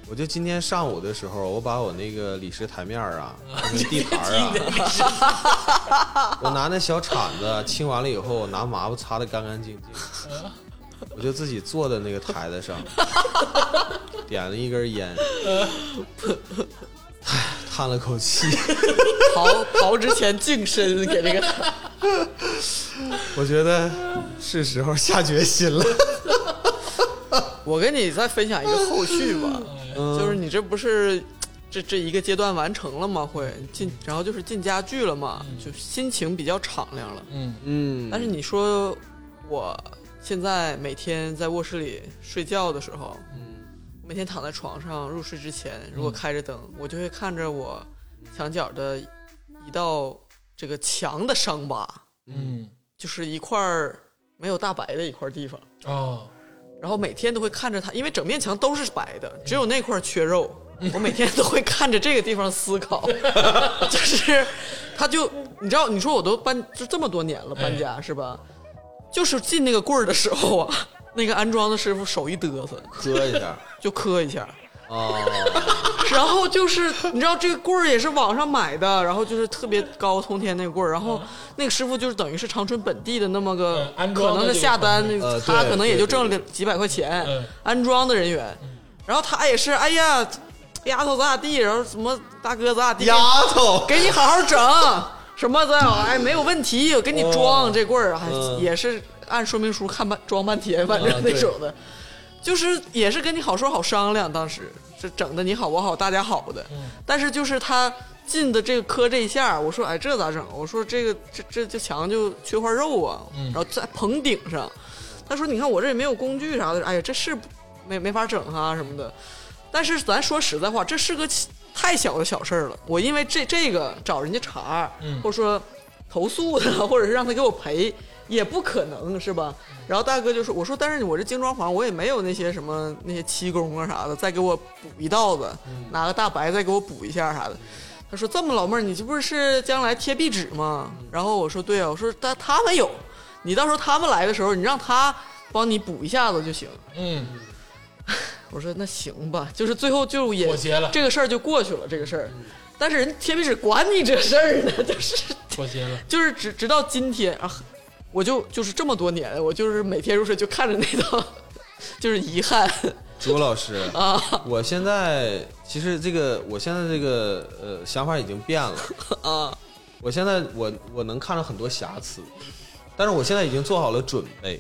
D: 我就今天上午的时候，我把我那个理石台面 儿啊，那个地盘儿
A: 你
D: 啊，我拿那小铲子清完了以后，我拿抹布擦的干干净净，我就自己坐在那个台子 上，点了一根 烟，唉叹了口气。
B: 逃逃之前净身给这个，
D: 我觉得是时候下决心了。
B: 我跟你再分享一个后续吧，就是你这不是这这一个阶段完成了吗？会进，然后就是进家具了嘛，就心情比较敞亮了。
A: 嗯
D: 嗯
B: 但是你说我现在每天在卧室里睡觉的时候，每天躺在床上入睡之前，如果开着灯，我就会看着我墙角的一道这个墙的伤疤，
A: 嗯
B: 就是一块儿没有大白的一块地方。
A: 哦，
B: 然后每天都会看着它，因为整面墙都是白的，只有那块儿缺肉。我每天都会看着这个地方思考， 就是，他就你知道，你说我都搬就这么多年了，搬家是吧？就是进那个柜儿的时候啊， 那个安装的师傅手一嘚瑟
D: 磕一下
B: 就磕一下，
D: 啊，
B: 哦然后就是你知道这个棍儿也是网上买的，然后就是特别高通天那个棍儿，然后那个师傅就是等于是长春本地的那么个
A: 嗯，安
B: 可
A: 装的
B: 能是下单
A: 这，
D: 呃
B: 他
D: 对
B: 可能也
D: 对
B: 就
D: 对
B: 挣了几百块钱
A: 嗯，
B: 安装的人员，然后他也是哎呀，丫头咋咋地，然后什么大哥咋咋地，
D: 丫头，
B: 给你好好整。什么的，哎，没有问题，我给你装这棍儿啊，也是按说明书看半装半天，反正那种的，就是也是跟你好说好商量，当时这整的你好我好大家好的，但是就是他进的这个磕这一下，我说哎这咋整？我说这个这这这墙就缺块肉啊，然后在棚顶上，他说你看我这也没有工具啥的，哎呀这是不没没法整哈、什么的，但是咱说实在话，这是个起太小的小事儿了。我因为这这个找人家茬儿，或者说投诉他，或者是让他给我赔，也不可能是吧？然后大哥就说：“我说，但是我这精装房我也没有那些什么那些漆工啊啥的，再给我补一道子，拿个大白再给我补一下啥的。”他说：“这么老妹儿，你这不是将来贴壁纸吗？”然后我说：“对啊，我说但他们有，你到时候他们来的时候，你让他帮你补一下子就行。”
A: 嗯，
B: 我说那行吧，就是最后就也
A: 妥协了
B: 这个事儿就过去了，这个事儿。但是人贴壁纸管你这事儿呢，就是
A: 妥协了。
B: 就是直直到今天啊，我就就是这么多年，我就是每天入睡就看着那道， 就是遗憾
D: 朱老师
B: 啊
D: 我现在其实这个，我现在这个呃想法已经变了。
B: 啊，
D: 我现在我我能看到很多瑕疵，但是我现在已经做好了准备，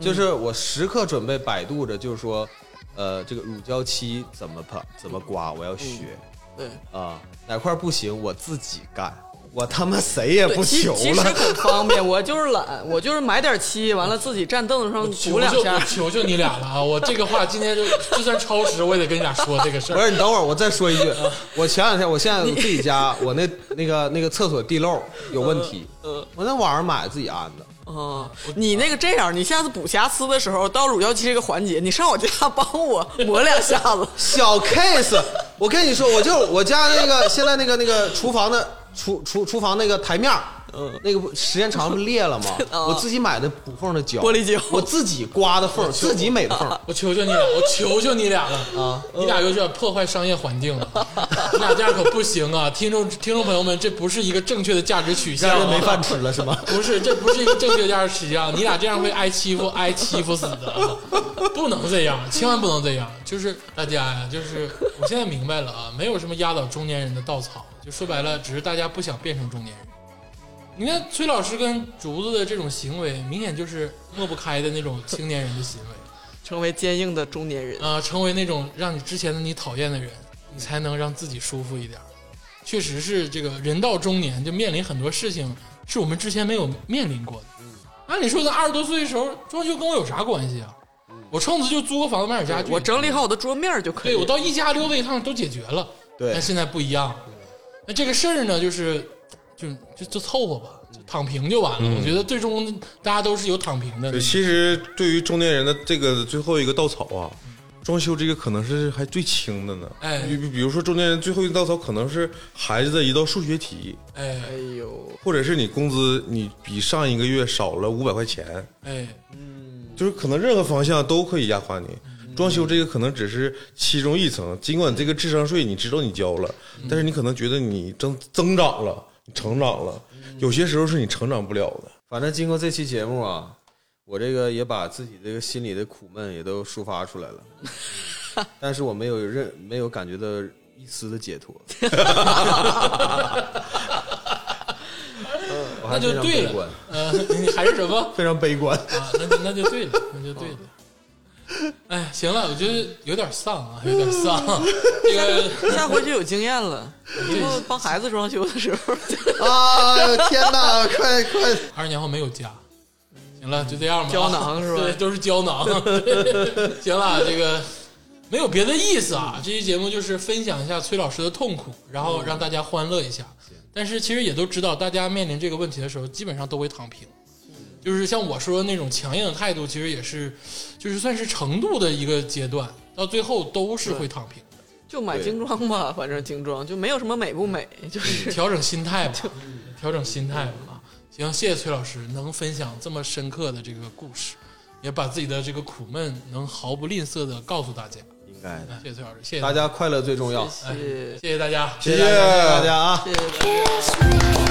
D: 就是我时刻准备百度着，就是说，呃，这个乳胶漆怎么碰怎么刮，我要学
B: 嗯对，
D: 啊、哪块儿不行我自己干。我他妈谁也
B: 对
D: 不
B: 其
D: 求
B: 其实
D: 了。
B: 很方便，我就是懒，我就是买点漆，完了自己站凳子上
A: 求
B: 鼓两
A: 求
B: 下
A: 我。求求你俩了啊！我这个话今天就就算超时，我也得跟你俩说这个事
D: 不
A: 儿。
D: 是你等会儿，我再说一句，
B: 嗯
D: 我前两天我现在自己家，我那那个那个厕所地漏有问题，我在网上买自己安的。
B: 嗯，你那个这样，你下次补瑕疵的时候，到乳胶漆这个环节，你上我家帮我抹两下子。
D: 小 case，我跟你说，我就我家那个现在那个那个厨房的厨厨厨房那个台面儿，
B: 嗯
D: 那个不时间长了不裂了吗？
B: 啊
D: 我自己买的补缝的胶，
B: 玻璃胶啊
D: 我自己刮 的缝，自己美的缝。
A: 我求求你俩，我求求你俩了啊！你俩有点破坏商业环境了，你俩这样可不行啊！听众听众朋友们，这不是一个正确的价值取向、
D: 让人
A: 啊，
D: 没饭吃了是吗？
A: 不是，这不是一个正确的价值取向，你俩这样会挨欺负，挨欺负死的啊，不能这样，千万不能这样。就是大家呀，就是我现在明白了啊，没有什么压倒中年人的稻草，就说白了，只是大家不想变成中年人。你看崔老师跟竹子的这种行为，明显就是抹不开的那种青年人的行为。
B: 成为坚硬的中年人，
A: 啊、成为那种让你之前的你讨厌的人，你才能让自己舒服一点儿。确实是这个人到中年就面临很多事情，是我们之前没有面临过的。按理说，咱二十多岁的时候装修跟我有啥关系啊？我撑死就租个房子买点家具，
B: 我整理好我的桌面就可以
A: 对
B: 了。
A: 我到一家溜达一趟都解决了。
D: 对
A: 但现在不一样。那这个事儿呢，就是就就就凑合吧，就躺平就完了。我觉得最终大家都是有躺平的
D: 嗯
C: 对，。其实对于中年人的这个最后一个稻草啊，装修这个可能是还最轻的呢。
A: 哎
C: 比比如说中年人最后一个稻草可能是孩子的一道数学题，
A: 哎
B: 哎呦，
C: 或者是你工资你比上一个月少了五百块钱，
A: 哎，
C: 就是可能任何方向都可以压垮你。装修这个可能只是其中一层，尽管这个智商税你知道你交了，但是你可能觉得你增增长了，你成长了，有些时候是你成长不了的。
D: 反正经过这期节目啊，我这个也把自己这个心里的苦闷也都抒发出来了， 但是我没有任没有感觉到一丝的解脱。 我还
A: 那就
D: 非常
A: 对
D: 悲观
A: 了，呃， 你还是什么？
D: 非常悲观。
A: 啊，那就那就对了，那就对了。哎，行了，我觉得有点丧啊，有点丧。这个
B: 下回就有经验了。以后帮孩子装修的时候，
D: 啊！天哪，快快！
A: 二十年后没有家，行了，就这样吧。
B: 嗯胶囊是吧
A: 对，都是胶囊。 行了，这个没有别的意思啊。这期节目就是分享一下崔老师的痛苦，然后让大家欢乐一下。但是其实也都知道，大家面临这个问题的时候，基本上都会躺平。就是像我说的那种强硬的态度，其实也是，就是算是程度的一个阶段，到最后都是会躺平。
B: 就买精装吧，反正精装就没有什么美不美，就 是
A: 调整心态吧，调整心态吧。行，谢谢崔老师能分享这么深刻的这个故事，也把自己的这个苦闷能毫不吝啬的告诉大家。
D: 应该的，
A: 谢谢崔老师，谢谢
D: 大，家快乐最重要。
A: 哎
B: 谢
A: 谢谢大家，
D: 谢谢大家啊！
B: 谢谢大家。
F: Mm-hmm.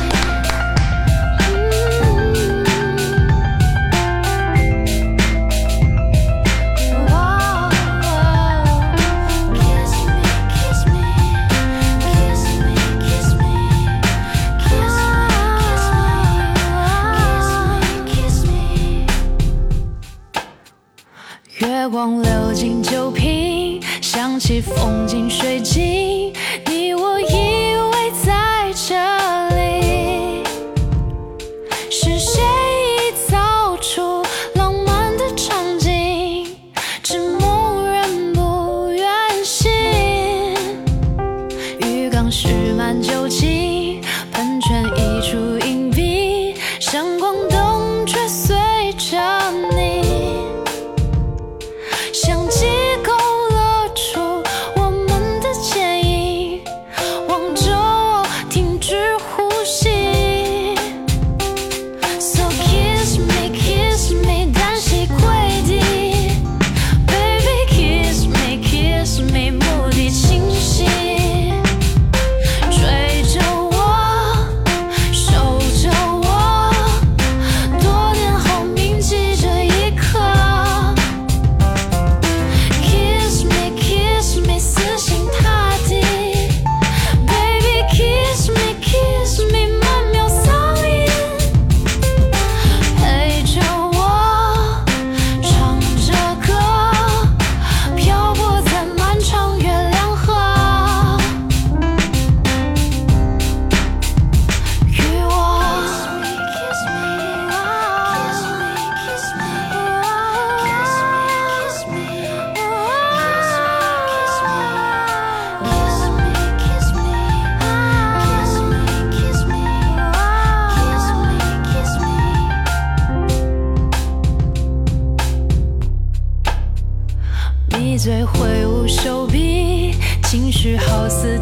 F: 月光流进酒瓶，想起风景水晶，你我依偎在这里。是谁营造出浪漫的场景，只牧人不远行？浴缸蓄满酒精，喷泉溢出银币，闪光灯却随着你。相机勾勒出我们的剪影，望着我停止呼吸。So kiss me, kiss me，单膝跪地。Baby kiss me, kiss me，目的清晰。追着我，醉挥舞手臂，情绪好似